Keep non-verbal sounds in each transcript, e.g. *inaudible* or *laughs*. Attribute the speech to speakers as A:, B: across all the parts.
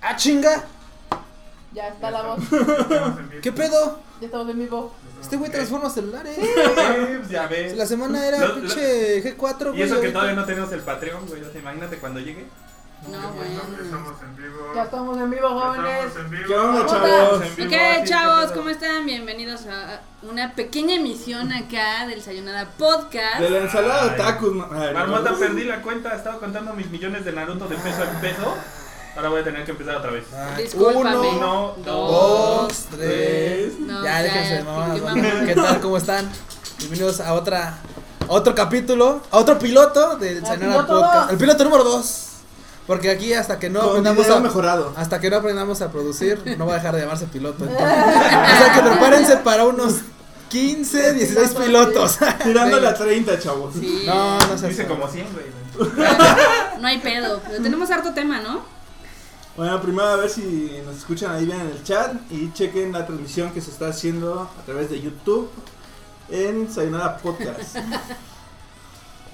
A: Ah, ¡Chinga!
B: Ya está la voz.
A: ¿Qué pedo?
B: Ya estamos en vivo.
A: Este güey transforma celulares.
C: pedo? Ya ves.
A: La semana era
C: Lo- lo-
A: pinche G4, güey.
C: Y eso que
A: ahorita-
C: todavía no tenemos el Patreon, güey. O sea, imagínate cuando llegue.
D: No, bueno.
E: Estamos en vivo.
B: Ya estamos en vivo, jóvenes.
E: Estamos en vivo.
F: ¿Qué onda,
B: chavos?
F: chavos?
C: En vivo, así,
D: Ok, chavos,
C: ¿qué
D: ¿cómo están? Bienvenidos a una pequeña emisión acá del Sayonara Podcast.
F: De la ensalada de
C: Ay.
F: tacos. ma- ay,
C: Marmota,
F: no.
C: perdí la cuenta. Estaba contando mis millones de Naruto de peso en peso. Ahora voy a tener que empezar otra vez.
A: Ah,
D: Discúlpame.
C: Uno,
A: Uno,
D: dos.
A: dos, tres.
D: No,
A: ya,
D: ya,
A: déjense de
D: ¿qué
A: mamadas,
D: mamada?
A: ¿no? ¿Qué tal? ¿Cómo están? Bienvenidos a otra a otro capítulo, a otro piloto del
B: Al
A: Sayonara
B: piloto
A: Podcast.
B: dos.
A: El piloto número dos. Porque aquí hasta que no
F: Con
A: aprendamos
F: video
A: a
F: mejorado.
A: hasta que no aprendamos a producir, no va a dejar de llamarse piloto. entonces. o sea que prepárense para unos 15, 16 pilotos.
F: Tirándole
A: Venga.
F: a 30, chavos.
D: Sí.
A: *laughs* No, no sé.
C: Dice como 100, güey.
D: *laughs* No hay pedo. Pero tenemos harto tema, ¿no?
F: Bueno, primero a ver si nos escuchan ahí bien en el chat y chequen la transmisión que se está haciendo a través de YouTube en Sayonara Podcast.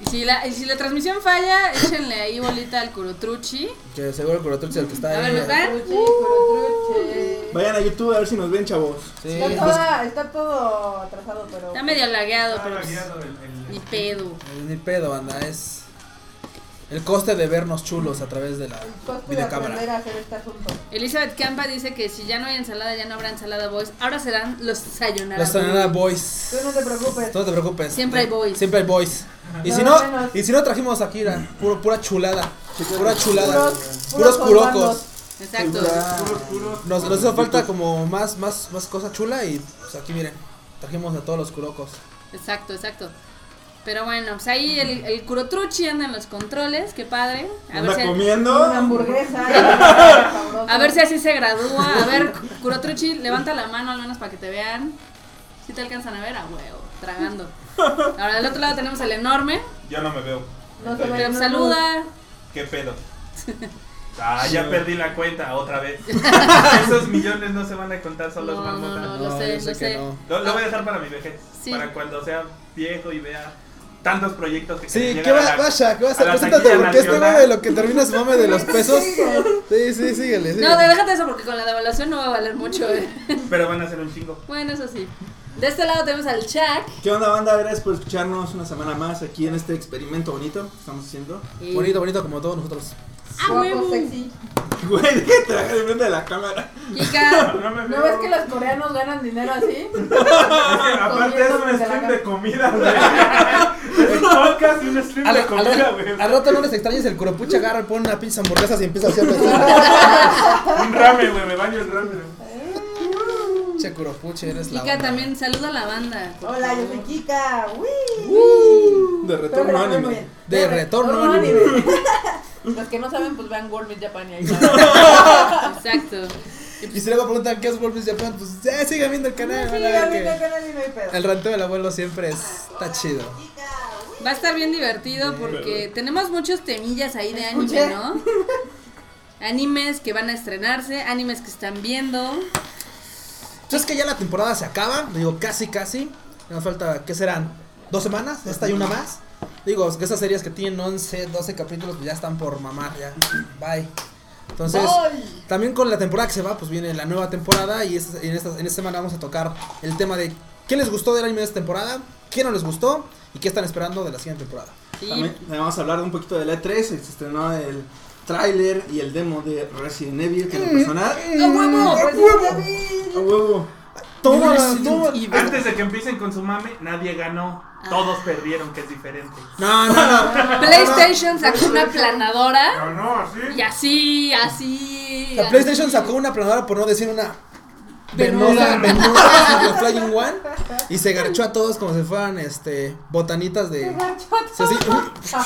D: Y si la, y si la transmisión falla, échenle ahí bolita al Curutruchi.
A: Que seguro el Curotruchi es el que está
D: A ver,
A: ahí. eh.
D: ¿me están?
B: Truchi, *laughs* cururuchi.
F: Vayan a YouTube a ver si nos ven, chavos.
A: Sí,
B: Está,
A: pues,
B: toda- está todo atrasado, pero.
D: Está medio lagueado, pero pues, ni
C: el
D: pedo.
A: ni pedo, banda, es el coste de vernos chulos a través de la
B: Pues pude aprender
A: videocámara.
B: a hacer este asunto.
D: Elizabeth Campa dice que si ya no hay ensalada, ya no habrá ensalada boys. Ahora serán los Sayonara
A: Los Sayonara Boys.
D: Boys.
B: Tú no te preocupes.
A: Tú no te preocupes.
D: Siempre hay boys.
A: Siempre hay boys. Y
B: No,
A: si no,
B: menos.
A: y si no trajimos a Kira, puro, pura chulada, pura chulada.
B: Puros,
A: Puros
B: osvaldos.
A: curocos.
D: Exacto.
C: Puros, puros.
A: Nos, nos hizo falta como más, más, más cosa chula y pues aquí miren, trajimos a todos los curocos.
D: Exacto, exacto. Pero bueno, pues ahí el, el Curutruchi anda en los controles, qué padre. A ver,
F: Anda
D: si,
F: comiendo.
B: Una hamburguesa. *laughs* y algo sabroso.
D: a ver si así se gradúa. A ver, Curutruchi, levanta la mano al menos para que te vean. Si te alcanzan a ver, a huevo, tragando. Ahora del otro lado tenemos al enorme,
C: Yo no me veo.
B: No se
D: que
B: ve.
D: nos saluda.
C: ¿Qué pedo? Ah, ya perdí la cuenta otra vez.
D: *laughs*
C: Esos millones no se van a contar solo
D: No,
C: marmota.
D: no, lo sé,
A: yo
D: lo sé.
A: que no.
C: Lo, lo voy a dejar para mi vejez.
D: Sí.
C: Para cuando sea viejo y vea tantos proyectos que
A: Sí,
C: llegan
A: ¿qué
C: a
A: va,
C: la-
A: vaya, ¿qué vas
C: a
A: a
C: la
A: Preséntate,
C: taquilla
A: porque este
C: nacional.
A: mame de lo que termina su mame de los pesos. Sí, sí, síguele, síguele.
D: No, de- déjate eso porque con la devaluación no va a valer mucho. eh.
C: Pero van a ser un chingo.
D: Bueno, eso sí. De este lado tenemos al Chuck.
F: ¿Qué onda, banda? Gracias por escucharnos una semana más aquí en este experimento bonito que estamos haciendo. *laughs*
D: Y-
A: Bonito, bonito como todos nosotros.
D: ¡A
B: Guapo,
D: Ah, huevo!
B: sexy.
F: Güey, déjate bajar de frente de la cámara.
D: Kika.
C: No me veo.
B: ¿No ves
C: *laughs*
B: que los coreanos ganan dinero
A: *laughs*
B: así?
C: Es que aparte es un
B: Comiendo
C: stream
B: desde
C: de comida, güey. *laughs* Es un podcast y un stream
A: Al,
C: de comida,
A: al-
C: güey.
A: al rato no les extrañes el curopucha agarra y pone una pinza hamburguesa y empieza a hacer
D: *laughs*
A: pesar.
C: Un ramen, güey. Me baño el ramen. güey.
A: che curopuche, eres la
D: Kika
A: onda.
D: también saluda a la banda. por
B: Hola, yo
D: favor.
B: soy Kika. ¡Uy!
F: De
B: Creo que
F: retorno
B: la fue muy
F: anime.
B: bien.
A: Uh. De retorno anime. *laughs*
B: Los que no saben, pues vean World Meet Japan y ahí saben.
D: Exacto.
A: Y si luego preguntan qué es World Miss Japan, pues ya sigan viendo el canal.
B: Sí,
A: van a ver
B: vean
A: que
B: Meet Japan anime y pedo.
A: El ranteo del abuelo siempre es- está chido.
D: Va a estar bien divertido porque tenemos muchos temillas ahí de anime,
B: Escuché.
D: ¿no? Animes que van a estrenarse, animes que están viendo.
A: Entonces Pues que ya la temporada se acaba, digo casi casi. Nos falta, ¿qué serán? ¿Dos semanas? Esta y una más. Digo, que esas series que tienen 11, 12 capítulos pues ya están por mamar, ya. Bye. Entonces,
B: Bye.
A: también con la temporada que se va, pues viene la nueva temporada y es- en, esta, en esta semana vamos a tocar el tema de qué les gustó del anime de esta temporada, qué no les gustó y qué están esperando de la siguiente temporada.
D: Sí.
F: También vamos a hablar de un poquito de la E3, se estrenó el tráiler y el demo de Resident Evil que en
A: Mm.
F: lo personal.
D: ¡A huevo!
B: Pues,
F: ¡A huevo!
A: Toma, toma.
C: Antes de que empiecen con su mame, nadie ganó. Todos perdieron, que es diferente.
A: No, no, no.
D: PlayStation sacó una planadora
E: No, no, así.
D: y así, así.
A: La
D: así.
A: PlayStation sacó una planadora por no decir una venuda,
D: Venuda.
A: venuda de Flying One y se garchó a todos como si fueran este botanitas de sí, sí.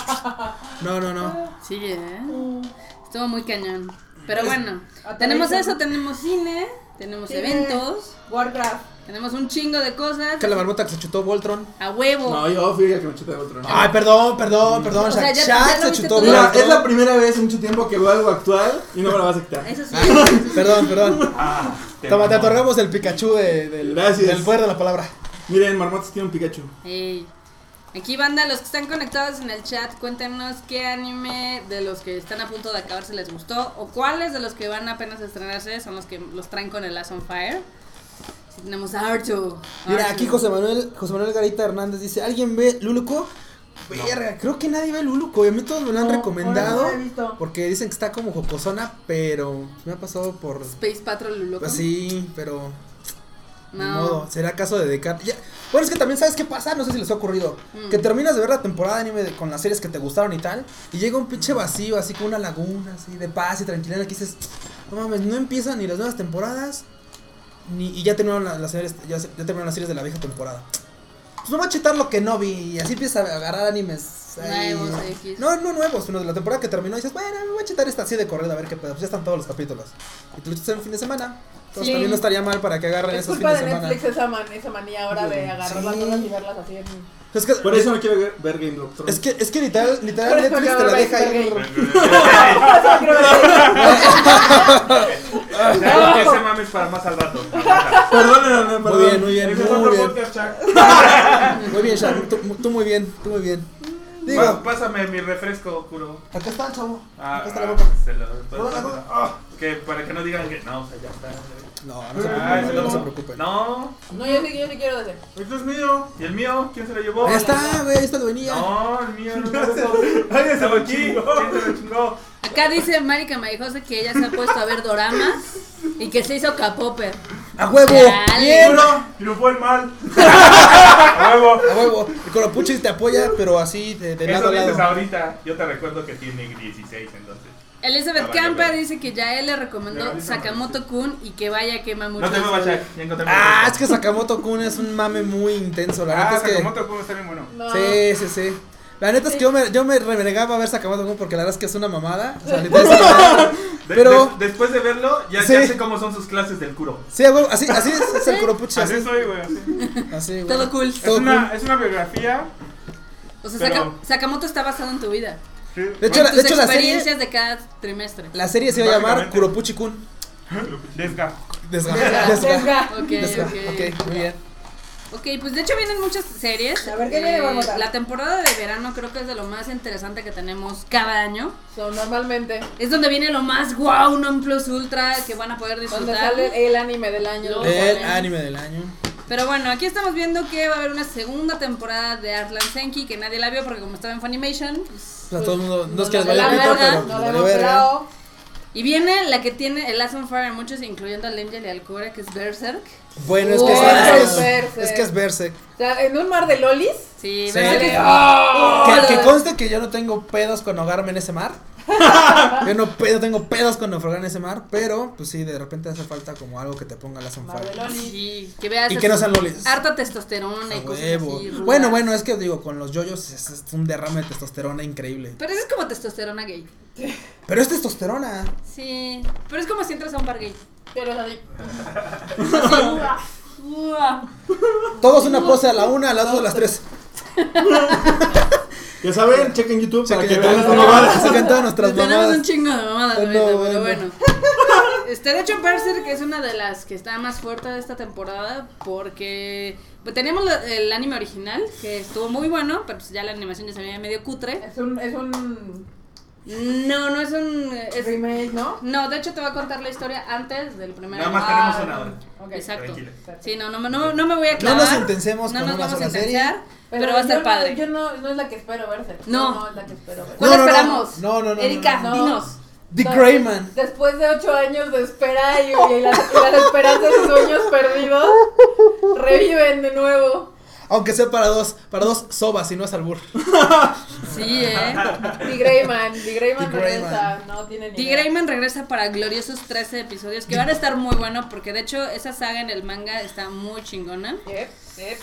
A: No, no, no.
D: Sí, ¿eh? Estuvo muy cañón. Pero bueno,
B: Aterriza.
D: tenemos eso, tenemos cine, tenemos
B: Cine.
D: eventos,
B: Warcraft.
D: tenemos un chingo de cosas.
A: Que la marmota que se chutó Voltron.
D: A huevo.
F: No, yo fui el que me chuté el otro.
A: Ay, perdón, perdón, perdón.
D: O sea, ya-
A: Shaq
D: ya lo
A: se
D: viste
A: chutó
D: todo.
F: Mira,
A: Voltron.
F: es la primera vez en mucho tiempo que veo algo actual y no me la vas a quitar.
D: Eso sí.
A: Ah, perdón, perdón.
C: Ah, te
A: Toma, te
C: mamó. *laughs*
A: otorgamos el Pikachu de- del,
F: Gracias.
A: del poder de la palabra.
F: Miren, Marmotas tiene un Pikachu.
D: Ey. Aquí, banda, los que están conectados en el chat, cuéntenos qué anime de los que están a punto de acabarse les gustó o cuáles de los que van apenas a estrenarse son los que los traen con el As on Fire. Si tenemos a Artu.
A: Mira,
D: Artu.
A: aquí José Manuel, José Manuel Garita Hernández dice, ¿alguien ve Luluco?
C: No.
A: Verga, creo que nadie ve Luluco, y a mí todos me lo han
B: No,
A: recomendado.
B: ahora no lo he visto.
A: Porque dicen que está como jocosona, pero me ha pasado por...
D: Space Patrol Luluco.
A: Pues sí, pero... ni
D: No.
A: modo, será caso de dedicar... ya- Bueno, es que también sabes qué pasa, no sé si les ha ocurrido.
D: Mm.
A: Que terminas de ver la temporada de anime de- con las series que te gustaron y tal, y llega un
D: Mm.
A: pinche vacío, así como una laguna, así de paz y tranquilidad, que dices, no mames, no empiezan ni las nuevas temporadas, ni, y ya terminaron la- las, series, ya, se- ya terminaron las series de la vieja temporada. Pues no va a chetar lo que no vi, y así empiezas a agarrar animes. ahí.
D: Nuevos, X.
A: No, no nuevos, sino de la temporada que terminó, y dices, bueno, me voy a chetar esta así de corrida, a ver qué pedo, pues ya están todos los capítulos. Y te lo echas en un fin de semana. Entonces
D: Sí.
A: también no estaría mal para que agarren
B: Es
A: esos
B: culpa
A: fines
B: de
A: de semana.
B: Netflix esa, man- esa manía ahora de agarrar las
A: Sí.
B: cosas y verlas así en... *laughs*
A: Es que,
F: Por eso no quiero ver, ver Game of Thrones.
A: es que, es que literal, literal
B: Por eso
A: Netflix
B: que
A: te la
B: ahora
A: deja
B: ves
A: ahí.
B: Game Ah,
C: Ese ese mame es para más al rato.
F: Perdónenme, perdón.
A: Muy bien, muy bien,
C: Ese es
A: muy
C: otro
A: bien.
C: podcast, Chuck.
A: Muy bien, Sharon, tú, tú muy bien, tú muy bien. Digo,
C: Pa- Pásame mi refresco, Kuro.
A: acá está, chavo.
C: Ah,
A: acá está la
C: ah,
A: boca.
C: se lo-
A: No, no, no.
C: Ah, que para que no digan que no, o sea, ya está.
A: No, no se
C: Ah,
A: preocupen,
C: ese
A: no,
C: no.
A: se preocupen. Este
C: No,
B: No, yo sí, yo sí quiero decir.
F: Esto es mío.
C: ¿y el mío? ¿Quién se lo llevó?
A: Ahí está, güey, esto lo venía.
C: No, el mío no
A: *laughs*
F: Alguien
C: se lo chingó. ¿Quién se lo chingó?
D: Acá dice Marika Marijose que ella se ha puesto a ver doramas y que se hizo K-Popper.
A: ¡A huevo!
D: Dale.
A: ¡Bien! A
F: Uno, triunfó
C: *laughs*
F: el
A: *laughs*
F: mal.
C: A huevo.
A: huevo. El Coropuchis te apoya, pero así de, de lado
C: Eso
A: a
C: dices
A: lado.
C: ahorita. Yo te recuerdo que tiene 16 entonces. Ah,
D: Elizabeth
C: vale,
D: Campa
C: vale.
D: dice que ya él le recomendó
C: Vale,
D: Sakamoto Kun y que vaya que mucho.
C: No te muevas, Chuck. Ya encontré mi
A: Ah,
C: refresco.
A: es que Sakamoto Kun es un mame muy intenso, la
E: Ah,
A: neta es que.
E: Sakamoto Kun está bien bueno.
B: No.
A: Sí, sí, sí. La neta es que yo me, yo me renegaba a ver Sakamoto Kun porque la verdad es que es una mamada.
B: *laughs*
A: O sea, neta es una mamada.
C: De-
A: Pero-
C: des- después de verlo, ya,
A: Sí.
C: ya sé cómo son sus clases del Kuro.
A: Sí, a huevo, así, así es, es el Coropuchis.
E: Así
A: Así,
E: soy, güey. así.
D: Ah,
A: así, güey.
D: Todo cool.
E: Es
A: Todo
E: una, es una biografía.
D: O sea,
E: Pero-
D: Saka- Sakamoto está basado en tu vida.
E: sí.
A: De hecho,
D: en
A: la-
D: tus
A: de hecho, la serie-
D: experiencias de cada trimestre.
A: La serie se iba a llamar
E: Básicamente.
A: Kuropuchi Kun.
E: Desga.
A: Desga. Desga.
B: Venga.
D: Ok,
A: Desga.
D: ok.
A: Ok, muy bien.
D: Ok, pues de hecho vienen muchas series. Eh,
B: A ver, ¿qué viene, Barbota?
D: La temporada de verano creo que es de lo más interesante que tenemos cada año.
B: So, normalmente,
D: Es donde viene lo más wow, non plus ultra que van a poder
B: donde
D: disfrutar.
B: sale Eh. el anime del año.
D: Lo-
B: Eh,
A: El
D: Ojalá.
A: anime del año.
D: Pero bueno, aquí estamos viendo que va a haber una segunda temporada de Artland Senki que nadie la vio porque como estaba en Funimation.
A: O sea, todo el mundo. No es
B: nos
A: que les
B: la
A: vaya
D: de la
A: pito,
D: verga,
A: pero.
D: nos
A: les
B: No lo
A: vale
B: hemos
A: verga.
B: esperado.
D: Y viene la que tiene el Last on Fire en muchos, incluyendo al Angel y al Cobra, que es Berserk.
A: Bueno, es que
D: Uy,
A: es,
B: es
A: es,
B: Berserk.
A: es que es Berserk.
B: O sea, en un mar de lolis.
D: Sí,
A: Sí. Ah,
D: Berserk es- ¡Oh!
A: Que, que conste que yo no tengo pedos con ahogarme en ese
D: *laughs*
A: mar. Yo no, pe- no tengo pedos con naufragar en ese mar, pero pues sí, de repente hace falta como algo que te ponga las
B: Mar de
A: fire.
B: lolis.
D: Sí, que veas.
A: Y que no sean lolis.
D: Harta testosterona
A: A
D: y cosas
A: huevo.
D: así. rudas.
A: Bueno, bueno, es que digo, con los yoyos es, es un derrame de testosterona increíble.
D: Pero eso es como testosterona gay.
A: Pero es testosterona.
D: Sí. Pero es como si entras a un bar gay.
B: Pero es así.
D: Ua.
A: Todos una pose a la una, a las dos, a las tres.
F: Ya saben, chequen YouTube para
A: Chequen
F: que
A: todas
F: vean las
A: nuestras *laughs* mamadas.
F: mamadas.
A: Chequen todas nuestras
D: Tenemos un
A: mamadas.
D: chingo de mamadas,
A: Ah,
D: ahorita,
A: no,
D: pero
A: bueno.
D: bueno. Este, de hecho, Berserk es una de las que está más fuerte de esta temporada porque pues, tenemos la- el anime original que estuvo muy bueno, pero pues, ya la animación ya se veía medio cutre.
B: Es un, es un
D: No, no es un... es-
B: remake, ¿no?
D: no, de hecho te voy a contar la historia antes del primer
C: Nada más
D: anime.
C: tenemos una hora.
B: Ok.
D: Exacto.
C: Tranquila.
D: Sí, no, no, me- no, no me voy a
A: No
D: clavar.
A: nos intensemos
D: No
A: con
D: nos
A: una
D: vamos a
A: sola serie.
D: intentar, pero, va a
B: yo
D: estar
B: no-
D: padre.
B: Yo no, no es la que espero verse.
D: No.
B: No, es la que espero verse.
D: ¿Cuál
A: No, no, no.
D: esperamos?
A: No, no, no,
D: Erika,
B: no, no.
D: dinos.
A: The
B: No,
A: Greyman.
B: Después de ocho años de espera y, y las, y las esperanzas y sueños perdidos, reviven de nuevo.
A: Aunque sea para dos, para dos sobas y no es albur.
B: *laughs*
D: Sí, eh.
B: The Greyman, The
A: The
B: Greyman regresa,
A: Greyman.
B: no tiene ni
D: D.
B: idea.
D: Grayman regresa para gloriosos 13 episodios que van a estar muy buenos porque de hecho esa saga en el manga está muy chingona.
B: Yep, yep.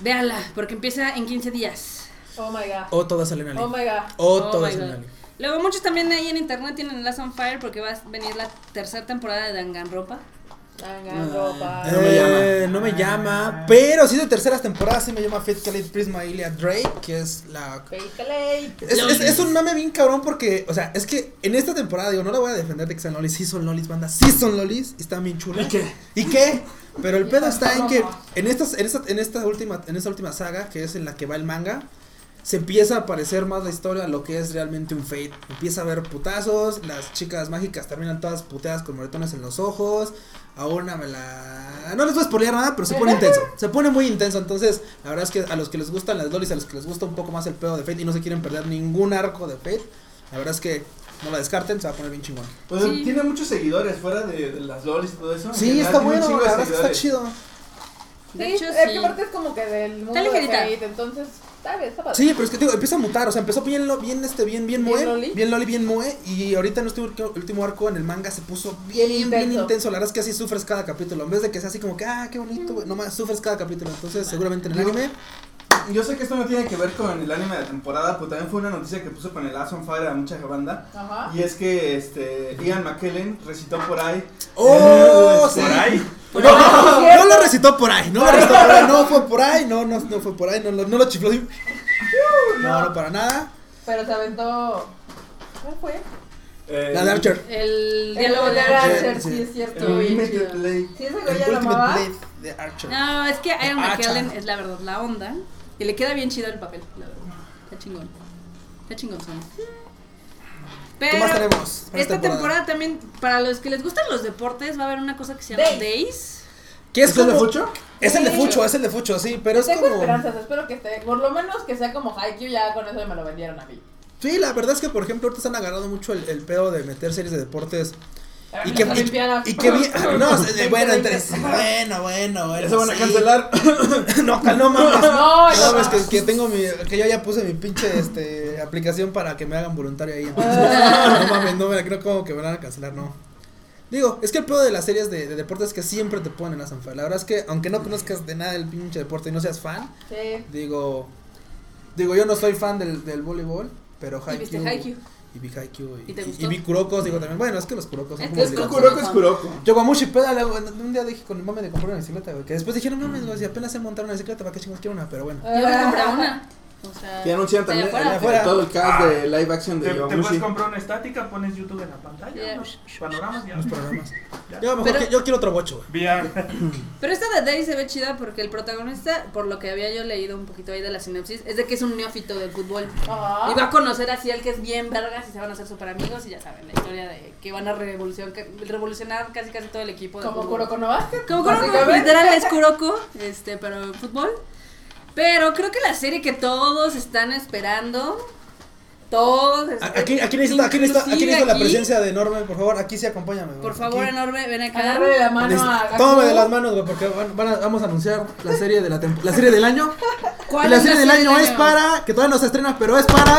D: Véanla, porque empieza en 15 días.
B: Oh my god.
A: O todas salen
B: Oh
A: ali.
B: my god.
A: O
D: Oh
A: todas
D: my
A: salen
D: God.
A: ali.
D: Luego muchos también ahí en internet tienen Last on Fire porque va a venir la tercera temporada de Danganronpa.
B: Danganronpa.
F: No me llama.
A: Ah. Eh, no
D: Ah.
A: me llama. Pero sí de terceras temporadas sí me llama Fate Khalid Prisma Ilia Drake, que es la.
B: Beyblade.
A: Es, es- es un mame bien cabrón porque, o sea, es que en esta temporada, digo, no la voy a defender de que sean lolis, sí son lolis, banda, sí son lolis, y están bien chulas.
F: ¿Y qué?
A: ¿Y qué? Pero el
B: Y
A: pedo
B: están
A: está en que
B: rojas.
A: en, estas, en, esta, en, esta última, en esta última saga, que es en la que va el manga, se empieza a parecer más la historia a lo que es realmente un Fate. Empieza a haber putazos, las chicas mágicas terminan todas puteadas con moretones en los ojos. A una me la. No les voy a spoilear nada, pero se pone intenso. Se pone muy intenso. Entonces, la verdad es que a los que les gustan las dolis, a los que les gusta un poco más el pedo de Fate y no se quieren perder ningún arco de Fate, la verdad es que no la descarten, se va a poner bien chingón.
F: Pues
D: Sí.
F: tiene muchos seguidores fuera de, de las lolis y todo eso. en
A: Sí,
F: general
A: está
F: tiene un
A: bueno, la
F: chingo de
A: verdad es que está
F: seguidores.
A: chido.
D: De
B: Sí,
D: hecho,
B: es que
D: sí.
B: aparte es como que del mundo de
D: ligerita.
B: Fate, entonces, está bien, está padre.
A: Sí, pero es que te digo, empieza a mutar, o sea, empezó bien, lo- bien este, bien, bien
B: Bien
A: moe,
B: loli.
A: bien loli, bien moe, y ahorita en este ulti- último arco en el manga se puso bien, bien,
B: Intenso.
A: intenso, la verdad es que así sufres cada capítulo, en vez de que sea así como que, ah, qué bonito, güey, nomás sufres cada capítulo, entonces seguramente en el
F: Yo-
A: anime,
F: Yo sé que esto no tiene que ver con el anime de la temporada, pero también fue una noticia que puso con el Ass on Fire a mucha banda.
B: Ajá.
F: Y es que este, Ian McKellen recitó por ahí.
A: ¡Oh, sí!
C: Por ahí.
A: No, *laughs* no lo recitó por ahí, no lo recitó por ahí, no fue por ahí, no, no, no fue por ahí, no, lo- no lo chifló, así. no, no para nada,
B: Pero se aventó. ¿Cuál fue?
F: eh,
A: la de Archer.
D: El
B: El
D: diálogo de Archer.
B: Archer, sí, es
F: el
B: cierto.
F: Ultimate
B: bien chido.
F: Blade.
B: Sí, ese güey
A: El
B: ya lo
A: Ultimate
B: amaba.
A: Blade de Archer.
D: No, es que Iron
A: Ah,
D: McKellen
A: chale.
D: es la verdad la onda. Y le queda bien chido el papel, la verdad. Está chingón. Está chingón. Pero
A: ¿Qué más tenemos? en
D: esta temporada también, para los que les gustan los deportes, va a haber una cosa que se llama
B: Days.
D: Days.
A: ¿Qué es
F: ¿Es el de
A: como-
F: Fucho?
A: Es el de
B: Sí.
A: Fucho, es el de Fucho, sí, pero es
B: Tengo
A: como...
B: esperanzas, espero que esté. Por lo menos que sea como Haikyuu, ya con eso me lo vendieron a mí.
A: Sí, la verdad es que, por ejemplo, ahorita están agarrando mucho el, el pedo de meter series de deportes.
B: Para
A: Y
B: mí
A: que,
B: las
A: y-
B: Olimpiadas.
A: y que
B: *laughs*
A: bien. No, eh, bueno,
B: Veinte,
A: entonces.
B: veinte.
A: Bueno, bueno, bueno.
F: Eso van a
A: sí.
F: cancelar.
A: *laughs* No, cal- no mames. *laughs*
B: No, no,
A: No,
B: no.
A: es que, que tengo mi. Que yo ya puse mi pinche este, aplicación para que me hagan voluntario
B: *laughs*
A: ahí. entonces, no mames, no me creo como que me van a cancelar, no. Digo, es que el pedo de las series de, de deportes es que siempre te ponen a Sanfa. La verdad es que, aunque no conozcas de nada el pinche deporte y no seas fan,
B: Sí.
A: Digo, digo, yo no soy fan del, del voleibol, pero
D: Y viste
A: Haikyuu.
D: Haikyuu.
A: Y vi Haikyuu. Y,
D: ¿Y te
A: y-
D: gustó?
A: y vi Kurokos, digo también. Bueno, es que los Kurokos son
D: Es
A: como
D: que
F: Es
D: es
A: obligados.
F: Kuroco, es Kuroco.
A: Yogamushi, pedala, güey. Un día dije con el mame de comprar una bicicleta, güey. Que después dije, no mames, güey, si apenas se montaron una bicicleta, ¿para qué chingos quiero una? Pero bueno.
D: Yo me compré una. O sea,
F: Que anuncian también
D: allá afuera.
A: allá afuera.
F: eh, todo el cast
C: Ah.
F: de live action
C: Te,
F: de
C: te puedes
A: pues
F: Yogamushi.
C: comprar una estática, pones YouTube en la pantalla.
D: Ya.
C: unos Panoramas ya.
A: Los programas.
C: Ya.
A: Yo, mejor
D: Pero-
A: que- yo quiero otro bocho, güey.
E: VR.
D: Pero esta de Days se ve chida porque el protagonista, por lo que había yo leído un poquito ahí de la sinopsis, es de que es un neófito del fútbol. Y va
B: Ajá.
D: a conocer así al que es bien vergas y se van a hacer super amigos y ya saben la historia de que van a revolucion- revolucionar casi casi todo el equipo. de
B: Como
D: fútbol.
B: Kuroko no Basket.
D: Como Kuroko,
B: básicamente.
D: literal es Kuroko, este, pero en fútbol. Pero creo que la serie que todos están esperando, todos.
A: A-
D: este,
A: Aquí, aquí necesito, aquí necesito, aquí
D: inclusive
A: necesito la
D: aquí,
A: presencia de enorme, por favor. Aquí sí, acompáñame, güey.
D: Por favor,
A: Aquí.
D: enorme, ven acá.
B: Agarre la mano a
A: Necesito-
B: Gaku.
A: Tómame de las manos, güey, porque van- van a- vamos a anunciar la serie de la, tempo- la serie del año.
D: ¿Cuál
A: Y la
D: es
A: serie del año es para. Que todavía no se estrena, pero es para.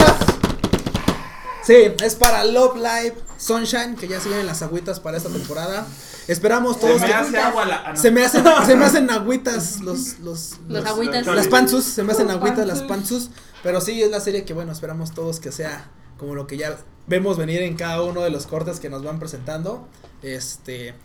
A: Sí, es para Love Live Sunshine, que ya se vienen las agüitas para esta temporada. Esperamos
C: Se
A: todos
C: me
A: que.
C: hace agua la. ah, no.
A: Se me hacen, se me hacen agüitas los, los,
D: Los agüitas.
A: las panzus, se me hacen agüitas las
B: Panzus.
A: panzus, pero sí es la serie que bueno, esperamos todos que sea como lo que ya vemos venir en cada uno de los cortes que nos van presentando. Este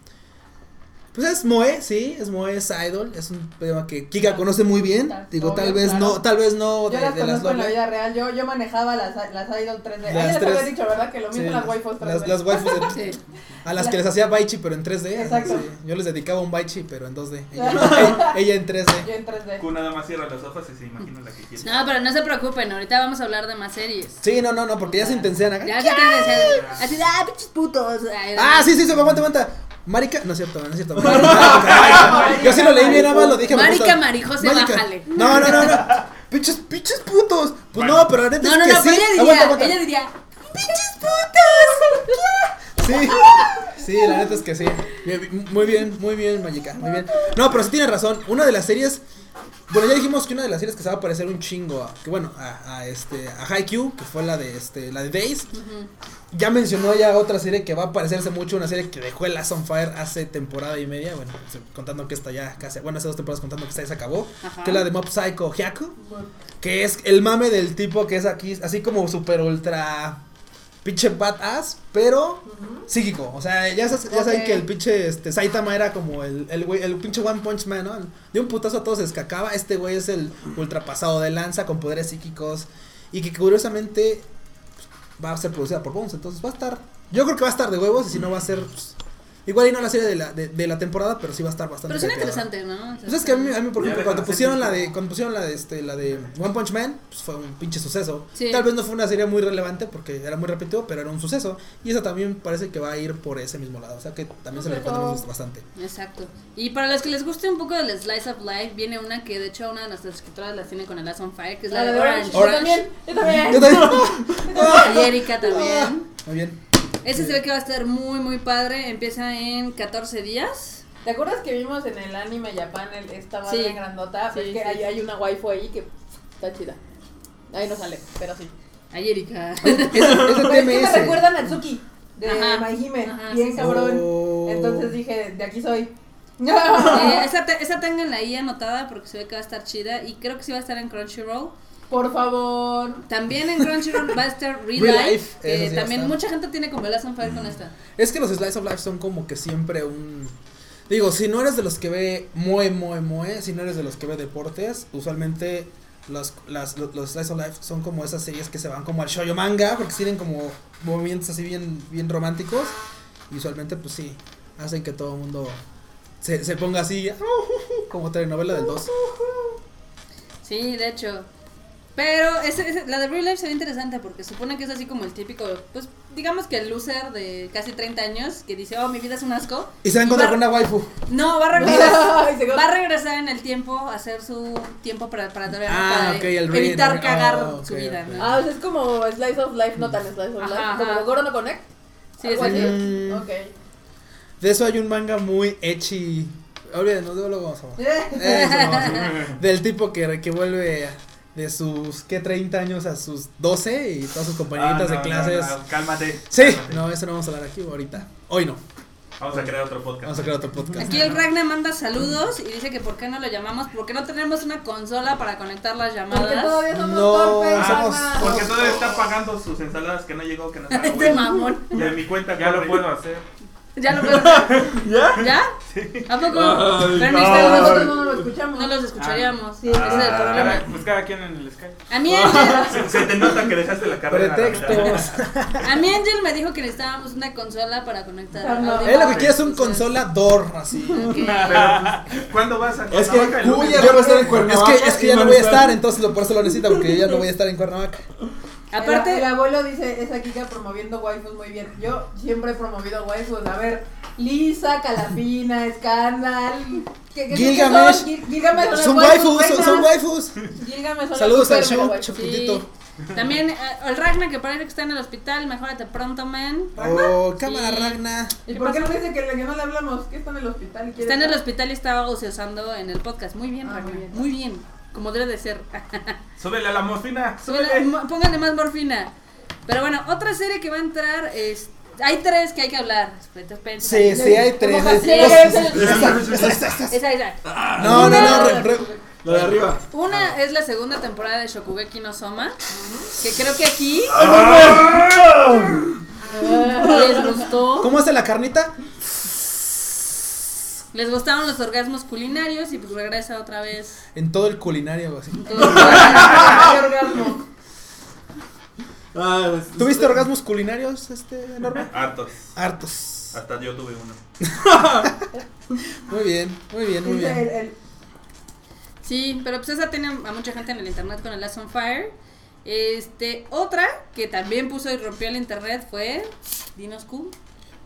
A: pues es Moe, sí, es Moe es idol, es un tema que Kika conoce muy bien. Digo, tal vez no, tal vez no
B: Yo
A: de,
B: las
A: de las
B: conozco en la
A: Loli.
B: vida real. Yo, yo manejaba las, las Idol 3D. Ah,
A: Las
B: ya les
A: tres.
B: había dicho, ¿verdad? Que lo mismo
A: Sí,
B: las waifus 3D.
A: las- las waifus
B: *laughs*
A: de-
D: Sí.
A: a las que les hacía Baichi pero en 3D.
B: Exacto.
A: sí. Yo les dedicaba un Baichi pero en
B: *laughs*
A: 2D. Ella, ella en 3D.
B: Yo en 3D.
C: Q nada más cierra los ojos y se imagina la que
D: *laughs*
C: quiere.
D: No, pero no se preocupen, ahorita vamos a hablar de más series.
A: Sí, no, no, no, porque ya se intensean acá.
D: Ya se te Así de, ah, pinches putos. Ay,
A: Ah, sí, sí, sí, aguanta, aguanta. Marica, no es cierto, no es cierto. Marica. Yo sí lo leí bien, nada más lo dije. me
D: Marica,
A: gusta.
D: Marijose, bájale.
A: No, no, no, no. Pinches, pinches putos. Pues
C: Bueno.
A: no, pero la neta
D: No, no,
A: es que
D: no,
A: sí.
D: pero ella diría,
A: aguanta, aguanta.
D: ella diría, pinches putos.
A: Sí, sí, la neta es que sí. Bien, Muy bien, muy bien, Magica, muy bien. No, pero sí tienes razón. Una de las series. Bueno, ya dijimos que una de las series que se va a parecer un chingo a, que bueno, a, a este a Haikyuu, que fue la de este la de Days. Ya mencionó ya otra serie que va a parecerse mucho, una serie que dejó el Last on Fire hace temporada y media, bueno, contando que esta ya casi, bueno, hace dos temporadas contando que esta ya se acabó,
D: Ajá.
A: que es la de Mob Psycho Hyaku, que es el mame del tipo que es aquí, así como super ultra pinche badass, pero psíquico. O sea, ya, sabes- ya saben
B: Ok.
A: que el pinche este, Saitama era como el, el, güey- el pinche One Punch Man, ¿no? De un putazo a todos se escacaba. Este güey es el ultrapasado de lanza con poderes psíquicos. Y que curiosamente pues, va a ser producida por Bones. Entonces va a estar. Yo creo que va a estar de huevos. Y si no, va a ser. pues, Igual y no la serie de la, de, de la temporada, pero sí va a estar bastante.
D: Pero suena
A: cateada.
D: interesante, ¿no? O sea,
A: Pues es que a mí, a mí, por
C: Ya
A: ejemplo,
C: deja
A: cuando
C: de ser
A: pusieron la
C: triste.
A: de cuando pusieron la de este la de One Punch Man, pues fue un pinche suceso.
D: Sí.
A: Tal vez no fue una serie muy relevante porque era muy repetitivo, pero era un suceso y esa también parece que va a ir por ese mismo lado, o sea que también se le
B: Pero-
A: recomendamos bastante.
D: Exacto. Y para los que les guste un poco del Slice of Life, viene una que de hecho una de nuestras escritoras las tiene con el Last on Fire, que es la de Orange.
B: Yo también, yo también.
A: Yo también-
D: Y
A: *laughs*
D: Erika también.
A: Muy bien.
D: Ese se ve que va a estar muy, muy padre. Empieza en 14 días.
B: ¿Te acuerdas que vimos en el anime Japan el- esta madre
D: Sí.
B: grandota?
D: Sí,
B: es que
D: sí,
B: hay,
D: sí.
B: hay una waifu ahí que está chida. Ahí no sale,
A: *laughs*
B: pero sí.
D: Ay, Erika.
A: Es, es de
B: Pero es que me
A: TMS.
B: recuerdan a Tsuki de
D: Ajá.
B: Maihime,
D: Ajá,
B: bien
D: sí, sí.
B: cabrón.
A: Oh.
B: Entonces dije, de aquí soy.
D: *laughs* Eh, esa, te- esa tengan ahí anotada porque se ve que va a estar chida. Y creo que sí va a estar en Crunchyroll.
B: *laughs* Por favor.
D: *laughs* También en Crunchyroll va a estar Real,
A: Real
D: Life.
A: Life,
D: que
A: eso sí va a
D: también
A: estar.
D: mucha gente tiene como el Last on Fire con esta.
A: Es que los slice of life son como que siempre un digo, si no eres de los que ve muy muy muy, si no eres de los que ve deportes, usualmente los, las, los, los slice of life son como esas series que se van como al shoujo manga porque tienen como movimientos así bien bien románticos y usualmente pues sí hacen que todo el mundo se, se ponga así *laughs* como telenovela del 2.
D: Sí, de hecho. Pero ese- ese- la de Real Life se ve interesante porque supone que es así como el típico, pues digamos que el loser de casi 30 años que dice, oh, mi vida es un asco.
A: Y se va a encontrar con una waifu.
D: No, va a regresar.
B: Ay, se-
D: Va a regresar en el tiempo a hacer su tiempo preparatorio
A: Ah,
D: para
A: ok, el reading,
D: evitar
A: ok.
D: cagar
A: Ah, ok,
D: su vida,
A: ok.
D: ¿no?
B: Ah, o sea, es como Slice of Life, no tan Slice of
D: Ajá,
B: Life.
D: ajá.
B: Como Goro no Connect.
D: Sí,
B: algo
D: sí, sí.
B: así.
A: Mm.
B: Ok.
A: De eso hay un manga muy echi. Olvídenos, luego lo vamos a
B: *laughs*
A: hablar.
B: Eh,
A: Eso, vamos a hablar. Del tipo que, que vuelve de sus, ¿qué? 30 años a sus 12 y todas sus compañeritas
C: Ah,
A: de
C: no,
A: clases.
C: no, no, cálmate.
A: Sí,
C: cálmate.
A: no, eso no vamos a hablar aquí ahorita. Hoy no.
C: Vamos a crear otro podcast.
A: Vamos a crear otro podcast.
D: Aquí el Ragna manda saludos y dice que por qué no lo llamamos, porque no tenemos una consola para conectar las
B: Porque
D: llamadas.
B: todavía somos
A: No,
B: torpes.
A: somos-
B: Ana.
C: Ah, Porque todavía está pagando sus ensaladas que no llegó,
D: *laughs*
C: que no pagó,
D: *laughs* Este
C: güey.
D: mamón.
C: Y en mi cuenta ya lo puedo hacer.
D: Ya
A: *laughs*
D: lo puedo hacer.
F: ¿Ya?
D: ¿Ya? ¿A poco?
F: Ay,
D: Pero
F: no.
D: necesitan los
B: Nosotros
D: otros-
B: no nos lo escuchamos.
D: no los escucharíamos.
B: sí.
D: Ese es el
C: Ah.
D: problema.
E: Pues cada quien en el Skype.
D: A
A: Ah.
D: mí, Angel,
C: Se, se te nota que dejaste la carrera. a la mitad.
A: Pretextos.
D: a mí Angel me dijo que necesitábamos una consola para conectar.
B: Ah, no.
D: audio.
A: Él lo que quiere es un
D: Entonces,
A: consolador así.
C: Pero, pues, ¿cuándo vas a
F: Es que
C: Cuernavaca? El lunes.
F: Cuya- ya va a estar en Cuernavaca
A: Es que, es que ya
F: y
A: no
F: van a
A: voy a
F: estar-
A: estar, entonces lo, por eso lo necesita, porque ya no voy a estar en Cuernavaca.
D: Aparte,
B: el, el abuelo dice, esa Kika promoviendo waifus muy bien. Yo siempre he promovido waifus. A ver, Lisa, Calafina, Escandal. ¿Qué, qué,
A: Gilgamesh.
B: ¿qué son? Gil- Gilgamesh las
A: Son waifus, son,
B: buenas.
A: son waifus.
B: Gilgamesh son
A: Saludos
B: las
A: al
B: super
A: show,
B: waifus.
A: Chaputito.
D: sí. También eh, el Ragnar que parece que está en el hospital, mejórate pronto, man.
A: Oh, cámara
D: Sí.
A: Ragna.
B: ¿Y por qué no dice que, le- que no le hablamos? Que está en el hospital. y quiere
D: Está en el
B: estar?
D: hospital y estaba ociosando en el podcast. Muy bien,
B: Ah,
D: Ragnar.
B: muy bien.
D: Muy bien. Como debe de ser.
C: Súbele a la morfina.
D: Póngale-
C: Súbele.
D: mo- Póngale más morfina. Pero bueno, otra serie que va a entrar es. Hay tres que hay que hablar. Espérate, espérate.
A: Sí, sí, hay tres.
B: Como
A: Sí,
F: *laughs*
D: Esa, esa.
A: No, no, no. re- re-
F: Lo de arriba.
D: Una es la segunda temporada de Shokugeki no Soma. Que creo que aquí les gustó.
A: ¿Cómo hace la carnita?
D: Les gustaron los orgasmos culinarios y pues regresa otra vez.
A: En todo el culinario, así.
B: Ay, orgasmo.
F: Ah, es-
A: ¿Tuviste orgasmos culinarios, este, enorme?
C: Hartos.
A: Hartos.
B: Ah.
C: Hasta yo tuve uno.
A: Muy bien, muy bien, muy
B: Dice el,
A: bien.
B: el-
D: Sí, pero pues esa tiene a mucha gente en el internet con el Last on Fire. Este, otra que también puso y rompió el internet fue Dinos Q.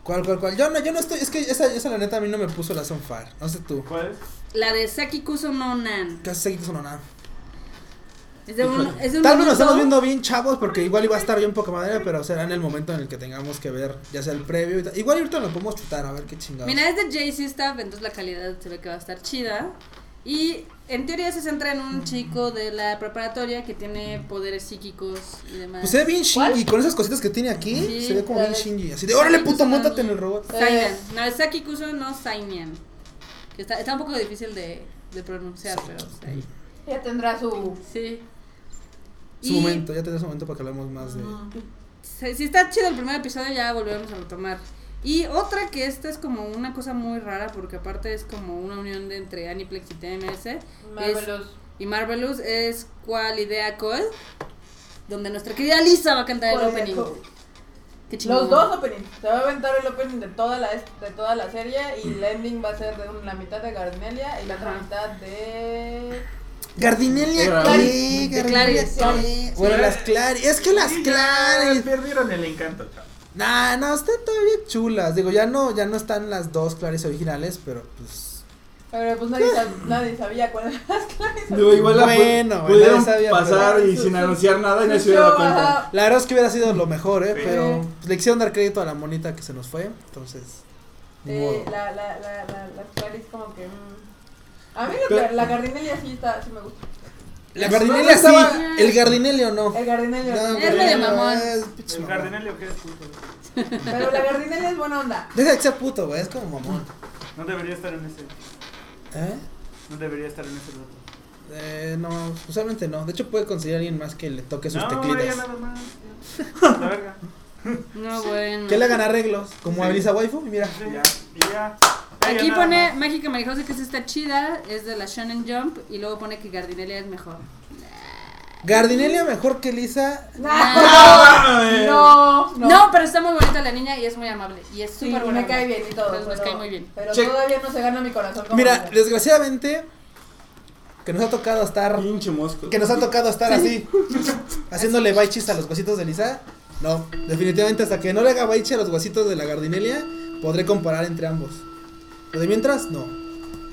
A: ¿Cuál, cuál, cuál? Yo no, yo no estoy. Es que esa, esa la neta a mí no me puso la sonfar. No sé tú.
E: ¿Cuál es?
D: La de Saki Kuso no Nan.
A: Casi seguido son nada.
D: Es de un, es de un
A: Tal vez nos estamos viendo
D: minuto.
A: bien chavos porque igual iba a estar bien poca madre, pero será en el momento en el que tengamos que ver, ya sea el previo y tal. Igual ahorita lo podemos chutar, a ver qué chingados.
D: Mira, es de JC Staff, entonces la calidad se ve que va a estar chida. Y en teoría se centra en un chico de la preparatoria que tiene poderes psíquicos y demás.
A: Pues se ve bien Shinji, con esas cositas que tiene aquí,
D: Sí,
A: se ve como
B: la
A: bien
B: de-
A: Shinji. Así de, órale
D: Sí,
A: puto,
D: pues,
A: montate
D: sí.
A: en el robot.
D: Sainian. No, es Saki Kuso no Sainian. Que Está, está un poco difícil de, de pronunciar, pero está ahí.
B: ya tendrá su...
D: Sí.
A: Su
D: Y-
A: momento, ya tendrá su momento para que hablemos más de.
D: Si si está chido el primer episodio, ya volvemos a retomar. Y otra que esta es como una cosa muy rara, porque aparte es como una unión de entre Aniplex y TMS.
B: Marvelous.
D: Y Marvelous es Cual Idea Code, donde nuestra querida Lisa va a cantar el
B: Cual Idea
D: opening.
B: Code.
D: Qué chingón.
B: Los dos openings. Se va a aventar el opening de toda la, de toda la serie y el ending va a ser de un- la mitad de Gardelia y la otra
D: Ajá.
B: mitad de...
A: Gardinelia,
F: Era-
A: ¿qué?
D: de
A: Gardinelia,
D: Claris.
A: ¿qué? Bueno, las Claris. Es que las
C: Sí, ya
A: Claris.
C: Perdieron el encanto, chaval.
A: Nah, no, están todavía chulas. Digo, ya no, ya no están las dos Claris originales, pero pues.
B: Pero pues nadie, sab- nadie sabía cuál era las clases.
F: Digo, igual la pu-
A: Bueno, güey,
F: pudieron
A: nadie sabía,
F: pasar
B: pero-
F: y sin anunciar nada y no
B: Su
F: se hubiera dado
B: show,
F: cuenta.
B: ajá.
A: La verdad es que hubiera sido lo mejor, ¿eh?
C: Sí.
A: Pero pues, le quisieron dar crédito a la monita que se nos fue, entonces. ni
B: Eh,
A: modo.
B: la, la, la, la, las Clarice como que... mm. A mí la,
F: Pero-
B: la Gardinelia sí está, sí me gusta.
A: La
B: Las
A: Gardinelia
B: dos
A: sí,
B: estaban-
A: el Gardinelia o no. pues,
B: El Gardinelia.
A: No,
D: Es medio
A: Gardinelia
D: mamón.
A: es pinche
E: El
A: mamón.
E: Gardenelio que es puto.
B: Pero la Gardinelia es buena onda.
D: *laughs*
A: Deja que sea puto, güey, es como mamón.
E: No debería estar en ese.
A: ¿Eh?
E: No debería estar en ese dato.
A: Eh, no, usualmente no. De hecho, puede conseguir a alguien más que le toque sus
E: No,
A: teclitas.
E: ya nada más. ya. La verga.
D: No, bueno.
A: Que le hagan arreglos, como
E: Sí.
A: a Elisa Waifu, y mira.
E: Sí, ya. Y ya. Ay,
D: Aquí
E: ya nada
D: pone
E: más.
D: Mágica Marijosa que es esta chida, es de la Shonen Jump y luego pone que Gardinelia es mejor.
A: Gardinelia mejor que Elisa.
B: No, no.
D: No, pero está muy bonita la niña y es muy amable y es
B: Sí,
D: súper buena.
B: me cae bien y todo.
D: Entonces, nos
B: pero-
D: cae muy bien.
B: Pero
A: Che-
B: todavía no se gana mi corazón. como
A: Mira,
B: dice.
A: desgraciadamente, que nos ha tocado estar.
F: Pinche mosco.
A: Que nos ha tocado estar así, haciéndole baichis a los huesitos de Elisa. No, definitivamente hasta que no le haga baiche a los huesitos de la Gardinelia, podré comparar entre ambos. Lo de mientras, no.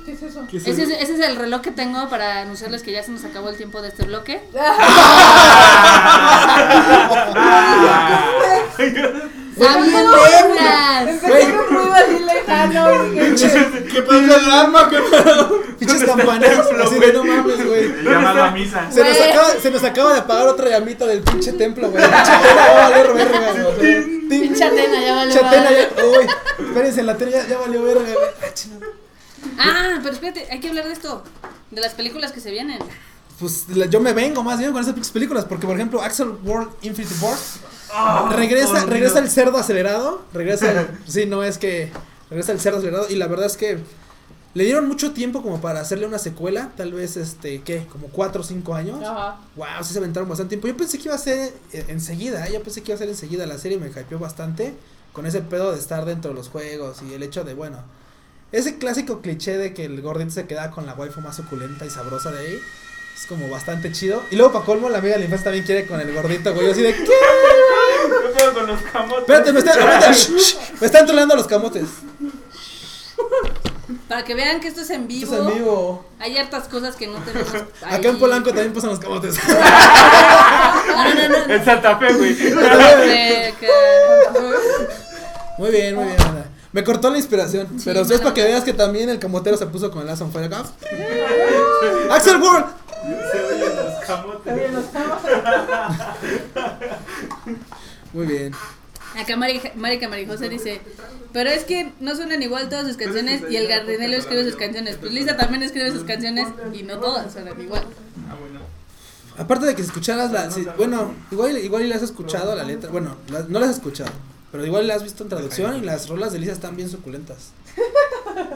B: ¿Qué es eso? *laughs*
F: ¿Qué es
D: Ese es,
F: eso?
D: ese es el reloj que tengo para anunciarles que ya se nos acabó el tiempo de este bloque.
C: *laughs*
D: ¡Sabidurías!
B: Empecé con ruido así lejano. dije,
F: ¿Qué pedo es el arma? ¿Qué pedo?
A: Pinches campanas, así de no mames, güey.
C: El llamado a misa.
A: Se nos,
D: Güey.
A: acaba, se nos acaba de apagar otra llamita del pinche templo, güey. La chatena va a valer verga, güey. O sea, tin,
D: Chatena, ya vale.
A: Chatena
D: madre.
A: ya. Uy, espérense, la tele ya, ya valió verga, güey. Ah, chingada.
D: Ah, pero espérate, hay que hablar de esto. De las películas que se vienen.
A: Pues la- yo me vengo más bien con esas pinches películas. Porque, por ejemplo, Axel World Infinity Wars. *laughs*
D: Ah,
A: regresa, regresa el cerdo acelerado. Regresa
D: *laughs*
A: el. sí, no es que. Regresa el cerdo acelerado. Y la verdad es que. Le dieron mucho tiempo como para hacerle una secuela. Tal vez, este, ¿qué? Como 4 o 5 años.
B: Ajá.
A: Wow, sí se aventaron bastante tiempo. Yo pensé que iba a ser eh, enseguida, ¿eh? yo pensé que iba a ser enseguida la serie, me hypeó bastante con ese pedo de estar dentro de los juegos y el hecho de, bueno, ese clásico cliché de que el gordito se queda con la waifu más suculenta y sabrosa de ahí. Es como bastante chido. Y luego, para colmo, la amiga de la infancia también quiere con el gordito, güey. Yo así de, ¿qué?
E: ¿Qué pedo con los camotes?
A: Espérate, me
E: *laughs*
A: están, ahorita, shh, shh, me están troleando los camotes.
D: Para que vean que esto es en vivo.
A: Esto es en vivo.
D: Hay hartas cosas que no tenemos. ahí.
A: Acá en Polanco también pasan los camotes.
D: *laughs* No, no, no, no.
E: En Santa Fe,
A: *laughs*
E: güey.
D: De que-
A: Muy bien, muy bien. Ana. Me cortó la inspiración.
D: Sí,
A: pero es
D: bueno.
A: para que veas que también el camotero se puso con el Asom Fire Gap. Axel World.
E: Se oyen los
B: Está bien,
E: camotes.
B: los estamos.
A: Muy bien.
D: Acá Mari- Marica Marijosa dice, pero es que no suenan igual todas sus canciones y el Gardenelo escribe sus canciones. Pues Lisa también escribe sus canciones y no todas suenan igual.
E: Ah, bueno.
A: Aparte de que si escucharas la. si- bueno, igual, igual y la has escuchado la letra. Bueno, la- no la has escuchado. Pero igual la has visto en traducción y las rolas de Lisa están bien suculentas.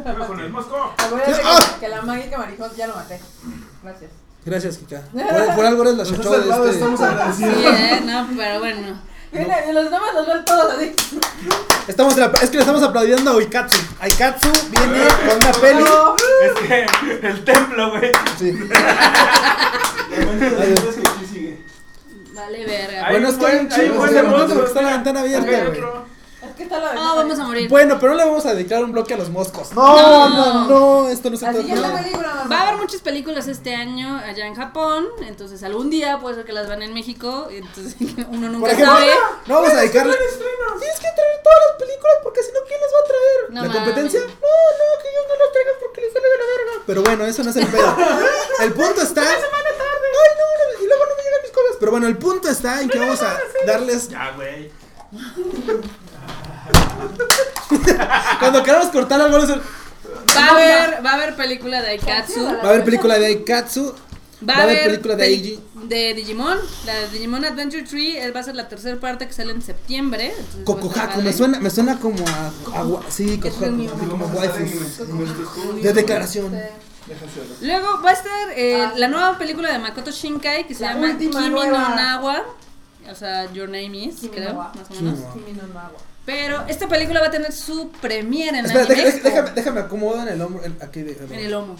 C: Pero con el mosco.
B: Acuérdate
A: ¡Ah!
B: que, que la mágica marijosa ya lo maté. Gracias.
A: Gracias, Kika. Por, por algo eres la
F: Nos has
A: chochoa de
F: salvado,
A: este.
F: estamos
A: *laughs*
D: Sí,
F: agradecidos.
D: ¿eh? No, pero bueno.
B: Mira, y los demás los ven todos así.
A: Estamos apla- es que le estamos aplaudiendo a Oikatsu. Aikatsu viene con una peli.
B: No,
E: Es que el templo, güey.
A: Sí.
F: Entonces, ¿qué sigue?
D: Vale, verga.
E: Ay,
A: Bueno, está
E: buen-
A: bien
E: hay
A: chido.
E: buen
A: sí,
E: hermoso,
A: porque Está la
E: mira.
A: ventana
E: Acá hay
A: abierta, güey.
E: otro.
B: es que está la
D: Oh, vamos a morir.
A: Bueno, pero no le vamos a dedicar un bloque a los moscos. No,
D: No.
A: no, no, esto no se
B: Así que
A: trata.
B: esta película mamá.
D: Va a haber muchas películas este año allá en Japón, entonces algún día puede ser que las van en México, entonces *laughs* uno
A: Por
D: nunca
A: ejemplo,
D: sabe.
A: no vamos a dedicarle. Tienes que traer todas las películas porque si no, ¿quién las va a traer?
D: No
A: ¿La
D: mames.
A: competencia? No, no, que ellos no las traigan porque les sale de la verga. Pero bueno, eso no es el *laughs* pedo. El punto está. Una semana tarde. Ay, no, no, y luego no me llegan mis cosas. Pero bueno, el punto está en que vamos a darles.
C: Ya, güey.
A: Cuando queramos cortar algo, vamos a hacer-
D: Va a haber, va a haber película de Aikatsu,
A: va a haber película de Aikatsu.
D: va a haber
A: película de
D: peli-
A: Eiji.
D: de Digimon, la de Digimon Adventure Tree, él va a ser la tercera parte que sale en septiembre. entonces,
A: Kokuhaku,
D: vale.
A: me suena, me suena como a. agua- sí, Kokuhaku,
D: mío.
A: así como
F: Vamos a estar en-
A: waifus.
F: en nuestros juegos.
A: De declaración.
F: Déjaselo.
D: Luego va a estar eh,
B: Ah.
D: la nueva película de Makoto Shinkai que se
B: La
D: llama
B: última
D: Kimi
B: nueva.
D: no Nawa. O sea, Your Name Is,
B: Kimi
D: creo,
B: no wa.
D: más o menos.
A: Sí.
B: Kimi no Nawa.
D: Pero esta película va a tener su premiere en
A: Espera,
D: Anime
A: deja-
D: Expo,
A: déjame, déjame acomodo en el hombro. en- aquí de-
D: En el lomo.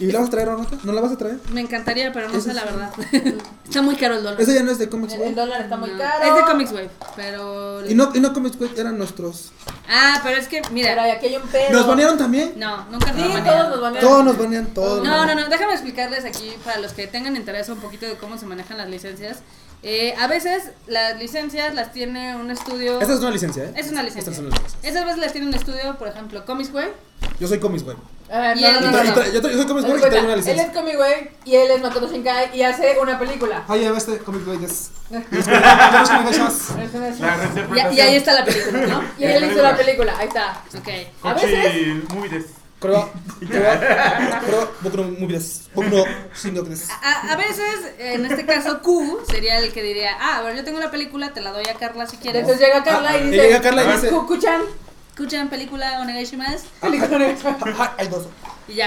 A: ¿Y la vas a traer ahorita? ¿No la vas a traer?
D: Me encantaría, pero no
A: Eso
D: sé la
A: sí.
D: verdad. *laughs* Está muy caro el dólar.
A: Esa ya no es de Comics
B: El, el
A: World.
B: dólar está muy
D: No,
B: caro.
D: Es de Comics Wave, pero...
A: Y no, y no Comics World eran nuestros.
D: Ah, pero es que,
B: Pero
D: mira...
B: aquí hay un pedo.
A: ¿Nos banearon también?
D: No, nunca
B: Sí,
D: nos
B: todos
D: banearon.
B: nos banearon.
A: Todos nos banean, todos.
D: No, no, no, déjame explicarles aquí para los que tengan interés un poquito de cómo se manejan las licencias. Eh, a veces las licencias las tiene un estudio.
A: Esta es una licencia, ¿eh?
D: Es una
A: Esta
D: licencia.
A: es una licencia.
D: Esas veces las tiene un estudio, por ejemplo, Comics Wave.
A: Yo soy Comics World.
B: A ver,
D: Y
B: no,
D: el-
B: no,
A: Y
B: no,
A: tra-
B: no,
A: y
B: no.
A: tra- Yo, tra- yo soy Comics
B: Haz de
A: World y traigo
B: cuenta,
A: una
B: él es
A: licencia.
B: Comic Wave y él es Makoto Shinkai y hace una película.
A: Ah, ya este Comic World
B: *laughs*
A: es. Tenemos Comics más.
B: Es una chingada.
E: La
D: Y,
E: reinterpretación.
D: y ahí está la película, ¿no? *laughs*
B: Y él hizo la película, ahí está.
D: Ok.
B: A
E: Cochi
B: veces-
E: Muy des.
A: Creo,
B: *laughs*
A: creo, creo, Boku no Movies, Boku no Shinokres.
D: A, a veces, en este caso, Q sería el que diría: Ah, a ver, yo tengo la película, te la doy a Carla si quieres.
B: Entonces llega Carla y
A: Ah, Y
B: dice:
A: llega Carla y dice-
B: Cucuchan,
D: Escuchan película Onegaishimasu
B: película negra.
A: Ah, Hay dos.
D: y ya.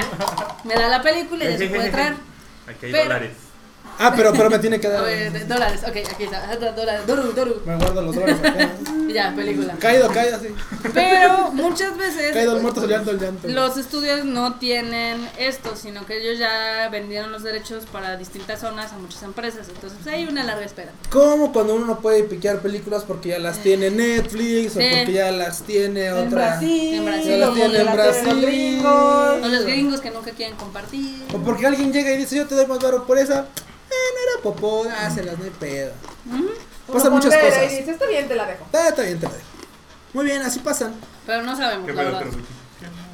D: Me da la película y ya se puede traer.
C: Aquí hay
D: Pero-
C: dólares.
A: Ah, pero, pero me tiene que
D: A
A: dar.
D: ver, de- dólares, ok, aquí está. *laughs* Dólares, doru, doru.
A: Me guardo los dólares acá.
D: Y ya, película.
A: Caído, caído, sí.
D: Pero muchas veces
A: Caído el muerto, el llanto, el llanto.
D: los estudios no tienen esto, sino que ellos ya vendieron los derechos para distintas zonas a muchas empresas. Entonces hay una larga espera.
A: ¿Cómo cuando uno no puede piquear películas porque ya las tiene Netflix o
D: Sí.
A: porque ya las tiene
B: En
A: otra?
B: Brasil,
D: En Brasil.
A: Ya
B: lo
A: las tiene
B: mandan
A: en
B: a la tele los
A: Brasil.
B: gringos.
D: O los gringos que nunca quieren compartir.
A: O porque alguien llega y dice, yo te doy más varo por esa. Eh, no era popó, dáselas, no hay pedo.
B: Uno
A: Pasan muchas
B: pondera
A: cosas.
B: Y dice, está bien, te la dejo.
A: Ah, está bien, te la dejo. Muy bien, así pasan.
D: Pero no sabemos,
E: ¿Qué
D: la
E: pedo,
D: verdad.
E: Terruchi?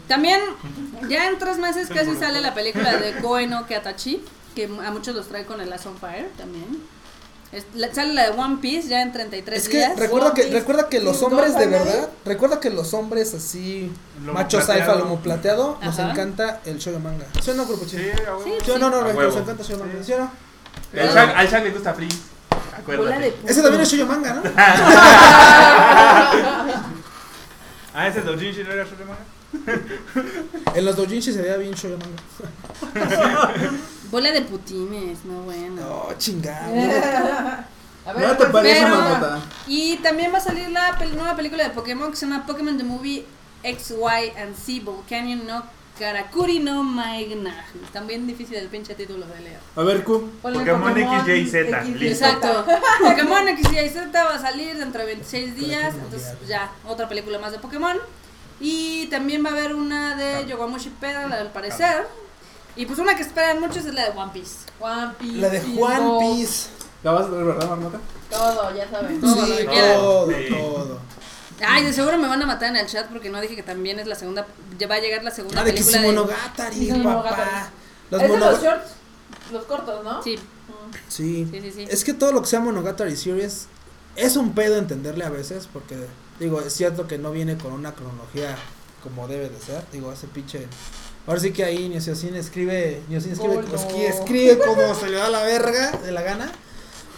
D: También, ya en tres meses casi sale la película de Koe no Keatachi, que a muchos los trae con el Last on Fire también. Es- la- sale la de One Piece ya en 33
A: Es que
D: días.
A: recuerda que,
B: One Piece,
A: recuerda que los
B: Sin
A: hombres de
B: Gohan, ¿eh?
A: verdad, recuerda que los hombres así,
E: Lomo
A: macho
E: plateado.
A: saifa, lomo plateado, nos
D: Ajá.
A: encanta el show de manga. ¿Sí o no, grupo
E: Sí,
A: chino?
E: a huevo.
D: Sí.
A: ¿Sí o no, no,
C: A
A: nos
C: huevo.
A: encanta el show de manga? ¿Sí o no?
C: Al Shaq- al Shaq le gusta Free.
D: Bola de
C: Acuérdate.
D: puto.
A: Ese también es show de manga, ¿no?
E: Ah, ese es Dojinshi, ¿no era su hermano?
A: En los doujinshi se veía bien show de manga.
D: Bola de putines, no bueno.
A: No, chingada.
B: A ver,
F: ¿No te
B: pues,
F: parece,
D: pero-
F: mamota?
D: Y también va a salir la pel- nueva película de Pokémon que se llama Pokémon The Movie X, Y and Z Volcanion no Karakuri no Maegna. Está bien difícil el pinche título de leer.
F: A ver, Q.
B: ponle
E: Pokémon XYZ,
B: XYZ.
E: listo.
D: Exacto.
A: *laughs*
D: Pokémon X y Z va a salir dentro de 26 días. Entonces ya, otra película más de Pokémon. Y también va a haber una de Yogamushi Pedal al parecer. Y pues una que esperan muchos es la de One Piece.
B: One Piece.
A: La de Juan
B: Go,
A: Piece.
F: ¿La vas a ver, verdad, marmota?
B: Todo, ya saben.
D: Todo lo
A: sí,
D: que quieran.
A: todo,
E: Sí.
A: todo.
D: Ay, de seguro me van a matar en el chat porque no dije que también es la segunda. Ya va a llegar la segunda
A: Ah, de que
D: película de.
A: Monogatari,
B: Sí,
A: papá.
B: Monogatari.
A: Los
B: es de los
A: Monogatari.
B: shorts, los cortos, ¿no?
D: Sí,
A: Sí.
D: sí, sí. sí.
A: Es que todo lo que sea Monogatari Series es un pedo entenderle a veces porque, digo, es cierto que no viene con una cronología como debe de ser. Digo, ese pinche... Ahora sí que ahí Niociocin escribe, Niociocin escribe,
B: Colo.
A: esqui- escribe como se le da la verga de la gana.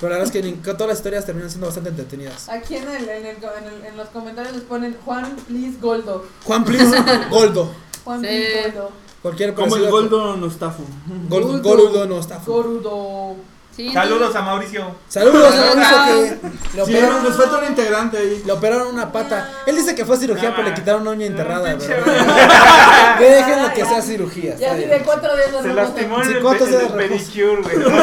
A: Pero la verdad es que en- todas las historias terminan siendo bastante entretenidas.
B: Aquí en, el, en, el, en, el- en los comentarios les ponen Juan Please Goldo.
A: Juan Plis, *laughs* Goldo.
B: Juan
D: Sí.
B: Please Goldo.
A: Cualquier
F: Como
A: parecido
F: el
A: con-
F: Golden Ostafu.
A: Gol-
B: Goldo.
A: Goldo no está.
B: Gorudo.
D: Sí,
C: Saludos a Mauricio.
A: Saludos a
D: Saludos.
A: Mauricio que le
F: Sí, nos,
A: operaron,
F: nos falta un integrante ahí.
A: le operaron una pata. Él dice que fue cirugía, pero le quitaron una uña enterrada.
E: Pinche
A: pero-
E: madre.
A: Dejen lo que sea cirugía.
B: Ya
A: está
B: así
A: bien.
B: de cuatro
C: *laughs*
B: días nos
E: Se
B: vemos.
E: lastimó en el,
A: Psicotas
E: pe- en
A: de
E: el
A: reposo.
E: pedicure, güey.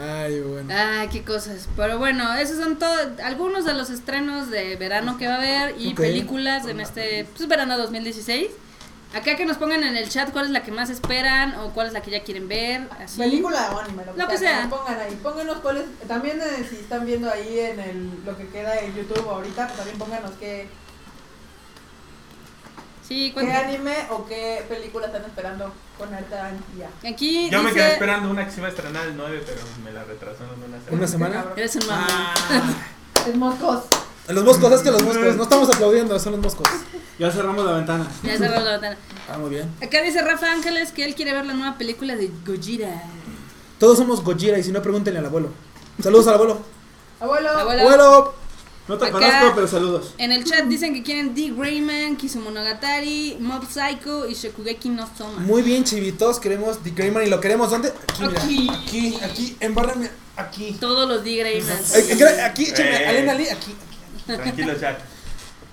A: Ay, bueno.
D: Ay, Ah, qué cosas. Pero bueno, esos son todos algunos de los estrenos de verano que va a haber y
A: Ok.
D: películas en este pues, verano 2016. Acá que nos pongan en el chat cuál es la que más esperan o cuál es la que ya quieren ver. Así.
B: Película o anime, lo que,
D: Lo que sea.
B: nos Pongan ahí, pónganos cuáles. También eh, si están viendo ahí en el, lo que queda en YouTube ahorita, pues también pónganos qué,
D: Sí,
B: qué
D: cuéntame.
B: anime o qué película están esperando con alta ansia.
D: Aquí
C: Yo me quedé
D: dice.
C: esperando una que se iba a estrenar el 9, pero me la retrasaron una semana.
A: ¿Una semana?
D: Eres un mamón.
A: Ah,
B: Es moscos.
A: los moscos, es que los moscos. No estamos aplaudiendo, son los moscos.
F: Ya cerramos la ventana.
D: Ya cerró la ventana.
A: Ah, muy bien.
D: Acá dice Rafa Ángeles que él quiere ver la nueva película de Gojira.
A: Todos somos Gojira y si no, pregúntenle al abuelo. Saludos al abuelo.
B: *laughs* Abuelo.
D: Abuelo.
A: Abuelo.
F: No te
D: Acá-
F: conozco, pero saludos.
D: En el chat dicen que quieren D. Grayman, Kisumonogatari, Mob Psycho y Shokugeki no Soma.
A: Muy bien, chivitos. Queremos The Kramer y lo queremos. ¿Dónde? Aquí, mira.
D: Aquí.
A: Aquí, aquí. Embárrame. Aquí.
D: Todos los D. Graymans.
A: Ay, ay, Aquí, échame.
C: Eh.
A: Alena Lee, aquí. aquí.
C: Ah, Tranquilo, chat.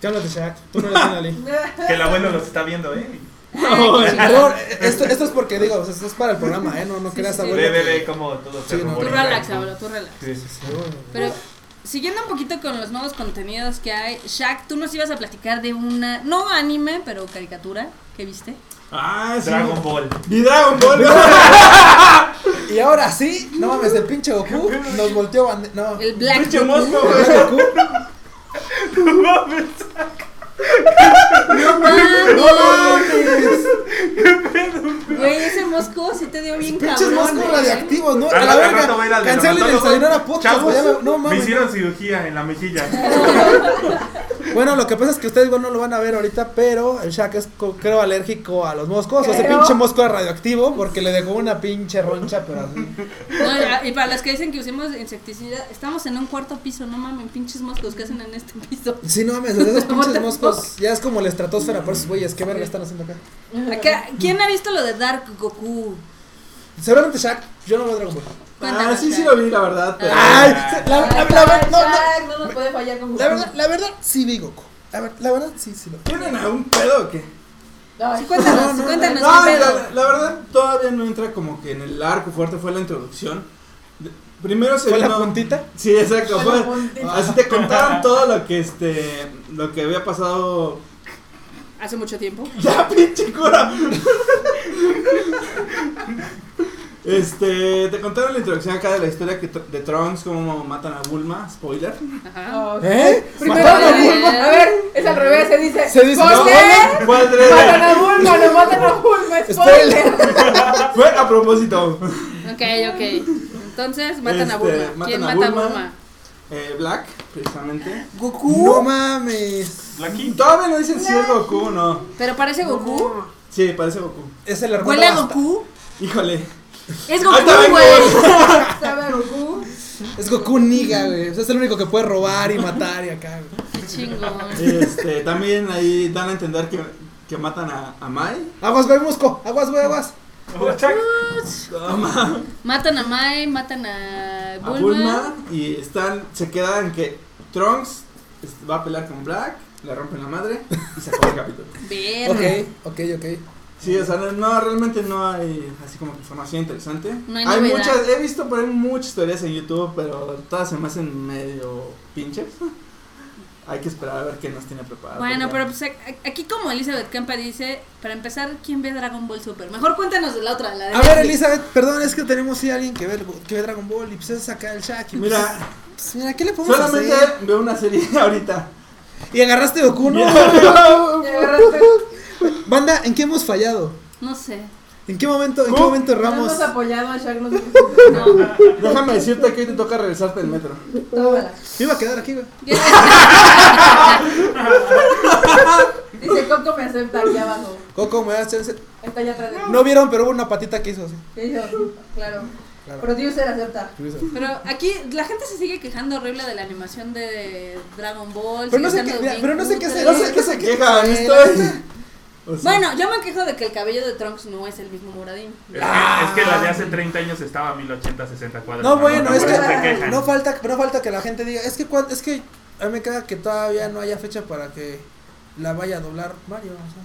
A: Te hablo de Shaq. Tú no eres Alena Lee.
C: Que el abuelo los está viendo, ¿eh?
D: Ay, qué
A: *laughs* pues, Perdón,
D: chingón.
A: esto, esto es porque digo, o sea, esto es para el programa, ¿eh? No, no
D: Sí,
A: creas
D: sí, sí.
A: abuelo.
C: Ve, ve,
A: que-
C: ve cómo todo se
A: Sí, no.
D: Tú
C: ruborea.
D: relax, Abraham, tú relax.
C: Sí, sí, sí.
A: Sí, bueno.
D: Pero siguiendo un poquito con los nuevos contenidos que hay, Shaq, tú nos ibas a platicar de una, no anime, pero caricatura que viste.
F: Ah, sí.
C: Dragon Ball.
F: Vi Dragon Ball.
A: Y ahora sí, no mames, el pinche Goku nos volteó bande- No.
D: El Black
F: Pinche
D: Goku.
F: mosco, güey.
A: Pinche Goku.
D: No mames,
A: No mames.
D: Güey, ese mosco sí te dio bien
A: Pinches
D: cabrón.
A: moscos
D: güey.
A: radioactivos, ¿no? A
E: Ah,
C: Al-
A: la
C: al rato va a ir
A: verga.
C: al de
A: Cancelen el
C: Ramatólogo.
A: Sayonara Podcast,
C: Chavos,
A: güey, ya me- No
C: Me
A: mames.
C: hicieron cirugía en la mejilla.
A: Bueno, lo que pasa es que ustedes igual no lo van a ver ahorita, pero el Shaq es co- creo alérgico a los moscos. O ese
B: Creo.
A: pinche mosco era radioactivo porque le dejó una pinche roncha, pero así.
D: No, y- y para las que dicen que usemos insecticida, estamos en un cuarto piso, no mames, pinches moscos que hacen en este piso.
A: Sí, no mames, de esos
D: What the
A: pinches moscos ya es como la estratosfera por esos güeyes. ¿Qué verga están haciendo acá?
D: Acá, ¿quién ha visto lo de Dark Goku?
A: Seguramente Shaq, yo no veo Dragon Ball.
F: Ah,
D: Cuéntanos, Ah.
F: sí, sí
D: Shaq.
F: lo vi, la verdad. Pero...
A: Ay, la, la, la, ver- no, no.
B: Shaq, no nos puede fallar con
A: La verdad, la verdad, sí vi Goku. La, ver- la verdad, sí, sí lo
F: ¿Tienen algún pedo o qué?
B: Ay.
D: Sí, cuéntanos,
A: No, no,
D: cuéntanos,
F: No,
D: ¿qué
F: la,
D: pedo?
F: la verdad todavía no entra como que en el arco fuerte, fue la introducción. De- Primero se
A: ¿Fue la
F: vino-
A: puntita?
F: Sí, exacto.
B: Fue la
F: fue-
B: puntita.
F: así te contaron todo lo que este lo que había pasado.
D: Hace mucho tiempo.
F: *laughs* Ya pinche cura. Este, te contaron la introducción acá de la historia que tr- de Trunks cómo matan a Bulma, spoiler.
D: Ajá.
B: Ah, ok.
A: ¿Eh?
B: Primero,
A: ¿Mataron a
B: eh,
A: Bulma?
B: a ver, es al revés, se dice.
A: Se dice,
B: ¿Por
A: no,
B: qué?
F: Fue
B: *laughs*
F: adrede.
B: Matan a Bulma, no matan a Bulma, spoiler. *laughs*
F: Fue a propósito.
D: Ok, ok. Entonces matan a
F: Este,
D: Bulma.
F: matan
D: ¿Quién
F: a
D: mata a
F: Bulma.
D: Bulma?
F: Eh, Black, precisamente.
A: Goku. No mames.
C: Lucky.
F: Todavía no dicen si es Goku o no.
D: ¿Pero parece Goku?
F: Sí, parece Goku.
A: Es el hermano.
D: ¿Huele a
A: basta-
D: Goku?
F: Híjole.
D: Es
F: Ahorita
D: Goku,
F: vengo.
D: güey.
B: ¿Sabe a Goku?
A: Es Goku Niga, güey. O sea, es el único que puede robar y matar y acá, güey.
D: Qué chingón.
F: Este, también ahí dan a entender que, que matan a, a Mai.
A: Aguas, güey, Musco. Aguas, güey, aguas.
C: Oh, chac.
F: A Ma-
D: Matan a Mai, matan a
F: a
D: Bulma.
F: Bulma. Y están, se quedan que Trunks este, va a pelear con Black, le rompen la madre y se acaba el capítulo.
D: Verga.
A: Ok, ok, ok.
F: Sí, o sea, no- no, realmente no hay así como que información interesante.
D: No hay novedad.
F: muchas, he visto por ahí muchas teorías en YouTube, pero todas se me hacen medio pinches. *laughs* Hay que esperar a ver qué nos tiene preparado.
D: Bueno, pero
F: porque-
D: pues a- aquí como Elizabeth Campa dice, para empezar, ¿quién ve Dragon Ball Super? Mejor cuéntanos de la otra, la de
A: A ver,
D: Netflix.
A: Elizabeth, perdón, es que tenemos sí, alguien que ve, el- que ve Dragon Ball y pues es acá el Shaq. y, pues,
F: Mira,
A: pues, mira, ¿qué le podemos
F: solamente
A: hacer?
F: veo una serie *laughs* ahorita.
A: Y agarraste Goku, ¿no?
B: Te agarraste.
A: Banda, ¿en qué hemos fallado? *laughs*
D: No sé.
A: ¿En qué momento, en qué
F: ¿Cómo?
A: momento
B: No
A: erramos?
B: hemos apoyado a Shaq, no sé.
F: *laughs*
D: No.
F: Déjame decirte que hoy te toca regresarte del metro.
D: Eh,
B: Tómala.
A: Me iba a quedar aquí, güey.
B: Dice Coco me acepta aquí abajo.
A: Coco, me das chance.
B: Está allá atrás de ti.
A: No vieron, pero hubo una patita que hizo así.
B: ¿Qué hizo? Claro.
A: Claro.
B: Producer acepta.
D: Pero aquí la gente se sigue quejando horrible de la animación de Dragon Ball.
A: Pero no
D: sigue
A: sé
D: estando
A: qué- mira,
D: bien
A: pero no sé qué
D: cutre.
A: hacer,
F: No sé qué se quejan, estoy. O sea,
D: eh, Bueno, yo me quejo de que el cabello de Trunks no es el mismo moradín.
C: Es que, es que la de hace 30 años estaba a 1080, 60 cuadros.
A: No, bueno,
C: Por
A: es
C: eso
A: que
C: se quejan.
A: no falta, no falta que la gente diga, es que cuan- es que a mí me queda que todavía no haya fecha para que la vaya a doblar Mario, o sea.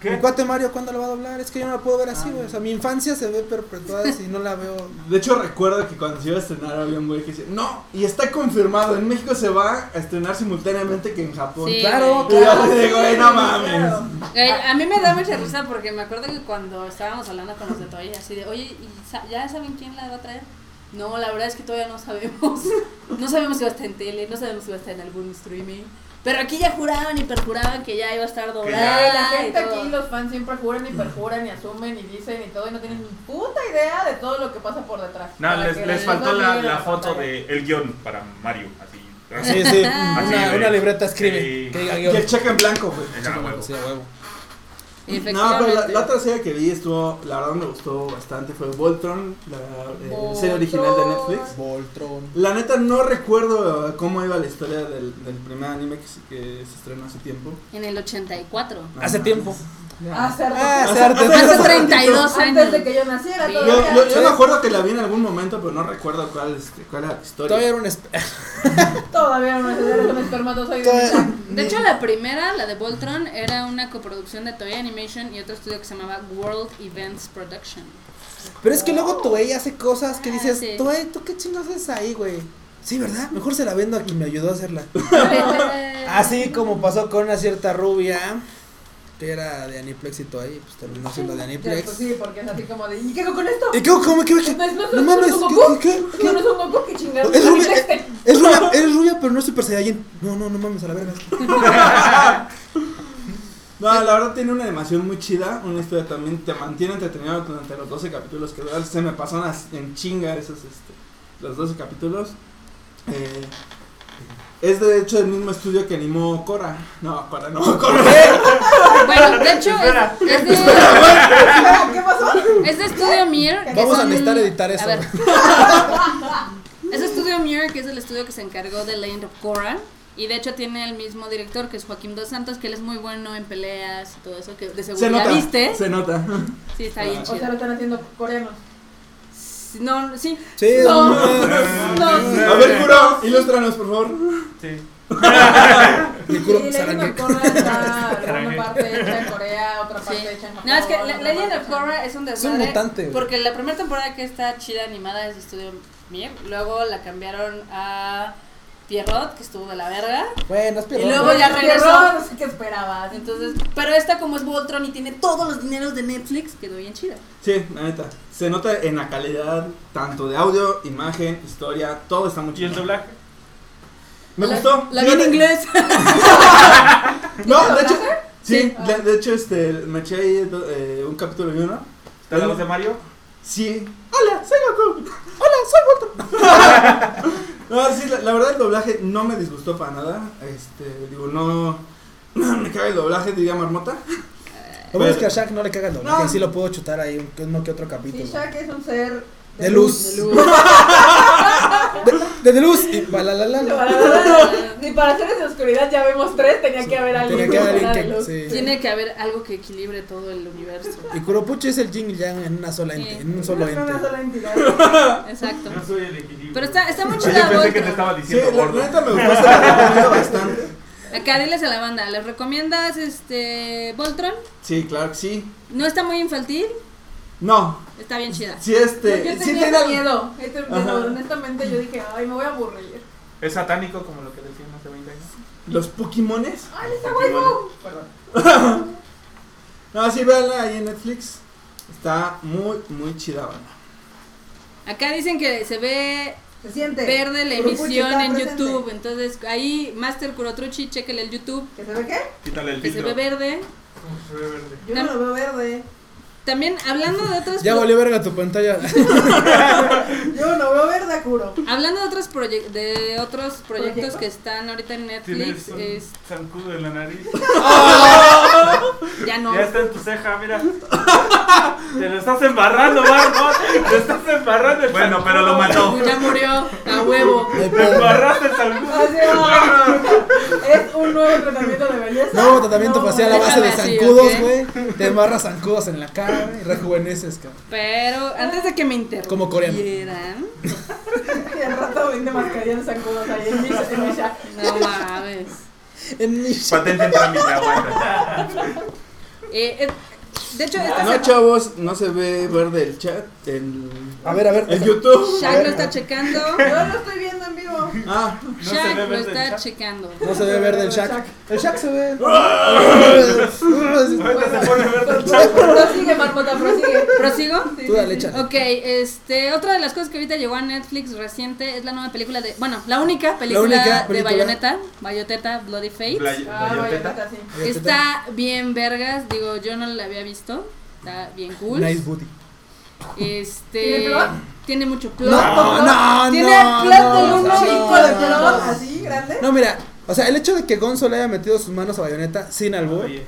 C: ¿Qué? Ah,
A: Mi cuate Mario cuándo la va a doblar? Es que yo no la puedo ver así, güey. O sea, mi infancia se ve perpetuada si no la veo.
F: De hecho, recuerdo que cuando se iba a estrenar había un güey que decía, no, y está confirmado, en México se va a estrenar simultáneamente que en Japón.
D: Sí,
A: Pues claro,
D: güey.
F: Y yo le digo,
B: Sí,
F: "Ey, no mames.
B: claro.
D: Güey, Eh, a mí me da mucha risa porque me acuerdo que cuando estábamos hablando con los de Toei, así de, oye, ¿y sa- ¿ya saben quién la va a traer? No, la verdad es que todavía no sabemos. *laughs* No sabemos si va a estar en tele, no sabemos si va a estar en algún streaming. Pero aquí ya juraban y perjuraban que ya iba a estar doblada.
B: Ay, la
D: y
B: gente
D: todo.
B: aquí, los fans siempre juran y perjuran y asumen y dicen y todo y no tienen ni puta idea de todo lo que pasa por detrás.
C: No,
B: Para
C: les,
B: que
C: les
B: les
C: faltó
B: valga
C: la, la foto
B: pantalla.
C: del el guión para Mario. Así.
A: Sí, sí,
C: Así,
A: una,
C: Ah, güey.
A: una libreta escribe
C: Sí.
A: que diga
F: Y el
A: guión.
F: cheque en blanco, güey.
C: Era huevo.
A: Sí, a huevo.
F: No, pero la,
D: Efectivamente.
F: la otra serie que vi estuvo, la verdad me gustó bastante, fue Voltron, la eh,
D: Voltron.
F: serie original de Netflix.
A: Voltron.
F: La neta no recuerdo cómo iba la historia del, del primer anime que se, que se estrenó hace tiempo.
D: En el 84.
C: Ah,
A: Hace tiempo.
B: Hace rato.
A: Ah, hace harto
F: Hace
A: tiempo.
D: Hace 32
B: Antes de
D: años.
B: que yo naciera
D: Sí.
F: Yo,
B: todavía.
F: yo- yo me acuerdo que la vi en algún momento, pero no recuerdo cuál, este, cuál era la historia.
A: Todavía era un. esp-
B: Todavía no naciera con espermatozoides.
A: todavía-
D: De hecho, la primera, la de Voltron, era una coproducción de Toei Animation y otro estudio que se llamaba World Events Production.
A: Pero es que luego Toei hace cosas que
D: Ah,
A: dices,
D: sí.
A: Toei, ¿tú qué chingos haces ahí, güey? Sí, ¿verdad? Mejor se la vendo a quien me ayudó a hacerla. Así como pasó con una cierta rubia que era de Aniplex y Toei, pues terminó siendo de
B: Ya, pues
A: Aniplex.
B: sí, porque es así como de. ¿Y qué hago con esto?
A: ¿Y qué? ¿Cómo? ¿Qué? qué?
B: No pues, es- no es-
A: No
B: no
A: mames,
B: es un
A: ¿qué-
B: Goku.
A: qué- qué-
B: No, no es un Goku, qué chingado.
A: Es
B: *laughs*
A: rubia,
B: Este-
A: eh, es rubia, eres rubia, pero no es Super Saiyajin. No, no, no mames, a la verga.
F: No, la verdad tiene una animación muy chida, una historia también te mantiene entretenido durante los 12 capítulos que duran. se me pasaron as- en chinga esos este, los 12 capítulos. Eh, es de hecho el mismo estudio que animó Cora. No, Cora no,
D: *laughs*
F: Cora.
D: Bueno, de hecho,
E: Espera.
D: es, es de,
B: Espera, ¿Qué pasó?
A: *laughs*
D: es de Estudio Mir. que
A: Vamos a
D: son-
A: necesitar editar eso.
D: ver. *laughs* es de Estudio Mir, que es el estudio que se encargó de Legend of Korra. Y de hecho tiene el mismo director, que es Joaquín Dos Santos, que él es muy bueno en peleas y todo eso, que de seguro
F: *laughs* Se
D: ya
F: nota.
D: viste.
F: Se
D: *laughs*
F: nota.
D: Sí, está bien
B: Ah, O sea, lo
D: chido.
B: están haciendo coreanos.
D: No, sí,
A: Sí,
B: No.
A: no.
B: No,
F: A ver, Kuro, ilústranos, por favor.
E: Sí.
A: Mi
B: Sí,
A: culo,
B: Legend
A: Sarangue.
B: of
A: *laughs*
B: Korra está una
E: Sarangue.
B: parte hecha en Corea, otra
D: Sí.
B: parte hecha en Japón.
D: No, es que
B: otra
D: Le-
B: parte
D: Legend of
B: hecha en-
D: Korra es un
A: Es un
D: desmadre.
A: mutante, güey.
D: Porque la primera temporada que está chida animada es de Estudio Mir. Luego la cambiaron a Pierrot, que estuvo de la verga.
A: Bueno, es
D: Y
A: pierdo.
D: luego ya regresó.
B: Terror, no sé ¿Qué esperabas?
D: Entonces, pero esta como es Voltron y tiene todos los dineros de Netflix, quedó bien chida.
F: Sí, la neta. Se nota en la calidad, tanto de audio, imagen, historia, todo está muy
E: ¿Y el
F: chido.
E: doblaje?
F: Me
D: La-
F: gustó.
D: La vi en
F: Fíjate-
D: inglés.
F: No, de hecho. Sí,
D: Sí.
F: de, de hecho, este, me eché ahí do- eh, un capítulo y uno.
E: ¿Está la voz de Mario?
F: Sí. Hola, soy Goku. Hola, soy Goku. *laughs* no, sí, la, la verdad el doblaje no me disgustó para nada. Este, digo, no. *laughs* No me caga el doblaje, diría Marmota.
A: Lo bueno es que a Shaq no le cagan
F: No.
A: lo que sí lo puedo chutar ahí un- uno que otro capítulo.
B: Sí, Shaq es un ser
A: De luz.
D: De luz.
A: De, de luz y la la
B: *laughs*
A: la la.
B: Ni para seres de oscuridad ya vemos tres, tenía que haber alguien
A: Tiene que haber
B: fuera de
A: alguien que-
B: luz.
A: sí.
D: *laughs* Tiene que haber algo que equilibre todo el universo.
A: Y Kuropuchi es el Jin y Yang en una sola ente,
D: Sí.
A: en un solo
B: Es
A: ente.
B: una
A: *laughs*
B: sola entidad.
D: Exacto.
E: Yo soy el equilibrio.
D: Pero está, está muy
E: Yo
D: chida
E: pensé que te
D: Voltron.
E: estaba
F: Sí,
E: diciendo
F: la,
E: gordo.
F: la neta me gustó, se la recomiendo bastante.
D: Acá diles a la banda, ¿les recomiendas este Voltron?
F: Sí, claro que sí.
D: No está muy infantil,
F: No,
D: está bien chida.
F: sí, este.
B: Yo
F: sí
B: tenía
F: tiene-
B: miedo. este- pero
F: Ajá.
B: honestamente yo dije, ay, me voy a aburrir.
E: Es satánico como lo que decían hace 20 años.
F: Los Pokémones.
B: ¡Ay, está bueno! Perdón.
F: No, sí, véanla ahí en Netflix. Está muy, muy chida, banda.
D: Acá dicen que se ve
B: Se siente.
D: verde la
B: Kuropuchi
D: emisión
B: está
D: en
B: presente.
D: YouTube. Entonces ahí, Master Kurotruchi, chequele el YouTube,
B: ¿Que se ve qué?
E: Quítale el
D: que se
E: filtro.
D: ve verde.
E: Uf, se ve verde.
B: Yo no lo veo verde.
D: También hablando de otros
A: Ya
D: pro-
A: valió verga tu pantalla.
B: Yo no veo verde, Kuro.
D: hablando de otros proye- de otros proyectos
B: ¿Proyectos?
D: que están ahorita en Netflix,
E: Tienes un
D: es-
E: zancudo en la nariz.
D: ya no.
E: Ya está en tu ceja, mira. *laughs* Te lo estás embarrando, Marcos. Te estás embarrando el
C: Bueno,
E: zancudo.
C: pero lo mató.
D: Ya murió, a huevo.
A: No hay
E: Te
A: pedo.
E: embarraste el zancudo.
B: es un nuevo tratamiento de belleza.
A: Nuevo tratamiento
B: No,
A: facial a base de
D: déjame así,
A: zancudos,
D: ¿ok?
A: güey. Te embarras zancudos en la cara güey, y rejuveneces, cabrón.
D: Pero antes de que me interrumpieran,
A: Como coreano.
B: Y al rato vende mascarilla de zancudos ahí en mi, en mi shack.
D: no mames.
A: En mi
C: Patente en trámite, aguanta.
D: Eh, eh, de hecho, esta
F: No,
D: semana
F: chavos, no se ve verde el chat. El,
A: A ver, a ver.
F: el YouTube.
D: Shaq lo está checando.
B: Yo lo estoy viendo en vivo.
F: Ah,
E: No se
D: Shaq
E: ve
D: lo
E: verde el
D: está
E: chat.
D: checando.
A: No se ve verde el Shaq. El Shaq se ve.
E: Ahorita se pone verde el chat.
B: Prosigue, Marmota, prosigue.
D: ¿Prosigo?
A: Tú dale, échale.
D: Ok, este, otra de las cosas que ahorita llegó a Netflix reciente es la nueva película de, bueno, la única película,
A: única
D: de
A: película.
D: Bayonetta, Bayotetta, Bloody Fate.
E: Play-
B: Ah,
E: Bayonetta.
B: bayoneta, sí.
D: Está bien vergas, digo, yo no la había visto, está bien cool.
A: Nice booty.
D: Este,
B: ¿Tiene plot?
D: tiene mucho plot.
A: No, no,
D: Tiene
A: no,
D: plot
A: no,
D: del uno
A: no,
D: y
B: Chico
D: con
B: de
D: el
A: no,
B: color,
A: no.
B: así, grande.
A: No, mira, o sea, el hecho de que Gonzo le haya metido sus manos a Bayonetta sin albur
E: Oye,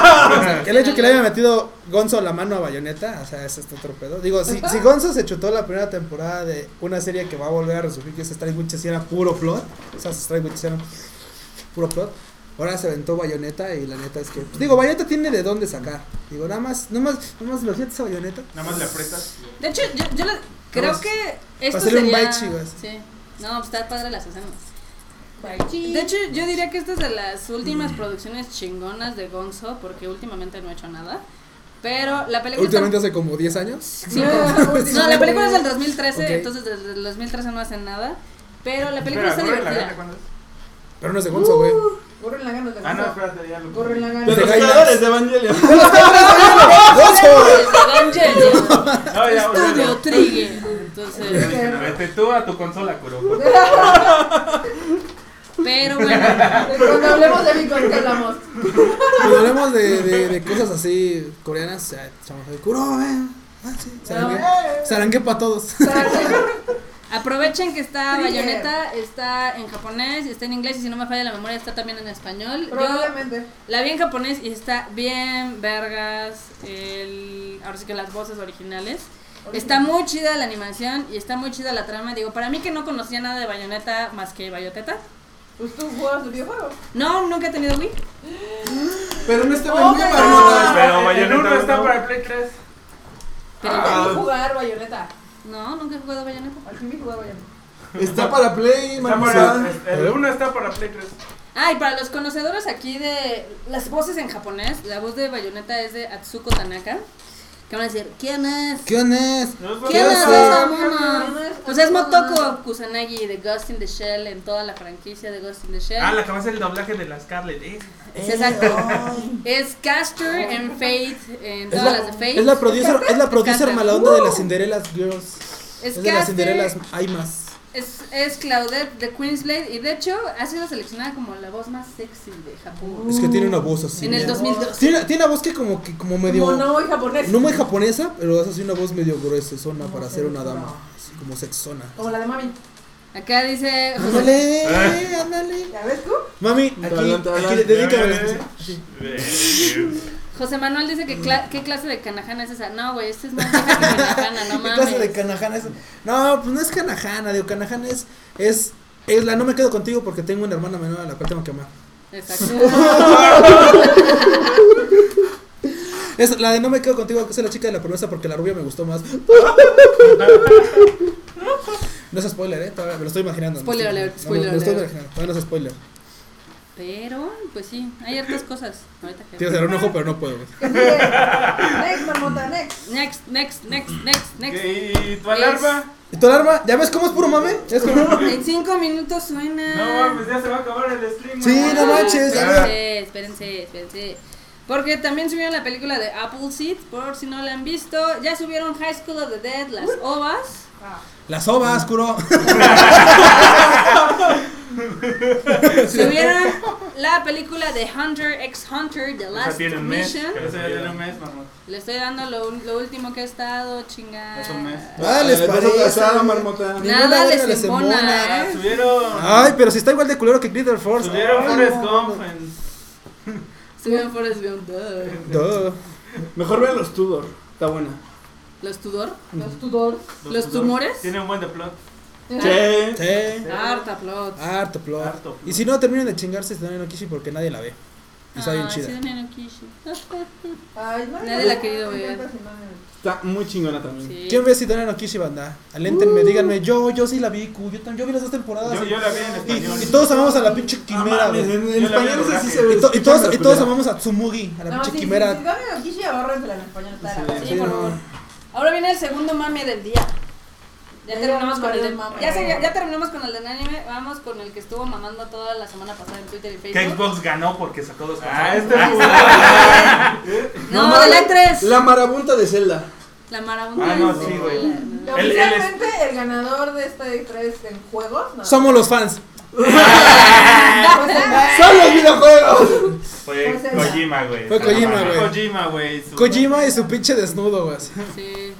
A: *laughs* El hecho que le haya metido Gonzo la mano a Bayonetta, o sea, es este otro pedo. Digo, si, si Gonzo se chutó la primera temporada de una serie que va a volver a resurgir, que es Strike Witch, si era puro plot, o sea, Strike Witch era puro plot, ahora se aventó Bayonetta y la neta es que, pues, digo, Bayonetta tiene de dónde sacar. Digo, nada más, nada más, nada más lo sientes a Bayonetta.
C: Nada más le aprietas.
D: De hecho, yo, yo la- creo
A: Vamos.
D: que esto
A: Pásale un
D: sería...
A: bite, chicos.
D: Sí. No, pues está padre las escenas. De hecho, yo diría que esta es de las
A: Mm.
D: últimas producciones chingonas de Gonzo, porque últimamente no he hecho nada. Pero la película... está-
A: Últimamente hace como 10 años.
D: No, la película es del 2013,
A: Ok.
D: entonces desde el 2013 no hacen nada. Pero la película
C: Espera,
D: está
C: corre la gana
D: divertida.
C: cuando es.
A: Pero no es de Gonzo, güey.
B: Corren la gana, te
C: Ah, no,
B: aviso.
C: espérate, ya lo
B: Corren la gana.
F: De
A: Pero-
B: *laughs*
F: los creadores de Evangelion.
A: ¡Gonzo!
D: Evangelio,
C: No, ya,
D: Estudio
E: *laughs*
C: olvídalo.
D: Trigger. Entonces,
C: Vete tú a tu consola, Kuro.
D: pero bueno,
B: Cuando hablemos de Vicon, ¿qué hablamos?
A: Cuando hablemos de, de, de cosas así coreanas, ya echamos el Kuro, eh. Ah, sí, sarangue. Sarangue para todos.
D: aprovechen que está
B: Trigger.
D: Bayonetta, está en japonés y está en inglés y si no me falla la memoria está también en español. Yo
B: Probablemente.
D: la vi en japonés y está bien vergas, el, ahora sí que las voces originales. Está muy chida la animación y está muy chida la trama. Digo, para mí que no conocía nada de Bayonetta más que Bayoteta.
B: Pues tú juegas el videojuego.
D: No, nunca he tenido Wii.
F: Pero no está
B: Oh,
F: vendido
B: my
F: para
B: God.
F: notar.
C: Pero
E: el
C: Bayonetta
E: uno está
C: no.
E: para el Play 3.
D: Pero
B: Al
F: Ah.
B: fin jugar Bayonetta.
D: no, nunca he jugado Bayonetta.
B: Al fin vi jugar Bayonetta.
F: Está para Play,
E: Está
F: mamá.
E: para- este, El 1 está para Play 3.
D: Ah, y para los conocedores aquí de las voces en japonés, la voz de Bayonetta es de Atsuko Tanaka. Que van a decir, ¿quién es?
A: ¿Quién es?
D: ¿Quién es
A: hace?
D: esa mona? Pues es Motoko Kusanagi de Ghost in the Shell en toda la franquicia de Ghost in the Shell.
C: Ah, la que va a hacer el doblaje de la Scarlett. eh.
D: Es *laughs* exacto. Es Castor en Fate, en todas las de Fate.
A: es la producer, es la producer
D: Canta.
A: mala onda de las Cinderellas Girls.
D: Es
A: Es, de las
D: Caster.
A: Cinderellas hay más.
D: Es, es Claudette de Queensblade y de hecho ha sido seleccionada como la voz más sexy de Japón.
A: Es que tiene una voz así.
D: Uh, En el
A: mira.
D: 2002.
A: Tiene, tiene una voz que como que como medio
B: no voy japonés.
A: no muy japonesa, pero es así una voz medio gruesona para
B: sí,
A: ser una
B: no.
A: dama, así como sexona.
B: Como la de mami.
D: Acá dice José-
A: Ándale, ándale.
B: ¿La ves tú?
A: Mami, aquí,
F: Talán, talán.
A: aquí dedícame las cosas.
D: José Manuel dice que cla- qué clase de canajana es esa. No, güey, esta es
A: *laughs*
D: más vieja que canajana, no
A: ¿Qué
D: mames.
A: clase de canajana es? No, pues no es canajana, digo, canajana es, es, es la no me quedo contigo porque tengo una hermana menor a la cual tengo que amar.
D: Exacto.
A: *laughs* Es la de no me quedo contigo, que es la chica de la promesa porque la rubia me gustó más. No es spoiler, eh, todavía me lo estoy imaginando.
D: Spoiler
A: No,
D: alert,
A: no,
D: spoiler
A: me lo estoy
D: alert.
A: imaginando, todavía no es spoiler.
D: Pero, pues sí, hay hartas cosas. Ahorita que-
A: Quiero cerrar un ojo, pero no puedo. güey. *laughs*
B: ¿Qué sigue? Next, marmota, next.
D: Next, next, next, next, next.
E: ¿Y tu alarma?
A: ¿Y tu alarma? ¿Ya ves cómo es puro mame? ¿Ya ves cómo-
D: En cinco minutos suena.
E: No, mames, ya se va a acabar el stream.
A: Sí, no manches, a ver.
D: Espérense, espérense, espérense. Porque también subieron la película de Apple Seed, por si no la han visto. Ya subieron High School of the Dead, las
A: *laughs*
D: ovas.
A: Las ovas, curo.
D: Subieron la película de Hunter x Hunter, The
C: Esa
D: Last
C: tiene un mes.
D: Mission.
C: Esa ya tiene un mes, mamá.
D: Le estoy dando lo, lo último que he estado, chingada.
C: Es un mes.
A: Ah, les
F: Eh, vas a
A: parece.
F: abrazar, marmota.
A: Ninguna
D: Nada
A: verga
D: les
A: les
D: embona,
A: embona.
D: ¿eh?
E: Subieron.
A: Ay, pero si está igual de culero que Glitter Force.
E: Subieron
A: Ay,
E: Forrest
A: no.
E: Gump en.
D: Subieron Forrest Gump. duh.
A: Duh.
F: Mejor vean los Tudor. Está buena.
D: Los Tudor.
B: Los Tudor.
D: Los tumores.
E: Tiene un buen de plot.
F: Sí.
A: Sí. Ah,
D: Harta plot.
A: Harto plot.
E: Harto plot.
A: Y si no, terminen de chingarse Tsunami no Kishi porque nadie la ve. Y está bien
D: Ay,
A: chida.
D: Sidney no quiso.
B: Ay, no,
D: Nadie
B: no,
D: la ha
B: no,
D: querido
B: me
D: ver.
B: encanta ese mame.
F: Está muy chingona también.
D: Sí.
A: ¿Quién ve Tsunami no Kishi, banda?
D: Uh.
A: Aléntenme, díganme. Yo, yo sí la vi, cu. Yo, tam- yo vi las dos temporadas.
C: Yo, yo la vi en
A: Ah, y,
C: español.
A: y todos amamos a la pinche
F: Ah,
A: quimera,
F: mames,
A: güey.
F: en,
C: Yo
F: en
C: la vi en
F: español esa sí
C: doblaje.
F: se ve.
A: Y, to- y todos, y todos
F: Escucha,
A: amamos a Tsumugi, a la
B: No,
A: pinche
B: sí, sí,
A: quimera.
B: sí, dame la quiche, abárrensela en español, está la-
D: Sí, por favor. Ahora viene el segundo mame del día. Ya
B: Ya
D: terminamos
B: llevamos
D: con el de,
B: varios mames.
D: ya, se- ya- ya terminamos con el del anime, vamos con el que estuvo mamando toda la semana pasada en Twitter y
C: Que
D: Facebook.
C: Xbox ganó porque sacó dos consolas.
E: Ah, este
C: Ah,
D: No,
F: mames.
D: de la 3.
F: La marabunta de Zelda.
D: La marabunta.
E: Ah, no,
D: de-
E: sí, güey.
D: la-
E: El- el-
B: Oficialmente, el ganador de esta E3 en juegos. no.
A: Somos los
D: *laughs*
A: fans.
B: O sea,
F: ¡Son los videojuegos!
D: *laughs*
C: Fue
B: Pues esa.
C: Kojima, güey.
A: Fue Kojima,
E: Fue
A: güey.
E: Kojima, güey. su-
A: Kojima y su pinche desnudo, güey.
D: Sí.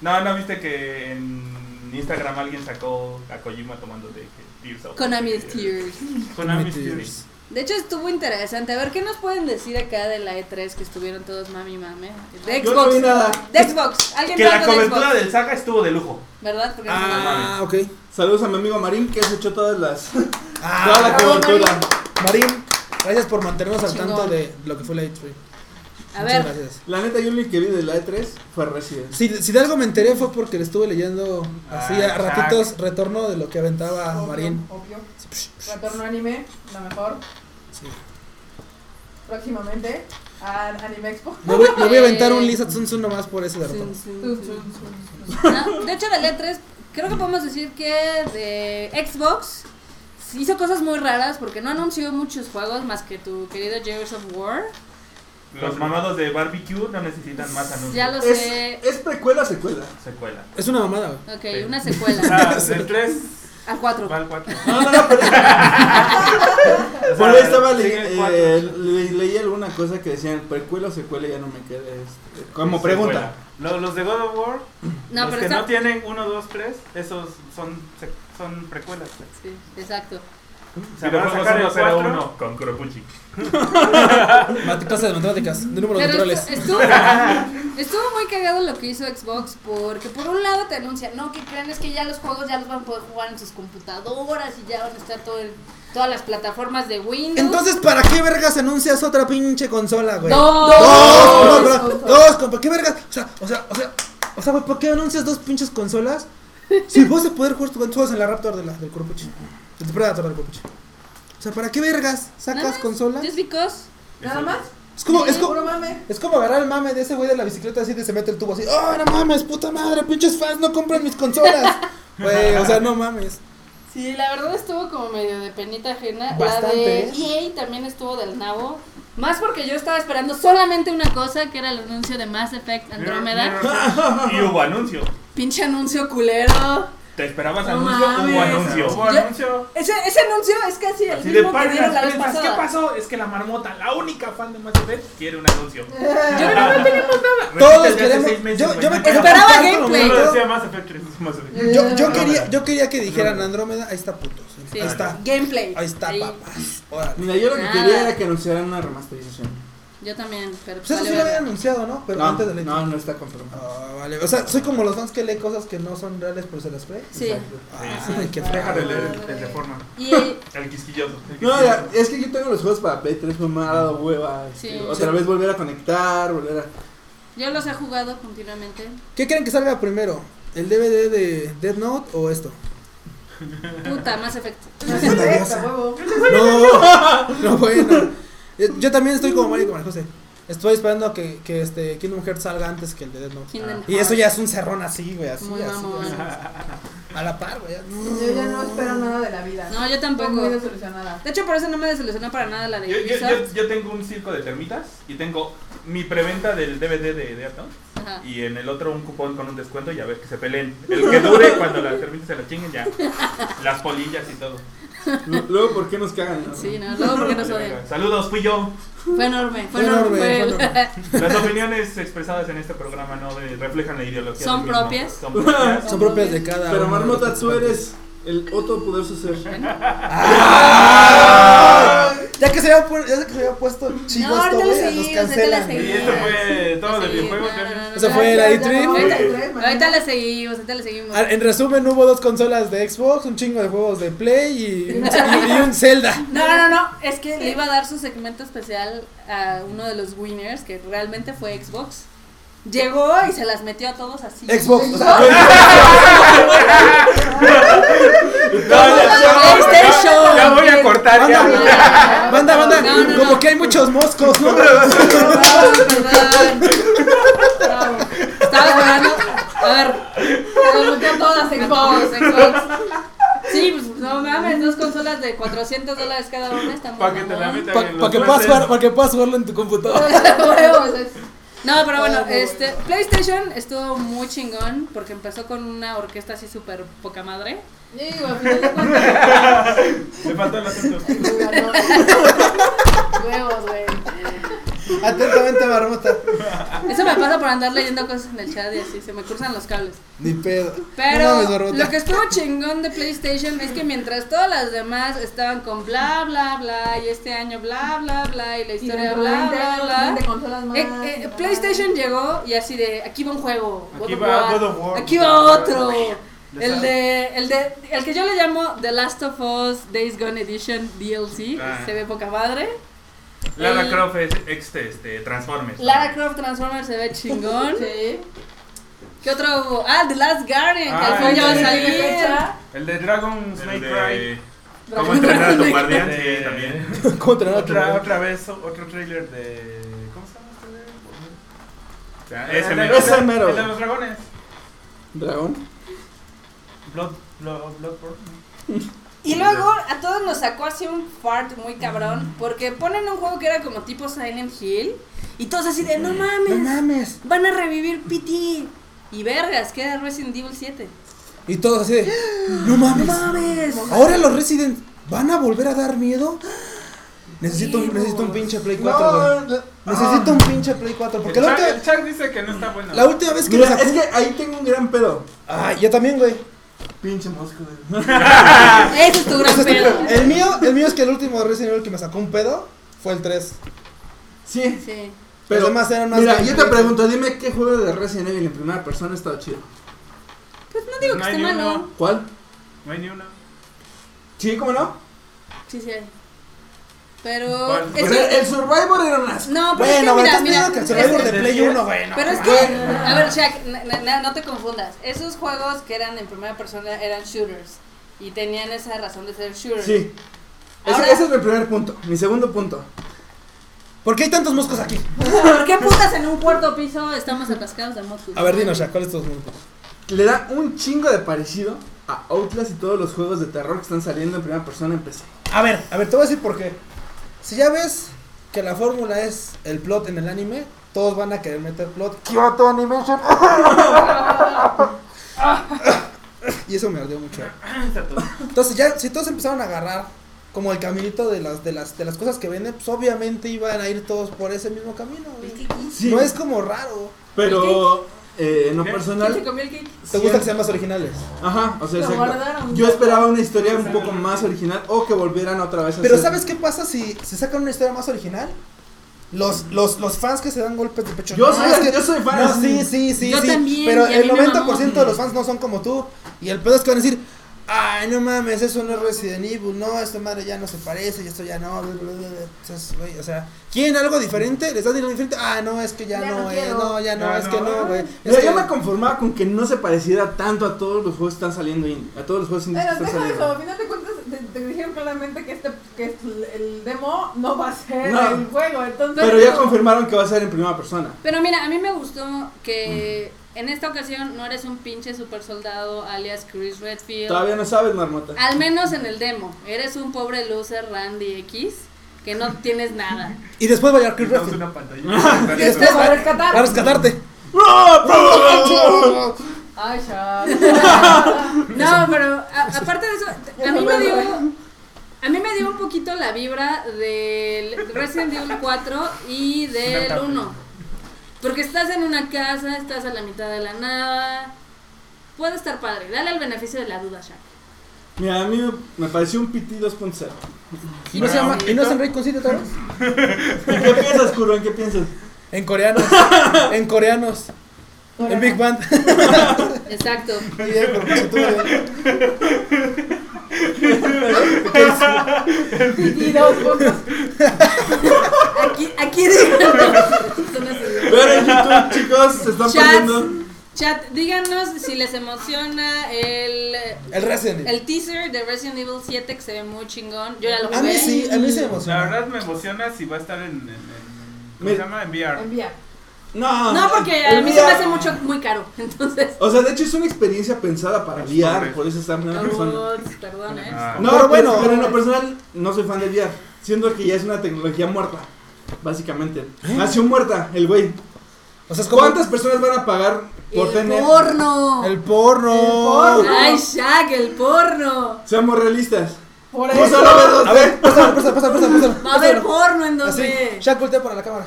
C: No, no viste que en Instagram alguien sacó a Kojima tomando de que Tears of
D: Konami's Tears.
C: Konami's Tears.
D: De hecho, estuvo interesante. A ver, ¿qué nos pueden decir acá de la E3 que estuvieron todos mami y mame? De
F: Yo
D: Xbox.
F: no vi nada.
D: De Xbox. Alguien
E: Que
D: vio
E: la
D: algo de
E: cobertura
D: Xbox.
E: del saga estuvo de lujo.
D: ¿Verdad? Porque no se la-
A: Ah, ok.
F: Saludos a mi amigo Marín que se echó todas las. toda la
A: Ah,
B: bravo,
F: cobertura.
A: Marín, gracias por mantenernos al
D: Chingón.
A: tanto de lo que fue la E3.
D: A
A: Muchas
D: ver,
A: gracias.
F: La neta, yo el único que vi de la E3 fue Resident.
A: Si, si de algo me enteré fue porque le estuve leyendo así
E: Ah,
A: a ratitos retorno de lo que
D: Ah.
A: aventaba
B: Obvio,
A: Marín.
B: Obvio. Retorno anime, la mejor.
A: Ah, Sí.
B: Próximamente al Anime Expo.
A: Me voy, me voy a aventar un Lisa Tsunsun nomás por ese de retorno.
D: Sí,
B: Tum, tum,
D: sí, sí.
B: tum, tum.
D: No, Ah, de hecho, de la E3, creo que podemos decir que de Xbox hizo cosas muy raras porque no anunció muchos juegos más que tu querido Gears of War.
E: Los mamados de barbecue no necesitan más anuncios.
D: Ya lo
F: Es,
D: sé.
F: es precuela secuela.
E: Secuela.
A: Es una mamada, güey.
D: Ok,
E: Sí.
D: una secuela.
E: *laughs* Ah, del 3
D: A cuatro.
E: va al 4.
F: No, no, no, pero. Por ahí estaba le- eh,
E: leyendo
F: le- leí alguna cosa que decían precuela o secuela ya no me quedé. este, como pregunta.
E: Los, los de God of War,
D: No,
E: los
D: pero
E: que
D: está.
E: no tienen 1, 2, 3, esos son, sec- son precuelas.
D: Sí, exacto.
E: Se van a sacar el 4 con Kuropuchi.
A: Mate- Clases de matemáticas, de números
D: Pero
A: naturales.
D: estu- estuvo, estuvo muy cagado lo que hizo Xbox porque por un lado te anuncian, no, que creen es que ya los juegos ya los van a poder jugar en sus computadoras y ya van a estar todo en todas las plataformas de Windows.
A: Entonces, ¿para qué vergas anuncias otra pinche consola, güey?
D: ¡Dos!
A: Dos, perdón, perdón, dos, compa, ¿qué vergas? O sea, o sea, o sea, o sea, güey, ¿por qué anuncias dos pinches consolas? Si vas a poder jugar tus juegos en la Raptor de la, del Corpuchi. Del Predator del Corpuchi. O sea, ¿para qué vergas
D: Nada
A: sacas
D: más,
A: consolas?
D: Just because.
B: Nada más.
A: Es como, es como,
B: Puro mame.
A: es como agarrar el mame de ese güey de la bicicleta así que se mete el tubo así. ¡Oh, no mames, puta madre! ¡Pinches fans no compran mis
D: *laughs*
A: consolas! Güey, o sea, no mames.
D: Sí, la verdad estuvo como medio de penita ajena.
A: Bastante,
D: La de EA también estuvo del nabo. Más porque yo estaba esperando solamente una cosa, que era el anuncio de Mass Effect Andrómeda.
E: Y hubo anuncio.
D: Pinche anuncio culero.
E: ¿Te esperabas
D: No
E: anuncio?
D: mames.
E: Hubo anuncio.
D: Hubo Yo- Ese, ese anuncio es casi el
E: Así de
D: mismo que
E: parte de
D: dieron la
E: las
D: vez
E: prendas, ¿Qué
D: pasada.
E: pasó? Es que la marmota, la única fan de Mass Effect, quiere un anuncio.
D: Yo no,
E: Ah.
D: no tenemos
A: Todos
E: Repite desde hace
A: queremos.
E: seis meses,
A: yo, yo
E: güey.
A: me quedé
D: Esperaba
A: apuntando,
D: gameplay.
A: me
E: Yo
A: quedé-
E: lo decía Mass Effect 3, Mass Effect.
D: Eh.
A: Yo, yo,
E: Andrómeda.
A: quería, yo quería que dijeran Andrómeda, ahí está putos.
D: Sí.
A: Ahí está.
D: gameplay.
A: Ahí está,
D: Sí.
A: papás. Órale.
F: Mira, yo lo que
D: Nada.
F: quería era que anunciaran una remasterización.
D: Yo también, pero
A: Pues eso
D: vale
A: sí lo
D: verga.
A: habían anunciado, ¿no? Pero
F: no,
A: antes del hecho.
F: no, no está confirmado.
A: Ah, vale. O sea, soy como los fans que leen cosas que no son reales, pero se las cree. Ah,
D: Sí.
F: Exacto.
A: Ay, qué
E: Deja
A: feo.
E: de leer el, el de forma.
D: Y eh,
E: El quisquilloso. el
F: No,
E: quisquilloso.
F: ya, es que yo tengo los juegos para Play 3, fue me ha dado hueva.
D: Sí.
F: este, Otra vez volver a conectar, volver a.
D: yo los he jugado continuamente.
A: ¿Qué creen que salga primero? ¿El DVD de Dead Note o esto?
D: Puta, Mass Effect.
A: Yo soy nerviosa.
B: Esta, huevo.
A: No, *laughs* no, bueno. Eh, Yo también estoy como Mario y como María José. Estoy esperando a que, que este Kingdom Hearts salga antes que el de Dead Note.
D: Kingdom
A: Y eso
D: Hearts.
A: ya es un cerrón así, güey, así,
D: Muy
A: así,
D: mamón.
A: así. A la par, güey.
B: Yo ya no espero nada de la vida.
D: No, yo
B: Estoy muy
D: tampoco.
B: desilusionada. *laughs*
D: De hecho, por eso no me desilusionó para nada la de
E: Yo, yo, yo,
D: Ubisoft.
E: yo tengo un circo de termitas y tengo mi preventa del DVD de Death Note
D: Ajá.
E: y en el otro un cupón con un descuento y a ver que se peleen. El que dure cuando las termitas se la chinguen ya. Las polillas y todo.
F: Luego, ¿por qué nos cagan? no?
D: *laughs*
F: *laughs*
D: Sí, no, luego porque nos odian.
E: Saludos, fui yo.
D: Fue enorme, fue
A: Fue
D: enorme.
A: enorme,
D: fue- *laughs*
E: Las opiniones expresadas en este programa no eh, reflejan la ideología.
D: ¿Son
E: del mismo.
D: propias?
E: Son propias.
A: Son propias de cada
F: Pero
A: uno de los
F: Marmota, tú
A: participantes.
F: eres el otro poderoso ser.
A: ¡Ah! Ya que se había, pu- ya que se había puesto chivo
D: No,
A: esto,
D: ahorita lo
A: güey, nos
D: seguimos, ahorita lo
A: cancelan.
E: Y
A: güey.
E: esto fue todo
D: Sí,
E: del videojuego.
D: no, no, no,
A: Esa
D: no,
A: fue
D: no,
A: la
D: no,
A: E3.
D: no, no,
B: Ahorita-
D: no. Ahorita la seguimos, ahorita la seguimos.
A: Ah, En resumen, hubo dos consolas de Xbox, un chingo de juegos de Play y un, y un Zelda.
D: No, no, no, es que le iba a dar su segmento especial a uno de los winners, que realmente fue Xbox. Llegó y se las metió a todos así.
A: *laughs* Xbox. o sea, Este
D: PlayStation.
E: Ya voy a cortar. Ya.
A: Anda. banda, banda,
D: No, no, no.
A: como que hay muchos moscos, *laughs* ¿no?
D: Perdón, perdón. Estaba esperando. A ver,
B: Se volteó a todas en
D: Xbox, Xbox. Sí, pues no mames, dos consolas de 400 dólares cada una están muy
E: Para que te la
D: mamón.
E: metan
A: Para
E: en los
A: que, puedas
E: trastes.
A: jugar- pa' que puedas jugarlo en tu computadora.
D: No, pero bueno,
A: Ah, muy
D: este PlayStation estuvo muy chingón porque empezó con una orquesta así súper poca madre.
B: Digo, al final de cuentas,
E: Le faltó el acento.
B: ganó. Huevos, güey.
A: Atentamente, Marmota.
E: Ah.
D: Eso me pasa por andar leyendo cosas en el chat y así, se me cruzan los cables.
A: Ni pedo. No
D: Pero
A: mames, Barbota.
D: lo que estuvo chingón de PlayStation es que mientras todas las demás estaban con bla, bla, bla, y este año bla, bla, bla, y la
B: Y
D: historia
B: dentro de
D: bla,
B: 20
D: bla,
B: años,
D: bla.
B: vende consolas más,
D: Eh, eh,
B: y más.
D: PlayStation llegó y así de, aquí va un juego. God
E: Aquí
D: of
E: va
D: War,
E: God of War.
D: Aquí va otro.
E: *laughs* Ya
D: El
E: sabes.
D: de, el de, el que yo le llamo The Last of Us Days Gone Edition DLC,
E: Ah.
D: se ve poca madre.
E: Lara
D: El-
E: Croft es este, este, Transformers.
D: Lara Croft Transformers se ve chingón.
B: Sí.
D: ¿Qué otro hubo? Ah, The Last Guardian, que al
E: Ah,
D: fin ya va a
E: el de-
D: salir.
C: El de Dragon
E: El
C: Snake Cry.
E: de... ¿Cómo entrenar a tu
C: *laughs*
E: guardián? Sí,
C: Eh,
E: también.
A: ¿Cómo entrenar a tu
C: Otra,
A: dragón?
C: otra vez, o- otro trailer de. ¿Cómo se llama este de-
E: O sea, ese
C: El de-
E: mero.
F: Ese mero.
C: El de los dragones.
F: Dragón.
C: Blood, Blood, Bloodborne.
D: Y luego a todos nos sacó así un fart muy cabrón, porque ponen un juego que era como tipo Silent Hill, y todos así de, no
A: No
D: mames,
A: mames.
D: van a revivir PT. Y vergas, queda Resident Evil 7.
A: Y todos así de. No mames.
D: mames.
A: Ahora los Resident van a volver a dar miedo. Necesito un,
D: Huevos.
A: necesito un pinche Play 4, güey. Necesito
F: Ah.
A: un pinche Play 4. Porque
C: el,
A: la
C: Chuck,
A: última,
C: el Chuck dice que no está bueno.
A: la última vez que lo
F: Mira,
A: sacó.
F: es que ahí tengo un gran pedo.
A: Ay, yo también, güey.
F: Pinche mosco.
D: Ese es tu gran pedo.
A: *laughs* El mío, el mío es que el último Resident Evil que me sacó un pedo fue el 3.
F: Sí,
D: Sí.
A: Pero además eran más
F: Mira,
A: bien
F: yo te
A: bonitos.
F: pregunto, dime qué juego de Resident Evil en primera persona ha estado chido.
D: Pues no digo que
E: No
D: esté
E: hay ni
D: malo.
E: uno.
F: ¿Cuál?
E: No hay ni uno.
F: Sí, ¿cómo no?
D: Sí, sí. hay. Pero.
E: ¿Cuál?
D: es
F: O
D: que-
F: sea, el Survivor era una.
D: No, pero
A: Bueno,
D: es
A: güey,
D: que
A: estás
D: mira,
A: viendo
D: mira.
A: que el
D: es
A: Survivor
D: que-
A: de Play 1, güey. no
D: pero es que.
F: Bueno.
D: A ver, Shaq, na- na- na- no te confundas. Esos juegos que eran en primera persona eran shooters. Y tenían esa razón de ser shooters.
F: Sí. Ese,
D: Ahora-
F: ese es mi primer punto. Mi segundo punto.
A: ¿Por qué hay tantos moscos aquí?
D: ¿Por qué putas en un cuarto piso estamos atascados de motos?
A: A ver, dinos ya, ¿cuáles son tus moscos?
F: Le da un chingo de parecido a Outlast y todos los juegos de terror que están saliendo en primera persona en PC.
A: A ver, a ver, te voy a decir por qué. Si ya ves que la fórmula es el plot en el anime, todos van a querer meter plot. Kyoto Animation. *laughs* y eso me ardió
F: *laughs*
A: mucho. Entonces ya, si todos empezaron a agarrar como el caminito de las, de las, de las cosas que venden, pues obviamente iban a ir todos por ese mismo camino. güey.
F: Sí.
A: No es como raro.
F: Pero eh, en lo
E: ¿Qué?
D: ¿Quién se
F: personal.
D: comió el cake?
A: ¿Te gusta que sean más originales?
F: Ajá, o sea,
B: Lo
F: exacto.
B: guardaron.
F: Yo esperaba una historia un poco más original o que volvieran otra vez a
A: Pero
F: hacer-
A: ¿sabes qué pasa si se sacan una historia más original? Los, los, los fans que se dan golpes de pecho.
F: Yo
A: "No,
F: soy-
A: es que-
F: yo soy fan,
A: No,
F: sí.
A: sí, sí, sí.
D: Yo
A: sí,
D: también,
A: Pero
D: y a
A: el
D: mí me
A: 90%
D: mamó.
A: de los fans no son como tú. Y el pedo es que van a decir, ay, no mames, eso no es Resident Evil. No, esta madre ya no se parece y esto ya no. bla, bla, bla". Entonces, güey, o sea, ¿quieren algo diferente? ¿Les dan algo diferente? Ah, no, es que ya,
B: Ya
A: no,
B: no
A: es.
B: quiero.
A: No, ya no,
E: Ya
A: es
E: no.
A: que no, güey.
F: Mira,
A: Es que-
F: yo me conformaba con que no se pareciera tanto a todos los juegos que están saliendo indie, a todos los juegos indies que
B: Pero
F: están
B: deja eso,
F: saliendo.
B: al final de cuentas te, te dijeron claramente que, este, que el- el demo no va a ser
F: No.
B: el juego, entonces...
F: Pero ya confirmaron que va a ser en primera persona.
D: Pero mira, a mí me gustó que en esta ocasión no eres un pinche super soldado alias Chris Redfield.
F: Todavía no sabes, marmota.
D: Al menos en el demo. Eres un pobre loser Randy X que no tienes
A: *laughs*
D: nada.
A: Y después va a llegar Chris
E: Quitamos
A: Redfield.
E: una
D: *laughs*
E: pantalla.
A: Y
D: Este
A: después
B: Para
A: va
B: rescatar.
A: va a rescatarte.
B: Ay,
D: *laughs*
B: ya.
D: No, pero a- aparte de eso, a
B: Ya me
D: mí me
B: voy
D: dio.
B: a
D: A mí me dio un poquito la vibra del Resident Evil 4 y del 1. Porque estás en una casa, estás a la mitad de la nada. Puede estar padre. Dale el beneficio de la duda, Shaq.
F: Mira, a mí me- me pareció un PT 2.0.
A: *laughs* Y no se llama, y no es en Raycon City otra vez.
F: ¿En qué piensas, Kuro? ¿En qué piensas?
A: En coreanos. *laughs* en coreanos. En Big Band.
D: Exacto.
A: Muy bien, por fortuna.
B: Y dos puntos.
F: *laughs*
D: Aquí, aquí digo.
F: Pero en YouTube, chicos, se están
D: Chats,
F: perdiendo.
D: chat, díganos si les emociona el,
A: El Resident Evil.
D: el teaser de Resident Evil 7 que se ve muy chingón. Yo ya lo jugué.
A: A mí sí, a mí sí me
E: La
A: emociona.
E: verdad me emociona si va a estar en. en, en ¿Cómo
F: Mira.
E: se llama? En VR.
B: Envía.
F: No,
D: No, porque a
F: el
D: mí se me
F: VR.
D: hace mucho, muy caro. Entonces.
F: O sea, de hecho es una experiencia pensada para
E: Es
F: VR,
E: pobre.
F: por eso está en primera persona.
D: Ups, Perdón, eh.
E: Ah,
F: No,
A: Pero
F: pero bueno,
A: bueno.
F: pero en lo personal no soy fan de VR, siendo que ya es una tecnología muerta, básicamente. Nació muerta el güey.
A: O sea, ¿Eh? es como
F: ¿Cuántas personas van a pagar por
D: el
F: tener?
D: porno.
A: el porno.
B: El porno.
D: Ay, Shaq, el porno.
F: Seamos realistas.
B: Por
F: Vamos
B: eso.
F: a ver,
A: A ver, pásalo, pásalo, pásalo, pásalo.
D: Va a
A: pásalo.
D: haber porno en
A: Así,
D: donde.
A: Shaq voltea para la cámara.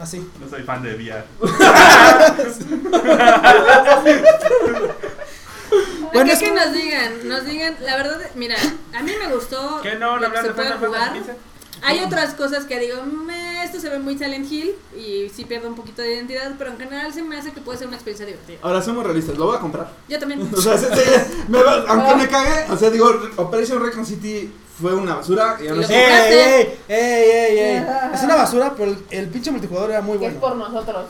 A: Así.
E: No soy fan de VR.
A: Bueno,
D: Bueno,
A: es
D: que
A: que-
D: nos digan, nos digan, la verdad, mira, a mí me gustó
E: ¿Qué no? ¿No
D: lo que
E: hablan
D: se
E: de
D: puede
E: Final
D: jugar.
A: *laughs*
E: Fantasy XV?
D: Hay otras cosas que digo, "Meh, esto se ve muy Silent Hill y sí pierdo un poquito de identidad, pero en general se me hace que puede ser una experiencia divertida.
F: Ahora, somos realistas, lo voy a comprar. *laughs*
D: Yo también.
F: O sea, sí, sí, me va- aunque me cague, o sea, digo, Operation Recon City fue una basura y ahora
D: Lo
F: sí.
A: ¡Ey,
D: compraste.
A: ey, ey, ey, ey! Es una basura, pero el, el pinche multijugador era muy
B: Que es
A: bueno.
B: por
D: *laughs*
B: nosotros.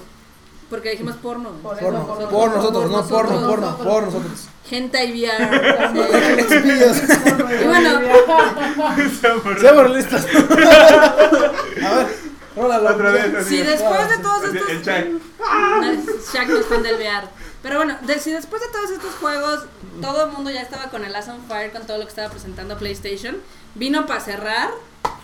D: Porque dijimos porno.
B: Por eso,
A: Por, no- por nosotros, no, por no, por no, por nosotros.
D: Hentai
A: *laughs*
D: VR. sí.
A: Expidios.
B: Y
D: bueno.
B: *laughs*
A: Seamos listos. A ver, rólalo.
E: Otra vez, así.
D: Si después de todos
E: El- El
D: estos.
E: chat.
D: No, es- Shaq no es fan del VR. Pero bueno, de- si después de todos estos juegos, todo el mundo ya estaba con el Last on Fire, con todo lo que estaba presentando PlayStation, vino para cerrar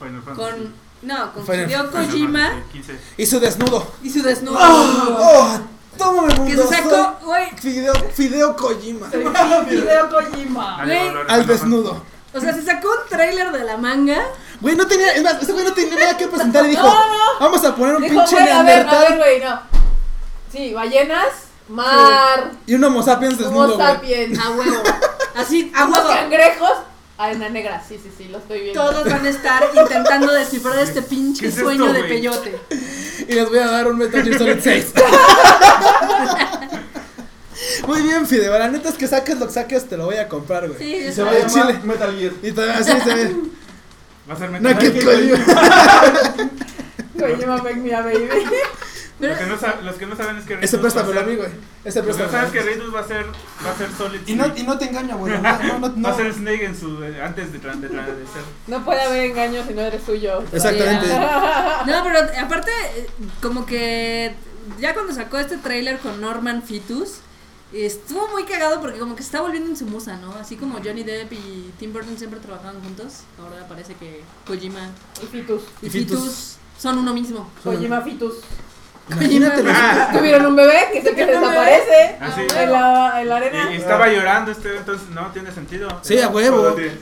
E: Final Fantasy.
D: con. No, con
A: Final-
D: Hideo
E: Ah, Final
D: Kojima
E: Fantasy 15.
A: Y su desnudo.
D: y su desnudo.
A: ¡Oh! ¡Tómame, mundo!
D: que se sacó. güey,
A: Soy Fideo, Fideo Kojima.
F: *laughs*
B: Video Kojima.
E: Nadie va a
D: Ah, Güey,
E: hablar de
A: Al
E: Final Fantasy.
A: desnudo.
D: o sea, se sacó un trailer de la manga.
A: Güey, no tenía, es más, este güey no tenía nada que presentar y dijo,
B: No, no.
A: vamos a poner un
B: Dijo,
A: pinche
B: güey, a ver, a ver,
A: neandertal
B: güey, no. Sí, ballenas, mar,
A: y un homo sapiens
B: homo
A: desnudo, güey.
B: sapiens,
D: A huevo.
B: *laughs*
D: Así, *laughs* a
B: unos
D: huevo.
B: cangrejos, arena negra. Sí, sí, sí, lo estoy viendo.
D: Todos van a estar intentando descifrar este pinche
E: ¿Qué es esto,
D: sueño de
E: güey?
D: peyote.
A: Y les voy a dar un Metal Gear Solid
B: *laughs*
A: 6. Muy bien, Fideo, la neta es que saques lo que saques, te lo voy a comprar, güey.
D: Sí,
F: Y
D: es
F: se va a
A: Ay,
F: llamar
A: chile.
F: Metal Gear.
A: Y también así se ve.
E: Va a ser Metal
A: Naked
E: Gear.
A: Kojima.
B: Kojima, make me a baby.
E: Lo que no sab- Los que no saben es que
A: Ese
E: Raiders va a
A: préstamelo a
E: ser-
A: mí, güey. eh. Ese
E: Lo que no saben
A: préstamelo.
E: es que Raiders va a ser va a ser Solid
F: Y no,
E: Snake.
F: y no te engaño, güey. No,
A: *laughs*
F: no,
E: Va a
F: no.
E: ser Snake en su eh, antes de tra- de tra- de ser
B: *laughs* No puede haber engaño si no eres suyo.
A: Exactamente.
B: *laughs*
D: No, pero aparte, eh, como que ya cuando sacó este tráiler con Norman Fitus, estuvo muy cagado porque como que se está volviendo en su musa, ¿no? Así como Johnny Depp y Tim Burton siempre trabajaban juntos, ahora parece que Kojima
B: Y Fitus.
D: y
A: Y
D: Fitus,
A: Fitus.
D: son uno mismo.
B: Kojima Fitus.
A: Imagínatelo.
B: Tuvieron un bebé que se que
D: Tuvieron un
B: desaparece
E: Así.
B: en
D: ah,
B: la, en la arena.
E: Y, y estaba llorando este, entonces no tiene sentido.
A: Sí, a huevo.
E: Todo tiene-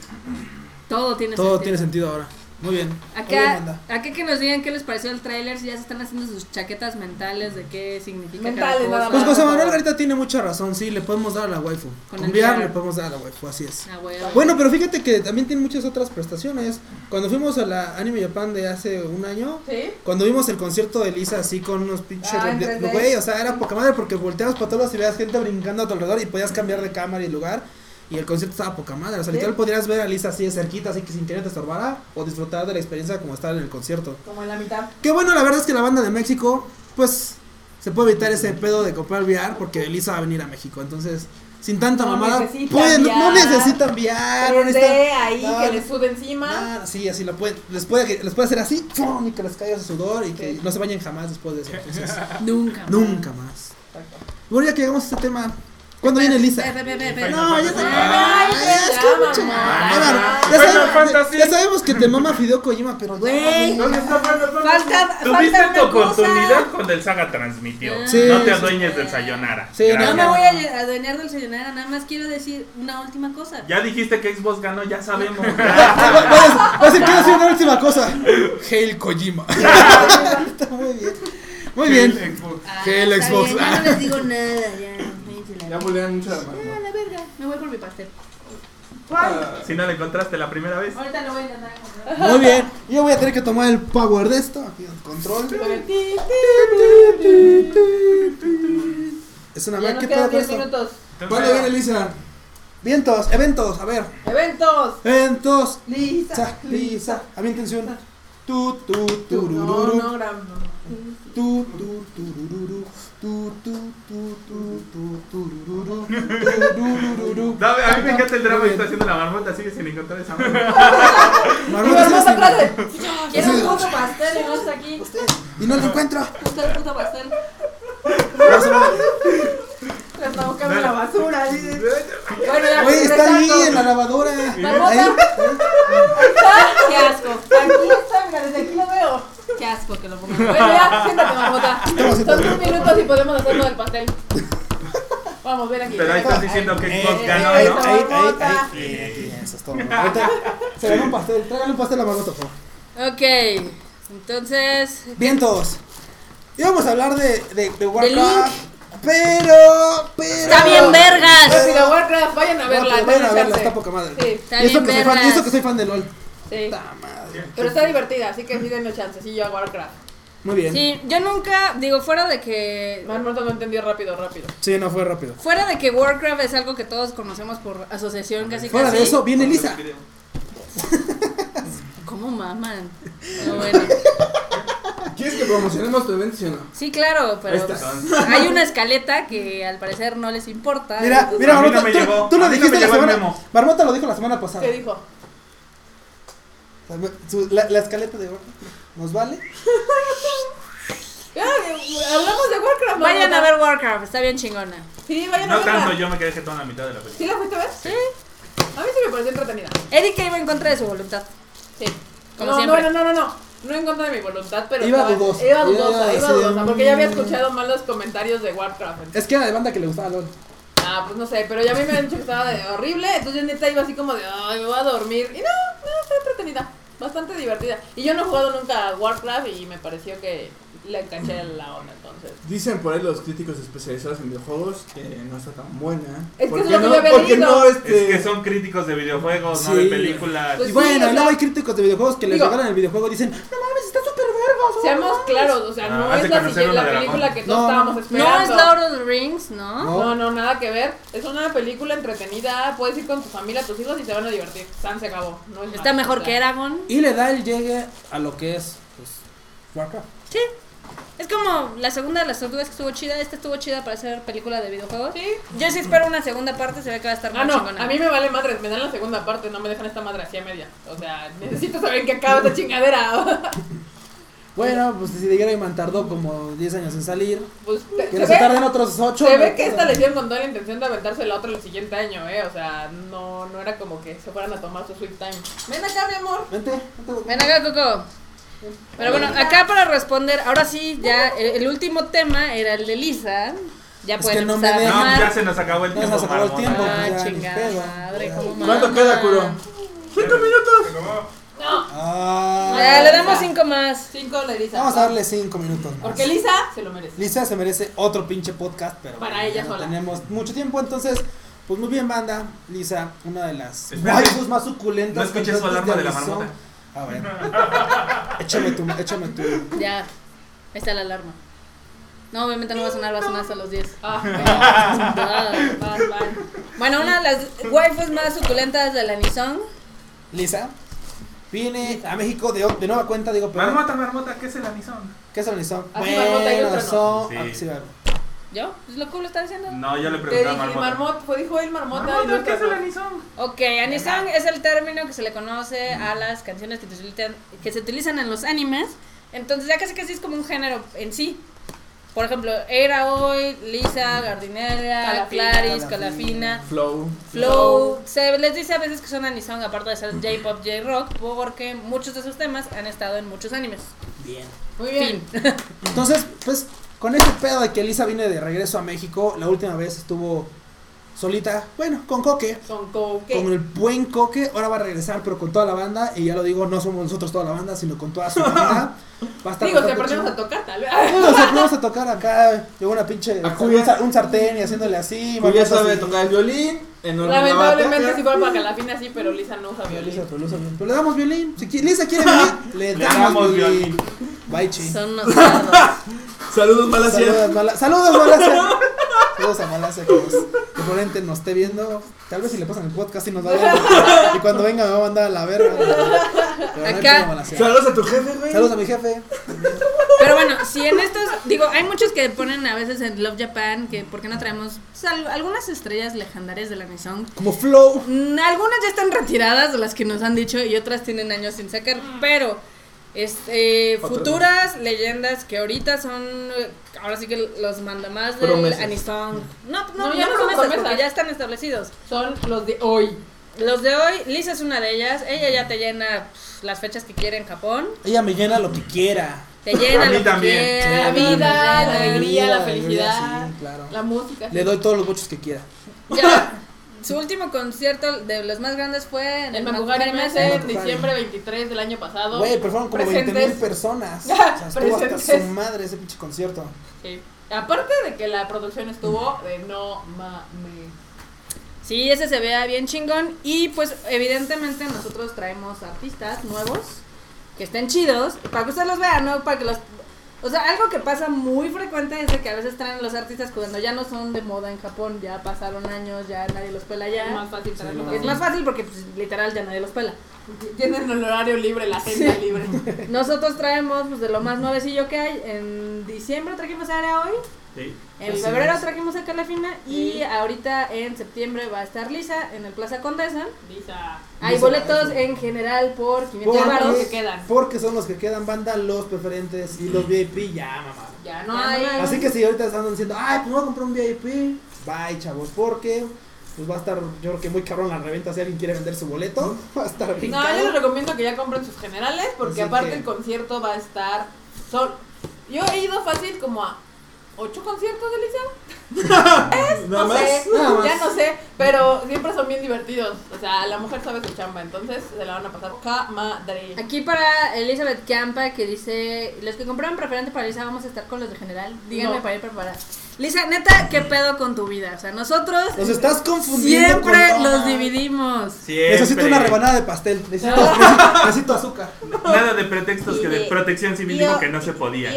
D: Todo tiene
A: Todo
D: sentido.
A: tiene sentido ahora. Muy bien. Muy bien,
D: Acá,
A: banda.
D: acá que nos digan qué les pareció el tráiler, si ya se están haciendo sus chaquetas mentales de qué significa
B: Mentales,
D: cada
B: nada
D: cosa.
A: Pues José Manuel Garita tiene mucha razón, sí, le podemos dar a la waifu.
D: Con
A: Con,
D: el
A: VR
D: VR.
A: le podemos dar a la waifu, así es.
D: Ah, huevo.
A: Bueno, pero fíjate que también tiene muchas otras prestaciones. Cuando fuimos a la Anime Japan de hace un año,
B: ¿Sí?
A: cuando vimos el concierto de Lisa así con unos pinches...
B: Ah, en
A: rende-
B: 3D.
A: Güey, o sea, era poca madre porque volteabas para todos lados y veías gente brincando a tu alrededor y podías cambiar de cámara y lugar. Y el concierto estaba poca madre. O sea,
B: Sí.
A: literal podrías ver a Lisa así de cerquita, así que sin querer te estorbara o disfrutar de la experiencia como estar en el concierto.
B: Como en la mitad.
A: Que bueno, la verdad es que la banda de México, pues se puede evitar ese pedo de comprar VR porque Elisa va a venir a México. Entonces, sin tanta
B: No
A: mamada,
B: necesitan
A: pueden, no
B: VR.
A: necesitan VR. Ah, No Ah.
B: Desde
A: necesitan,
B: ahí
A: no,
B: que
A: no-
B: le sude encima.
A: nada, sí, así la pueden, les puede, les puede hacer así, ¡fum! y que les caiga su sudor y que
B: Sí.
A: no se bañen jamás después de eso.
B: *laughs*
A: Entonces,
D: nunca.
A: nunca más. Bueno, ya que llegamos a este tema, ¿cuándo viene
B: Pues,
A: Elisa?
D: Ve, ve, ve, ve, ve.
A: No, ya sabemos.
D: Ay,
A: es que
B: eh, ya,
A: mucho-
B: mamá.
A: Ahora, ya
E: Final
A: sabemos-
E: Fantasy.
A: Ya sabemos que te mama Fideo Kojima, pero
D: Güey.
A: ya,
E: ¿Dónde está Final Fantasy?
D: Falta,
E: Tuviste
D: falta una
E: tu
D: cosa. Mm.
E: oportunidad cuando el saga transmitió.
A: Sí,
E: no te
A: sí,
E: adueñes del Sayonara.
A: Sí,
E: Gracias.
D: No
A: Claro.
D: me voy a adueñar del sayonara, nada más quiero decir una última cosa.
E: Ya dijiste que Xbox ganó, ya
A: *laughs*
E: sabemos.
A: Voy a decir, quiero decir una última cosa. Hail Kojima. Está muy bien. Muy bien.
E: El Xbox.
D: Ah,
A: Que el
D: está
A: Xbox.
D: bien, ya no
A: *laughs*
D: les digo nada, ya. váyanse la
F: Ya
D: verga.
F: volvieron mucho la mano.
D: Ah,
F: *laughs*
D: la verga, me voy por mi pastel.
F: Ah,
E: Si no la encontraste la primera vez.
D: Ahorita lo voy a intentar encontrar.
A: Muy bien. Yo voy a tener que tomar el power de esto. Aquí el control. Es una
B: Ya
A: máquina.
B: nos
A: ¿Qué
B: quedan
A: pedo con
B: 10
A: esto?
B: minutos.
F: ¿Cuándo viene Lisa?
A: Vientos, eventos. A ver.
B: Eventos.
A: Eventos.
B: Lisa.
A: Lisa, Lisa. A mi intención. Tu, tu,
B: No,
A: turururu.
B: no, gram, no.
A: Tu, tu, turururu. Tu, tu, tu, tu, tu, turururu. Turururu.
E: No, a mí me encanta el drama
A: Muy bien.
E: que está haciendo la marmota, sigue sin encontrar
A: *laughs*
E: esa marmota.
B: Y
A: Marmota,
B: vamos
A: sí, sí.
B: atrás de. Quiero un puto pastel y no está aquí.
A: Y no lo encuentro.
D: Justo el puto pastel.
B: La está buscando en la basura. dice. Bueno, ya
A: Güey, está ahí
B: regresando.
A: en la lavadora.
B: Marmota.
A: Ahí.
D: Qué asco,
B: Aquí está, mira, desde aquí lo veo.
D: qué asco que lo pongan.
B: Bueno, ya, siéntate, mamota.
A: Estamos
B: Son
A: sentados.
B: 10 minutos y podemos hacer lo del pastel. Vamos, ven aquí.
E: Pero ahí estás diciendo que Xbox
A: Eh,
E: ganó,
A: ahí,
E: ¿no?
A: ahí, ahí,
B: Marmota.
A: ahí, ahí, ahí, Eso es todo. Ahorita Se ganó un pastel. Tráigale un pastel a Marmota, por favor.
D: Ok, entonces,
A: Vientos. Íbamos a hablar de, de, de Warcraft.
D: Link.
A: Pero, pero.
D: Está bien vergas.
B: Rápido, Pues Warcraft, vayan a verla.
A: Warcraft, vayan a
B: no
A: verla,
B: descansen.
A: está poca madre.
B: Sí,
D: Está
A: y, eso
D: bien
A: que soy fan, y eso que
D: vergas.
A: soy fan de LOL.
D: Sí.
A: Puta madre.
B: pero está divertida, así que sí denle chance. Sí, yo a Warcraft.
A: Muy bien. Sí.
D: Sí, yo nunca, digo, fuera de que
B: Marmota no entendió rápido, rápido.
A: no fue rápido.
D: Fuera de que Warcraft es algo que todos conocemos por asociación casi
A: Fuera
D: casi.
A: de eso, viene Lisa. *laughs*
D: ¿Cómo maman? Pero bueno.
F: ¿Quieres que promocionemos tu evento sí o no?
D: Sí, claro,
F: Ahí
D: pero
F: está.
D: pues, hay una escaleta que al parecer no les importa.
A: Mira,
B: pues,
D: Entonces,
A: mira,
E: A mí no
A: Marmota,
E: me
A: tú,
E: llegó,
A: tú
E: a
A: lo
E: mí no
A: dijiste
E: me
A: la
E: llegó el
A: semana.
E: memo.
A: Marmota lo dijo la semana pasada.
B: ¿Qué dijo?
A: Su- La, la escaleta de Warcraft. ¿Nos vale?
B: Ya, eh, hablamos de Warcraft.
D: Vayan
B: Marmota.
D: a ver Warcraft, está bien chingona.
B: Sí, vayan a
E: No
B: verla.
E: tanto, yo me quedé jetón a la mitad de la película.
B: ¿Sí la fuiste a ver? Sí. A mí sí me pareció entretenida.
D: Erika iba en contra de su voluntad.
B: Sí.
D: Como
B: no,
D: siempre.
B: no, no, no, no. No en contra de mi voluntad, pero.
A: Iba
B: estaba-
A: dudosa.
B: Iba
A: Iba
B: dudosa, iba
A: así de,
B: dudosa. Porque ya había
A: mm.
B: escuchado malos comentarios de Warcraft.
A: Es que era de banda que le gustaba LOL.
B: Ah, pues no sé, pero ya a mí me habían dicho que estaba de horrible, entonces yo neta iba así como de, ay, me voy a dormir. Y no, no, está entretenida, bastante divertida. Y yo no he jugado nunca a Warcraft y me pareció que le enganché la onda, entonces.
F: Dicen por ahí los críticos especializados en videojuegos que no está tan buena.
B: Es que
F: ¿Por
B: es
F: qué
B: lo que
F: no?
B: yo había
F: Porque
B: leído.
F: no,
E: Es
F: este...
E: que son críticos de videojuegos, no
F: Sí.
E: de películas.
B: Pues
A: y
B: sí,
A: bueno,
B: o sea-
A: luego hay críticos de videojuegos que les
B: Digo-
A: regalan el videojuego y dicen: No mames, está súper vergas. oh,
B: Seamos
A: mames".
B: claros, o sea, no
E: Ah, has
B: es
E: de
B: la,
E: conocer
B: siguiente-
E: una
B: la
E: dragón.
B: película que todos
A: No,
B: estábamos
D: No
B: esperando.
D: es Lord of the Rings, ¿no?
A: No.
B: No, no, nada que ver. Es una película entretenida. Puedes ir con tu familia, tus hijos y se van a divertir. San se acabó. No es
D: Está
B: más,
D: mejor
B: o sea.
D: que Eragon.
A: Y le da el llegue a lo que es pues, Warcraft.
D: Sí. Es como la segunda de las tortugas que estuvo chida, esta estuvo chida para hacer película de videojuegos.
B: Sí.
D: Yo sí espero una segunda parte, se ve que va a estar
B: Ah,
D: muy
B: no,
D: chingona.
B: a mí me vale madre, me dan la segunda parte, no me dejan esta madre así a media. O sea, necesito saber que acaba esta chingadera. *laughs*
A: Bueno, pues si de Man tardó como 10 años en salir.
B: Pues te-
A: Que
B: se,
A: nos
B: ve,
A: tarden otros 8.
B: se ve que esta le hicieron con toda la intención de aventarse la otra el siguiente año, ¿eh? O sea, no, no era como que se fueran a tomar su sweet time. Ven acá, mi amor.
A: Vente, vente.
D: Ven acá, Coco. Pero bueno, acá para responder, ahora sí, ya eh, el último tema era el de Lisa. Ya
A: Es
D: pueden
A: que no me
D: empezar
A: dejan.
D: a
E: No,
D: mamar.
E: ya se nos acabó
A: Ya
E: el
A: se
E: tiempo.
A: nos acabó el
E: Marmota.
A: tiempo. pues,
D: Ah,
A: Ya, ni
D: chingada
A: pedo.
D: madre,
A: Ya.
D: cómo
F: ¿Cuánto
D: maman.
F: queda, Curo? ¡Cinco minutos!
B: No,
A: Ah.
D: Eh, le damos cinco más.
B: cinco le Lisa.
A: Vamos a darle 5 minutos más.
B: ah. Porque Lisa se lo merece.
A: Lisa se merece otro pinche podcast, pero
B: Para
A: bueno,
B: ella
A: ya no
B: sola.
A: tenemos mucho tiempo, entonces, pues muy bien, banda. Lisa, una de las
E: Espérate.
A: waifus más suculentas.
E: No escuches su
A: cantantes
E: alarma de la
A: Arizona.
E: marmota.
A: Ah, bueno. échame tu, échame tu.
D: Ya. Ahí está la alarma. No, obviamente no va a sonar, va a sonar hasta los 10.
B: Ah,
D: *laughs* Ah, bueno, una de las waifus más suculentas de la Nissan.
A: Lisa viene a México de, de nueva cuenta, digo, pero
E: Marmota, marmota, ¿qué es el anisón?
A: ¿qué es organizado?
B: Así Ah, marmota y otra no.
A: son,
E: Sí.
A: ah, sí, va.
D: ¿Yo? ¿Es lo que lo está diciendo?
E: No, yo le
B: te
E: pregunté a
B: dije,
E: marmota.
B: marmota, fue, dijo él marmota. y
E: Marmota,
B: yo
E: ¿qué es el
B: otra no.
E: anisón?
D: Ok, anisong es el término que se le conoce a las canciones que, se utilizan- que se utilizan en los animes. Entonces ya casi casi es como un género en sí. Por ejemplo, Era Hoy, Lisa, Gardinella,
B: Calafina.
D: Claris,
A: Calafina.
D: Calafina,
F: Flow.
D: Flow. Se les dice a veces que son anisong, aparte de ser J-pop, J-rock, porque muchos de esos temas han estado en muchos animes.
A: Bien.
B: Muy bien.
D: Fin.
A: Entonces, pues, con este pedo de que Lisa viene de regreso a México, la última vez estuvo solita, bueno, con Coque.
B: Son con
A: Con el buen coque, ahora va a regresar, pero con toda la banda. Y ya lo digo, no somos nosotros toda la banda, sino con toda su banda. Va a estar
B: Digo, te
A: bastante
B: aprendemos
A: chido.
B: a tocar, tal vez.
A: Bueno, nos aprendemos a tocar acá. Llegó una pinche.
F: A
A: un,
F: Julia.
A: sa- un sartén y haciéndole así.
F: Pues ya
A: marcando
F: sabe
A: así.
F: tocar el violín. enorme
B: Lamentablemente
F: la
B: sí
F: bataca.
B: igual para Calafina sí, pero Lisa no usa
A: Lisa,
B: violín.
A: pero le usa bien. Pero le damos violín. Si qui- Lisa quiere violín, le
E: Le
A: damos,
E: damos
A: violín.
E: violín.
A: Bye, chi.
D: Son unos cerdos.
F: Saludos,
A: Saludos,
F: Malasia.
A: Mala- Saludos, Malasia. Saludos a Malasia que, nos, que por ente nos esté viendo. Tal vez si le pasan el podcast y nos va a ver. Y cuando venga me va a mandar a la verga. Pero no hay
D: Acá.
A: problema, Malasia.
F: Saludos a tu jefe, güey.
A: Saludos a mi jefe.
D: Pero bueno, si en estos, digo, hay muchos que ponen a veces en Love Japan que por qué no traemos pues, al- algunas estrellas legendarias de la Nissan.
A: Como Flow.
D: Mm, Algunas ya están retiradas de las que nos han dicho y otras tienen años sin sacar, pero este, eh,
F: Otras
D: futuras leyendas que ahorita son eh, ahora sí que los mandamás del
F: Promesas.
D: Anisong. No, no,
B: No,
D: ya
B: ya no
D: no,
B: son
D: promesas,
B: promesas.
D: porque ya están establecidos.
B: Son los de hoy.
D: Los de hoy, Lisa es una de ellas, ella ya te llena pff, las fechas que quiere en Japón,
A: Ella me llena lo que quiera.
D: te llena
E: A mí
D: lo que
E: también.
D: quiera,
B: La
D: te
B: vida,
D: llena.
B: la alegría, la
A: alegría,
B: felicidad.
A: sí, claro.
B: La música.
A: Le doy todos los bochos que quiera.
D: Ya, Su último concierto de los más grandes fue en
B: En
D: el
B: Macugar
D: Macugar
B: MS,
D: MS.
B: en diciembre 23 del año
A: *laughs*
B: pasado.
A: Güey, pero fueron como 20 mil
B: Presentes.
A: personas. O sea, estuvo hasta
B: Presentes.
A: su madre ese pinche concierto.
B: Sí. Aparte de que la producción estuvo de no mames.
D: Sí, ese se vea bien chingón. Y pues, evidentemente, nosotros traemos artistas nuevos que estén chidos para que ustedes los vean, ¿no? Para que los. O sea, algo que pasa muy frecuente es de que a veces traen los artistas cuando ya no son de moda en Japón, ya pasaron años, ya nadie los pela
B: Es
D: ya.
B: más fácil traerlo.
D: Es más fácil porque pues, literal ya nadie los pela.
B: Tienen el horario libre, la agenda libre.
D: Nosotros traemos pues de lo más nuevecillo que hay. En diciembre trajimos a Ara hoy.
E: Sí.
D: En
A: Así
D: febrero
A: es.
D: trajimos a Calafina y
B: Sí.
D: ahorita en septiembre va a estar Lisa en el Plaza Condesa.
B: Lisa.
D: Hay
A: Lisa,
D: boletos
A: sí.
D: en general por 500
A: Porque-
B: los
D: baros.
B: que quedan.
A: Porque son los que quedan, banda, los preferentes y los VIP, ya, mamá.
B: Ya no
D: Ya no
B: hay.
D: hay.
A: Así que si ahorita están diciendo, ay, pues voy a comprar un VIP, bye, chavos, porque pues va a estar, yo creo que muy cabrón la reventa si alguien quiere vender su boleto. *laughs* Va a estar bien.
B: No,
A: caro.
B: yo les recomiendo que ya compren sus generales porque
A: Así
B: aparte
A: que-
B: el concierto va a estar. Son... Yo he ido fácil como a ocho conciertos de Lisa.
F: Nada
B: No
F: más.
B: sé,
A: nada más.
B: ya no sé, pero siempre son bien divertidos. O sea, la mujer sabe su chamba, entonces se la van a pasar ca madre.
D: Aquí para Elizabeth Campa que dice, los que compraron preferente para Lisa vamos a estar con los de general. Díganme
B: No.
D: para ir preparada. Lisa, neta, ¿qué pedo con tu vida? O sea, nosotros
A: Los estás confundiendo.
D: siempre
A: con-
D: los dividimos.
E: Siempre.
A: Necesito una rebanada de pastel, necesito,
B: No.
A: necesito- necesito azúcar.
E: Nada de pretextos que de
B: Y-
E: protección civil dijo que no se podía.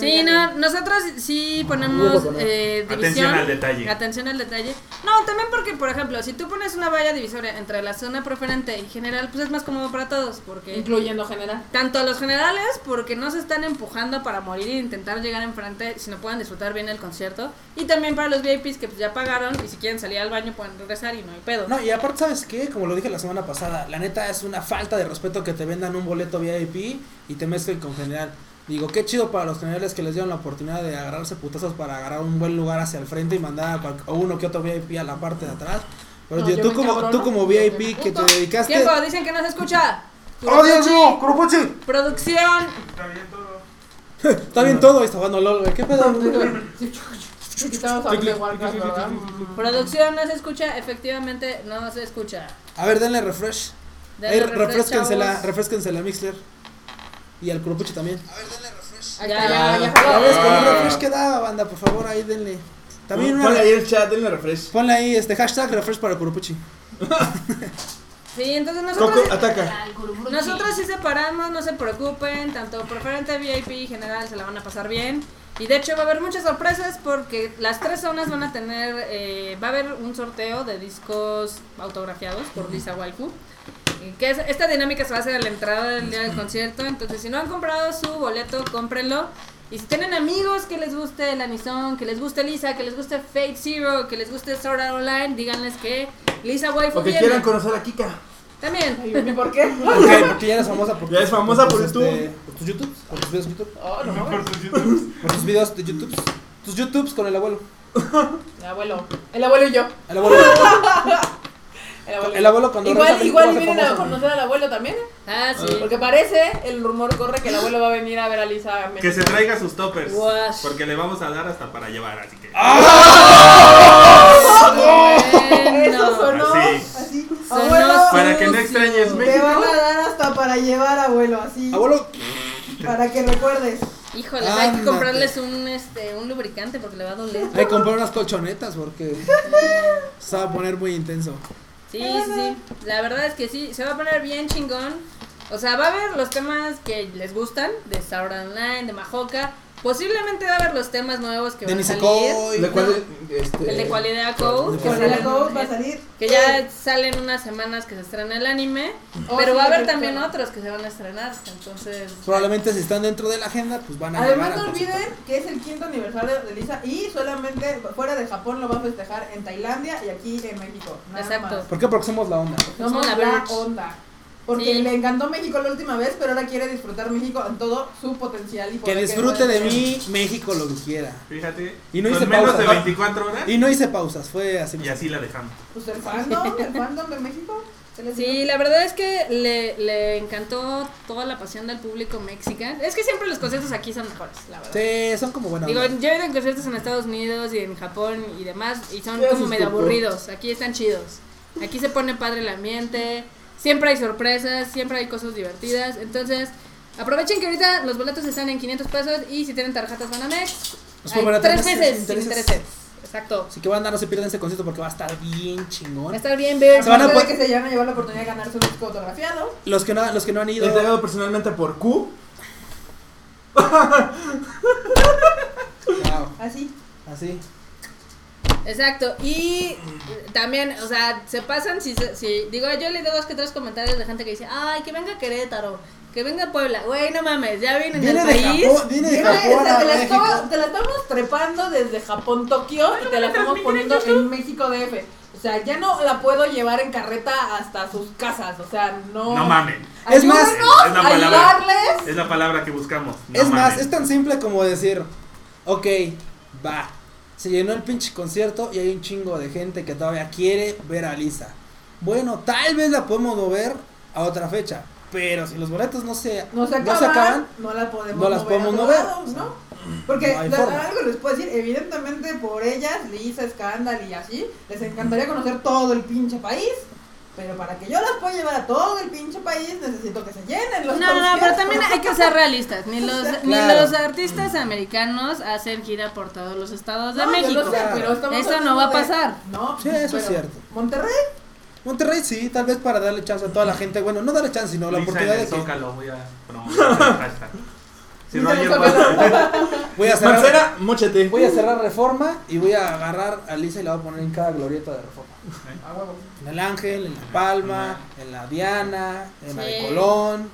D: Sí, no, nosotros sí
A: Luego
D: ponemos
A: ponemos.
D: eh, división.
E: Atención al detalle.
D: Atención al detalle. No, también porque, por ejemplo, si tú pones una valla divisoria entre la zona preferente y general, pues es más cómodo para todos, porque...
B: Incluyendo
G: *laughs*
B: general.
D: Tanto a los generales, porque no se están empujando para morir e intentar llegar enfrente, sino puedan disfrutar bien el concierto. Y también para los VIPs que pues, ya pagaron y si quieren salir al baño pueden regresar y no hay pedo.
A: No, y aparte, ¿sabes qué? Como lo dije la semana pasada, la neta es una falta de respeto que te vendan un boleto VIP y te mezclen con general. Digo, qué chido para los generales que les dieron la oportunidad de agarrarse putazos para agarrar un buen lugar hacia el frente y mandar a cual- a uno que otro VIP a la parte de atrás. Pero
B: No,
A: tío,
B: yo
A: tú,
B: me
A: como,
B: encabrono.
A: tú como VIP que te
B: Punto.
A: dedicaste...
D: Tiempo, dicen que no se escucha.
A: ¡Oh, Dios mío! ¡Curopuchi!
D: Producción.
E: Está bien todo.
A: Está bien todo y está jugando LOL, güey. ¿Qué pedo?
B: Estamos hablando de Warcraft, ¿verdad?
D: Producción no se escucha, efectivamente no se escucha.
A: A ver, denle refresh.
D: Denle
A: Ey,
D: refresh,
A: refresquensela,
D: chavos.
A: refresquensela, Mixler. Y al Curopuchi también.
D: Ah, Ya,
B: Ya, ya,
A: Ya ves, con un
F: Ah.
A: refresh que da, banda, por favor, ahí denle. También una...
F: Ponle ahí el chat, denle refresh.
A: Ponle ahí este hashtag refresh para Curupuchi.
D: Sí, entonces
F: Coco,
D: nosotros,
F: ataca.
D: nosotros sí separamos, no se preocupen, tanto preferente, VIP y general se la van a pasar bien. Y de hecho va a haber muchas sorpresas porque las tres zonas van a tener, eh, va a haber un sorteo de discos autografiados por Lisa Waifu. Y Que es- esta dinámica se va a hacer a la entrada del día del concierto, entonces si no han comprado su boleto, cómprenlo. Y si tienen amigos que les guste el Anison, que les guste Lisa, que les guste Fate Zero, que les guste Sword Art Online, díganles que Lisa Waifu
F: O que
D: viene.
F: quieran conocer a Kika.
D: También.
B: ¿Y por qué?
A: Ok, porque ya eres famosa por
F: Ya eres famosa por
A: tus,
F: YouTube.
A: este, por tus YouTube, por tus videos de YouTube,
B: Oh, no mames.
E: Por sus
B: *laughs*
E: youtubers.
A: por tus videos de YouTube, tus YouTubes con el abuelo.
B: El abuelo. El abuelo y yo.
A: El
F: *laughs*
A: abuelo.
B: El abuelo.
A: El abuelo cuando regresa a México va
B: Igual, igual
A: a ser
B: vienen a
A: famoso.
B: conocer al abuelo también. ¿eh?
D: Ah, sí.
B: Porque parece, el rumor corre que el abuelo va a venir a ver a Lisa. a México.
E: Que se traiga sus toppers.
D: Guas.
E: Porque le vamos a dar hasta para llevar, así que.
B: Ah, Eso
D: Bueno.
B: sonó.
E: Así.
G: Así.
D: Sonó
G: Abuelo,
E: Para que no extrañes
D: sucio.
G: te
E: México.
G: van a dar hasta para llevar, abuelo, así.
A: Abuelo,
G: Para que recuerdes.
D: Híjoles, hay que
A: Ándate.
D: comprarles un, este, un lubricante porque le va a doler.
A: hay que comprar unas colchonetas porque se va a poner muy intenso.
D: Sí, sí, sí. La verdad es que sí, se va a poner bien chingón. O sea, va a haber los temas que les gustan, de Star Online, de Majoka. Posiblemente va a haber los temas nuevos que
A: De
D: van a salir.
A: Nisekoi.
F: ¿De cuál? Este,
D: El de Cualidad Code, que,
G: Con el
D: sale-
G: alcohol va a salir.
D: que ya salen unas semanas que se estrena el anime.
B: Oh,
D: pero
B: sí,
D: va a haber
B: recuerdo.
D: también otros que se van a estrenar. Entonces,
A: Probablemente si están dentro de la agenda, pues van a
B: Además,
A: llevar
B: no
A: al concierto.
B: olviden que es el quinto aniversario de Lisa y solamente fuera de Japón lo va a festejar en Tailandia y aquí en México. Nada
D: Exacto.
B: más.
A: ¿Por qué? Porque somos la onda.
B: Somos
D: Somos la
B: la
D: Verge.
B: onda. Porque
D: Sí.
B: le encantó México la última vez, pero ahora quiere disfrutar México en todo su potencial. Y
A: Que
B: poder
A: disfrute de
B: puede ser.
A: mí, México lo que quiera.
E: Fíjate.
A: Y no
E: con
A: hice
E: menos
A: pausa,
E: de
A: ¿no?
E: 24 horas.
A: Y no hice pausas, fue así.
E: Y así la dejamos.
B: Pues el fandom, el fandom de México. ¿Se les dio?
D: Sí, la verdad es que le, le encantó toda la pasión del público mexicano. Es que siempre los conciertos aquí son mejores, la verdad.
A: Sí, son como buenas.
D: Digo, yo he ido en conciertos en Estados Unidos y en Japón y demás, y son
F: Ya
D: como
F: se
D: medio
F: escapó.
D: aburridos. Aquí están chidos. Aquí se pone padre el ambiente, siempre hay sorpresas, siempre hay cosas divertidas. Entonces, aprovechen que ahorita los boletos están en 500 pesos y si tienen tarjetas Banamex,
A: Los
D: hay
A: pueden ver
D: tres
A: atrás sin
D: meses sin
A: intereses.
D: intereses. Exacto.
A: Así que banda, no se pierdan este concierto porque va a estar bien
D: Va
A: chingón.
D: a estar bien, Bear.
A: Se van a
B: Aparte de
A: poder-
B: que se ya me llevó la oportunidad de ganarse un disco autografiado.
A: Los que no, los que no han ido.
F: Entregado personalmente por Q.
A: Wow,
B: Así.
A: así.
D: Exacto, y también, o sea, se pasan si, se- si digo, yo le doy dos que tres comentarios de gente que dice, ay, que venga Querétaro, que venga Puebla, güey, no mames, ya vienen
A: Viene
D: del
A: de
D: país.
A: Japón, viene de
B: Mira, o
A: Japón
B: sea,
A: a
B: te, la
A: México.
B: estamos, te la estamos trepando desde Japón, Tokio y te la estamos poniendo en México DF. O sea, ya no la puedo llevar en carreta hasta sus casas. O sea, no.
E: No mamen.
A: Es más,
B: Ayúdenos
E: es la
B: a
E: palabra.
B: ayudarles.
E: Es la palabra que buscamos. No
A: es más,
E: mamen.
A: es tan simple como decir, ok, va. Se llenó el pinche concierto y hay un chingo de gente que todavía quiere ver a Lisa. Bueno, tal vez la podemos mover a otra fecha. Pero si los boletos no se,
B: No se acaban.
A: no
B: No,
A: se acaban,
B: la podemos
A: no las
B: mover a
A: podemos
B: otro
A: mover. Mm.
B: lado, ¿no? Porque
A: No hay
B: la-
A: forma.
B: algo les puedo decir, evidentemente por ellas, Lisa, Scandal y así, les encantaría conocer todo el pinche país. Pero para que yo las pueda llevar a todo el pinche país, necesito que se llenen los
D: No, no, no,
B: conciertos.
D: pero también
B: *laughs*
D: hay que ser realistas, ni los, ni
A: Claro.
D: los artistas americanos hacen gira por todos los estados de
B: No, yo
D: México.
B: lo sé, pero estamos
D: Eso
B: hablando
D: no va a
B: de-
D: pasar.
B: No,
A: Sí, eso es
B: pero
A: cierto.
B: Monterrey,
A: Monterrey sí, tal vez para darle chance a toda la gente. Bueno, no darle chance, sino la
E: Lisa
A: oportunidad
E: en
A: de
E: el
A: que
E: Zócalo, voy a
A: *laughs*
E: promover el hashtag. Si
B: Lisa en el
E: Roger Waters-
A: voy a cerrar.
F: Marcela, mochete.
A: Voy a cerrar reforma y voy a agarrar a Lisa y la voy a poner en cada glorieta de reforma. Ah, En el Ángel, en la Palma, en la Diana, en la de
D: Sí.
A: Colón.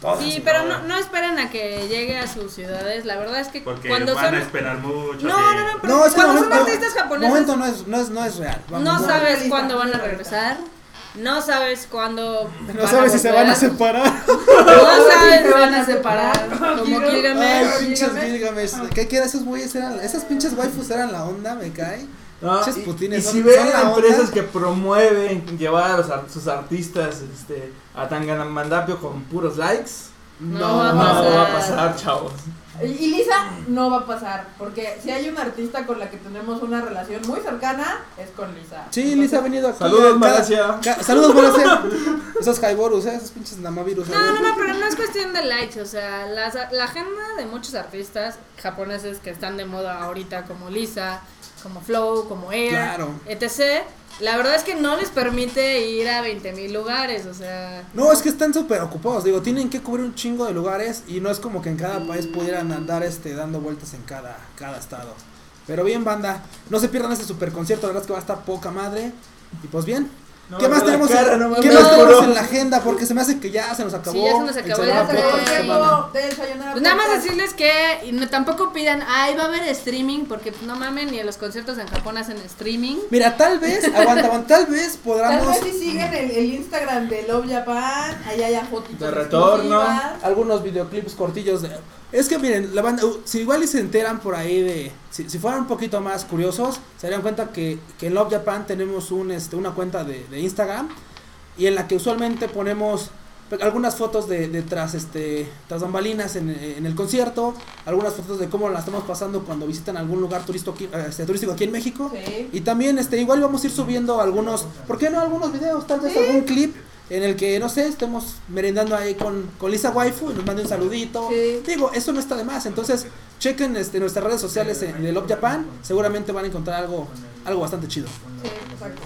A: todas.
D: Sí,
E: no,
D: pero
E: no.
D: no, no esperen a que llegue a sus ciudades, la verdad es que
E: Porque
D: cuando
E: van
D: son...
E: a esperar mucho.
D: No,
E: que-
D: no, no, pero
A: No, es que
D: cuando
A: momento,
D: son artistas japoneses...
A: momento no es, no es, no es real. Vamos,
D: No
A: no.
D: sabes
B: realista,
D: cuándo van a
B: realista.
D: regresar. No sabes cuándo.
A: No
D: van
A: sabes si se van a
D: volver,
A: separar.
D: No sabes
B: se
D: si
B: van
D: van
B: a
D: a separar.
B: separar.
D: Como
B: Ay,
A: Ay,
D: Gilgamesh.
A: pinches Gilgamesh. ¿Qué quieres? Esos güeyes eran. Esas pinches waifus eran la onda, me cae.
F: No,
A: Pinches
F: y-
A: putines,
F: y,
A: son-
F: si ven
A: son la
F: a
A: onda.
F: empresas que promueven llevar a los ar- sus artistas este, a Tanganamandapio con puros likes,
D: No,
F: no,
D: va a pasar.
F: va a pasar, chavos.
B: Y y Lisa no va a pasar, porque si hay un artista con la que tenemos una relación muy cercana, es con Lisa.
A: Sí,
B: Entonces,
A: Lisa ha venido aquí.
F: Saludos,
A: Cada-
F: Malasia.
A: ca- Saludos, Malasia. Esos Kaiborus, eh, esos pinches Namavirus. eh.
D: No, no, no, pero no es cuestión de likes. O sea, las- la agenda de muchos artistas japoneses que están de moda ahorita, como Lisa, como Flow, como Air,
A: Claro.
D: etc. La verdad es que no les permite ir a 20.000 lugares. O sea,
A: No, es que están súper ocupados. Digo, tienen que cubrir un chingo de lugares y no es como que en cada país pudieran andar este, dando vueltas en cada, cada estado. Pero bien, banda, no se pierdan este super concierto. La verdad es que va a estar poca madre. Y pues bien,
F: No,
A: ¿qué más
F: la
A: tenemos,
F: cara,
A: en,
F: no
A: ¿qué
F: mames,
A: más tenemos
F: juro.
A: en la agenda? Porque se me hace que ya se nos acabó.
D: ya se nos
A: el
D: acabó,
B: ya
A: Sonora
B: se acabó
A: Podcast
B: el
D: Ay.
A: Semana.
B: tiempo de desayunar.
D: Pues nada más
B: podcast.
D: decirles que no, tampoco pidan, ay, va a haber streaming, porque pues, no mamen, ni en los conciertos en Japón hacen streaming.
A: Mira, tal vez, aguanta, aguanta, tal vez
B: Tal
A: podamos
B: vez si siguen el, el Instagram de Love Japan, ahí hay fotitos.
F: De retorno.
B: exclusivas.
A: algunos videoclips cortillos. de- Es que miren, la banda, uh, si igual y se enteran por ahí de, si, si fueran un poquito más curiosos, se darían cuenta que, que en Love Japan tenemos un, este, una cuenta de, de Instagram y en la que usualmente ponemos pe- algunas fotos de, de tras, este, tras bambalinas en, en el concierto, algunas fotos de cómo la estamos pasando cuando visitan algún lugar turístico aquí, eh, este, turístico aquí en México.
B: Sí.
A: Y también, este, igual vamos a ir subiendo algunos, ¿por qué no algunos videos? Tal vez algún clip en el que, no sé, estemos merendando ahí con, con Lisa Waifu y nos mande un saludito.
B: Sí.
A: Digo, eso no está de más. Entonces, chequen este, nuestras redes sociales en- de Love Japan. Seguramente van a encontrar algo, algo bastante chido.
B: Sí, exacto.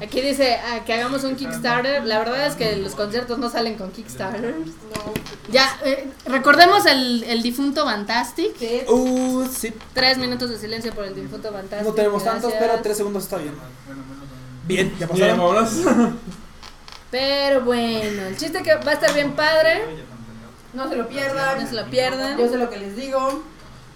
D: Aquí dice ah, que hagamos un Kickstarter. La verdad es que los conciertos no salen con Kickstarter.
B: No.
D: Ya, eh, recordemos el, el difunto Fantastic.
B: Sí.
A: Uh, sí,
D: Tres minutos de silencio por el difunto Fantastic.
A: no tenemos tantos,
D: gracias.
A: pero tres segundos está bien. Bien, ya
F: Bien,
A: pasaron.
F: vámonos.
D: Pero bueno, el chiste que va a estar bien padre.
B: No se lo
D: No
B: pierdan.
D: se lo pierdan.
B: Yo sé lo que les digo.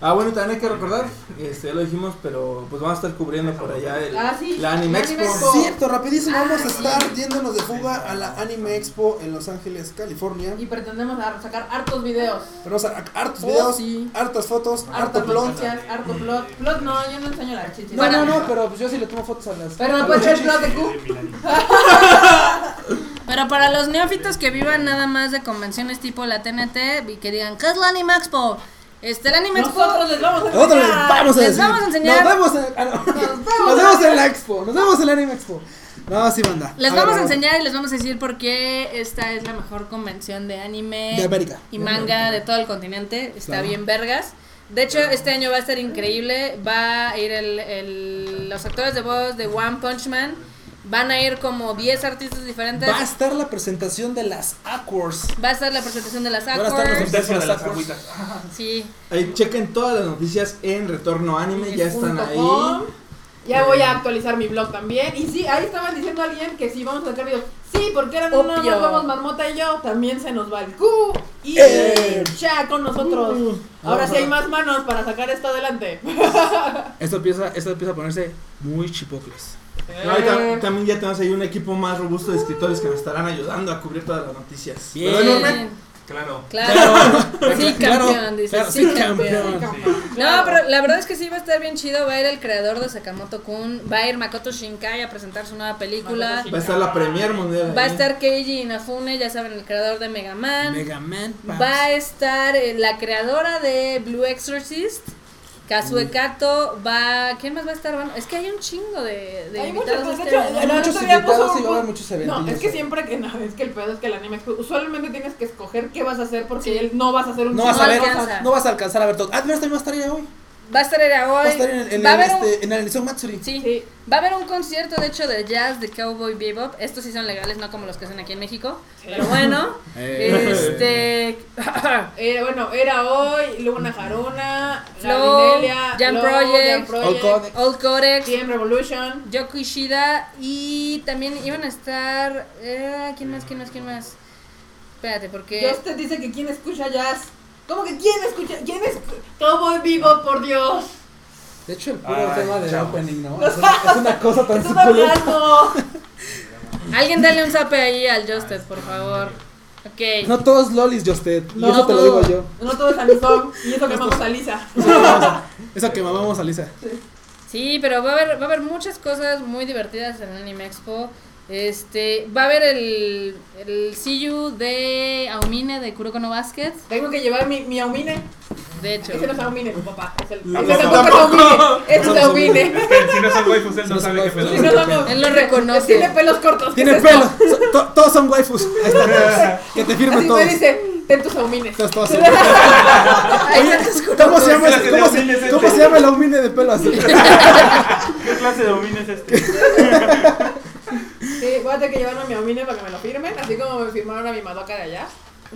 F: Ah, bueno, también hay que recordar, este, ya lo dijimos, pero pues vamos a estar cubriendo por allá el,
B: Ah, sí.
F: la Anime
B: La
F: Expo.
B: Anime Expo.
A: Cierto, rapidísimo, vamos a estar yéndonos de fuga a la Anime Expo en Los Ángeles, California.
B: Y pretendemos a- sacar hartos videos.
A: Tenemos a- a- hartos
B: Oh,
A: videos,
B: sí.
A: hartas fotos, harto
B: Harto
A: plot.
B: noticias, harto plot. Plot no, yo no enseño las chichis.
A: No, no, no, pero pues yo sí le tomo fotos a las.
B: Pero
A: a
B: me
A: las
B: puedes hacer
A: chichis.
B: plot de Q.
D: Pero para los neófitos que vivan nada más de convenciones tipo la TNT y que digan, ¿qué es la Anime Expo? Este, la Anime Expo.
B: Nosotros les vamos a
A: Nosotros les
B: enseñar.
A: vamos a
D: Les
A: decir.
D: vamos a enseñar.
A: Nos vemos en, ah, no. Nos vemos en la expo. Nos vemos en la anime expo. Ah, No, sí, banda.
D: Les
A: A ver,
D: vamos a
A: ver.
D: enseñar y les vamos a decir por qué esta es la mejor convención de anime
A: De América.
D: y
A: De
D: manga
A: América.
D: de todo el continente. Está
A: Claro.
D: bien vergas. De hecho, este año va a estar increíble. Va a ir el, el- los actores de voz de One Punch Man. Van a ir como 10 artistas diferentes.
A: Va a estar la presentación de las Aquars.
D: Va a estar la presentación de las
A: a estar los
D: Aquars.
A: Ustedes
E: Ustedes
A: son
E: de
A: las
E: las agüitas.
D: Sí.
F: Ahí chequen todas las noticias en Retorno Anime, ya están
B: Punto
F: ahí.
B: com. Ya voy a actualizar mi blog también. Y sí, ahí estaban diciendo a alguien que sí, vamos a sacar videos. Sí, porque ahora no nos
D: Obvio.
B: vamos Marmota y yo. También se nos va el Q. Y
A: Eh.
B: ya con nosotros.
A: Uh.
B: Ahora sí
A: Ajá.
B: hay más manos para sacar esto adelante.
A: Esto empieza, esto empieza a ponerse muy chipocles.
F: No, ahorita también ya tenemos ahí un equipo más robusto de escritores que nos estarán ayudando a cubrir todas las noticias.
A: Bien.
F: ¿Verdad, Norma?
E: Claro.
D: Claro. Sí,
A: Claro,
D: campeón, dice.
A: claro,
D: sí,
A: sí,
D: campeón.
A: campeón.
D: No, pero la verdad es que sí va a estar bien chido. Va a ir el creador de Sakamoto Kun, va a ir Makoto Shinkai a presentar su nueva película.
B: Makoto
F: Va a estar la Premier Mundial.
D: Va a
F: ahí.
D: estar Keiji Inafune, ya saben, el creador de Mega Man.
A: Mega Man. Paps.
D: Va a estar eh, la creadora de Blue Exorcist, Kazue Kato. Va, ¿quién más va a estar? Bueno, es que hay un chingo de, de
B: Hay muchas cosas.
D: invitados
B: De
D: este
B: hecho,
D: año.
B: el
A: Hay
B: otro
A: muchos
B: día puso
A: invitados y
B: un
A: va a haber
B: pu-
A: muchos
B: No, es
A: eventillos,
B: que
A: eh.
B: siempre que no, es que el pedo es que el anime expo- usualmente tienes que escoger qué vas a hacer porque él no vas a hacer un
A: No
B: chingo
A: vas
D: No
A: a
B: de
A: ver,
B: cosas.
D: alcanza.
A: no vas a alcanzar a ver todo. Ah, de veras también va a estar ella hoy.
D: Va a estar Era
A: Va
D: hoy.
A: a estar en el, en
D: va a
A: el,
D: haber un-
A: este, en el Liceo Matsuri.
D: Sí.
B: Sí.
D: Va a haber un concierto, de hecho, de jazz de Cowboy Bebop. Estos sí son legales, no como los que hacen aquí en México. Pero
A: *laughs*
D: bueno,
A: Eh.
D: este.
B: Era, Eh, bueno, era hoy, Luna Jaruna,
D: Flow,
B: Gabriela,
D: Jam
B: Flow,
D: Project,
B: Jam Project,
A: All Codex.
D: Old Codex,
B: TM Revolution.
D: Yoko Ishida y también iban a estar. eh, ¿Quién más? ¿Quién más? ¿Quién más? Espérate,
A: Eh.
D: porque.
B: Dios te dice que quién escucha jazz. ¿Cómo que quién escucha? ¿Quién es Cowboy Vivo, por Dios?
A: De hecho, el puro
E: Ay,
A: tema de
E: chavos.
A: opening, ¿no? Es una, es una cosa tan
B: *laughs* Es un orgasmo.
D: Alguien dale un zape ahí al Justed, por favor. Ok.
A: No todos lolis, Justed. Y
B: No
A: eso te lo digo
B: todo-
A: yo.
B: No todo es Anisong.
A: *laughs*
B: Y eso que amamos a Lisa.
A: Eso que mamamos a Lisa.
D: Sí, pero va a haber, va a haber muchas cosas muy divertidas en Anime Expo. Este, va a haber el, el See You de Aumine de Kuroko no Basket.
B: Tengo que llevar mi, mi aumine.
D: De hecho,
B: Ese no es aumine, papá. Es el,
F: No,
B: ese es el
F: tampoco.
B: poco aumine. Ese es aumine.
E: Es que si no son waifus, él
A: Si
E: no
A: no son
E: sabe qué
A: waifus.
E: pedo. *laughs*
B: Sí,
A: *laughs*
B: no, vamos.
D: Él lo reconoce.
B: Tiene pelos cortos. ¿qué
A: Tiene
B: es esto?
A: pelo. So- to- todos son waifus. Ahí
B: *laughs*
A: está. Que te firmen
B: Así
A: todos.
B: me dice, ten tus aumines.
A: Todos,
B: *laughs*
A: todos son waifus. *laughs*
D: ahí están tus Kuroko
A: ¿Cómo se llama
E: Es la
A: ese-
E: que
A: cómo
E: de Omine
A: se-
E: es
A: cómo
E: este.
A: se llama el omine de pelo
B: *laughs*
A: azul?
E: ¿Qué clase de dominio es este?
B: Sí, voy a tener que llevarme a mi aumine para que me lo firmen. Así como me firmaron a mi madoka de allá.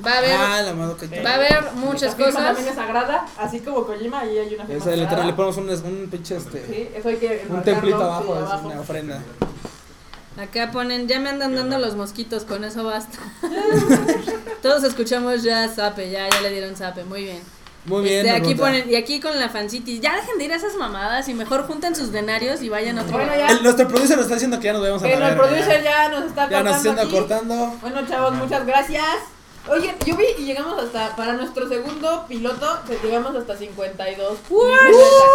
D: Va a haber,
A: Ah, la madoka.
D: va a haber muchas
B: La firma
D: cosas.
B: también es sagrada, así como Kojima, ahí hay una firma
A: Esa letra
B: sagrada.
A: le ponemos un, un pinche este.
B: Sí, eso hay que
A: Un
B: enmarcarlo,
A: templito
B: sí,
A: abajo, es una ofrenda.
D: Acá ponen, ya me andan dando los mosquitos, con eso basta. *laughs* Todos escuchamos ya zape, ya, ya le dieron zape, muy bien.
A: Muy bien.
D: Este, aquí
A: Normuta.
D: ponen, y aquí con la fancity, ya dejen de ir a esas mamadas y mejor junten sus denarios y vayan a otro
B: Bueno,
D: lado.
B: ya,
A: El- nuestro producer nos está diciendo que ya nos vemos a la
B: pero el
A: verga.
B: producer ya nos está
A: Ya nos
B: cortando
A: está
B: aquí.
A: cortando.
B: Bueno, chavos, muchas gracias. Oye, yo vi y llegamos hasta, para nuestro segundo piloto, se- llegamos hasta 52.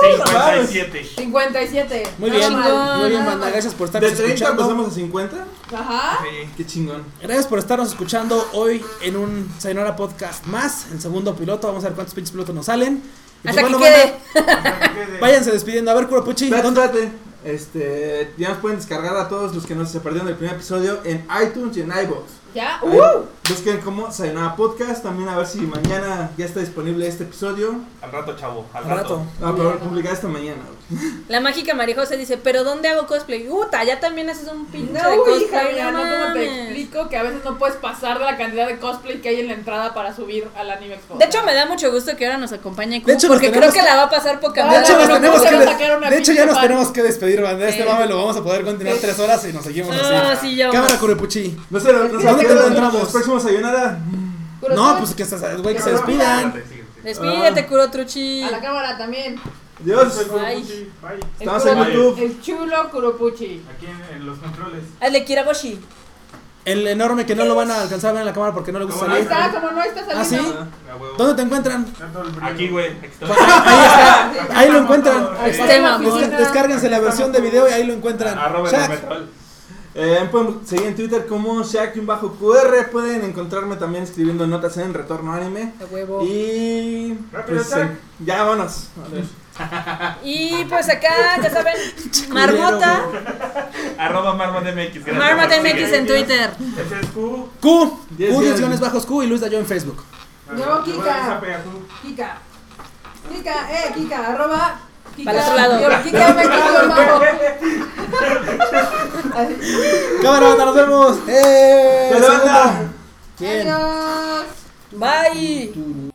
E: 57.
B: 57.
A: Muy
B: nada
A: bien,
B: mal.
A: muy bien,
B: Nada
A: banda.
B: mal.
A: Gracias por
F: De
A: estarnos
F: 30
A: escuchando.
F: pasamos a 50.
B: Ajá.
F: Qué chingón.
A: Gracias por estarnos escuchando hoy en un Sayonara Podcast más, el segundo piloto. Vamos a ver cuántos pinches pilotos nos salen. Y pues,
D: Hasta que
A: bueno,
D: quede.
A: banda, váyanse despidiendo. A ver, Curopuchi,
F: Espérate,
A: ¿dónde?
F: espérate. Este, ya nos pueden descargar a todos los que nos se perdieron del primer episodio en iTunes y en iVoox.
B: Ya.
F: Ahí
B: Uh.
F: Busquen como Sayonara Podcast. También a ver si mañana ya está disponible este episodio.
E: Al rato, chavo. Al
A: Al
E: rato.
A: rato.
F: No, pero publicada esta mañana. güey.
D: La mágica marijosa dice, pero ¿dónde hago cosplay? Uta, ya también haces un pinche de
B: No,
D: cosplay.
B: hija mía,
D: no
B: no como te
D: mames.
B: explico que a veces no puedes pasar de la cantidad de cosplay que hay en la entrada para subir al anime expo.
D: De hecho, me da mucho gusto que ahora nos acompañe Q,
A: De hecho, nos
D: porque
A: tenemos-
D: creo que la va a pasar poca
A: De
B: De
D: madre.
A: hecho,
B: Ah,
A: nos
B: no,
A: tenemos
B: no,
A: que
B: no,
A: de-
B: sacaron a
A: de hecho, ya
B: pinche
A: nos
B: pan.
A: tenemos que despedir, banda. Este
D: Sí.
A: mame lo vamos a poder continuar
B: Sí.
A: tres horas y nos seguimos
D: Ah,
A: así.
D: sí, ya
A: Cámara
D: vas.
A: Curopuchi.
F: No sé, no
A: ¿Dónde te encontramos?
F: Los próximos Sayonara.
B: Pero
A: No,
B: tú-
A: pues que se, güey, que se
B: Pero-
A: despidan.
D: Eh,
A: Ah.
D: Despídete, Kurotruchi.
B: A la cámara también.
E: Pues,
F: Dios.
D: Ay,
B: El
F: Estamos en
B: Kuro-
F: YouTube.
B: El chulo Kuropuchi.
E: Aquí en, en los controles.
D: hazle Kiraboshi.
A: El enorme que no lo van a alcanzar a ver en la cámara porque no le gusta
E: ¿Cómo
B: Ahí
A: salir.
B: está, como no está
A: ¿Ah, sí?
B: saliendo.
E: A huevo.
A: ¿Dónde te encuentran?
E: Aquí, güey. Aquí está.
A: Ahí lo encuentran.
B: Ahí está
D: Este
B: en la
D: mamón.
B: oficina.
A: Descárguense la versión de video y ahí lo encuentran.
E: Arroba el
A: Shaq,
E: Robertol.
F: Eh, me pueden seguir en Twitter como Shaq-QR. Pueden encontrarme también escribiendo notas en Retorno Anime.
D: A
B: Oh.
D: huevo.
F: Y.
E: Rápido,
F: pues,
E: Shaq.
F: eh, ya, vámonos. A ver.
D: Y pues acá, ya saben, Marmota,
E: Arroba MarmotMX. gracias.
D: Marmota MX en Twitter.
E: Ese es Q.
A: Q,
F: Diez
A: Q,
F: guiones.
A: 10 guiones bajos Q y Luis Dayo en Facebook.
B: Yo,
E: Te voy
B: Kika.
E: a esa pega tú.
B: Kika. Kika, eh, Kika, arroba. Kika,
D: Para el otro lado.
B: guión,
A: *laughs*
B: Kika, me quito el bajo. Así.
A: Cámara, banda, nos vemos. ¡Eh!
F: ¡Pero anda!
A: ¿Quién?
B: Adiós.
D: Bye.
A: Tururú.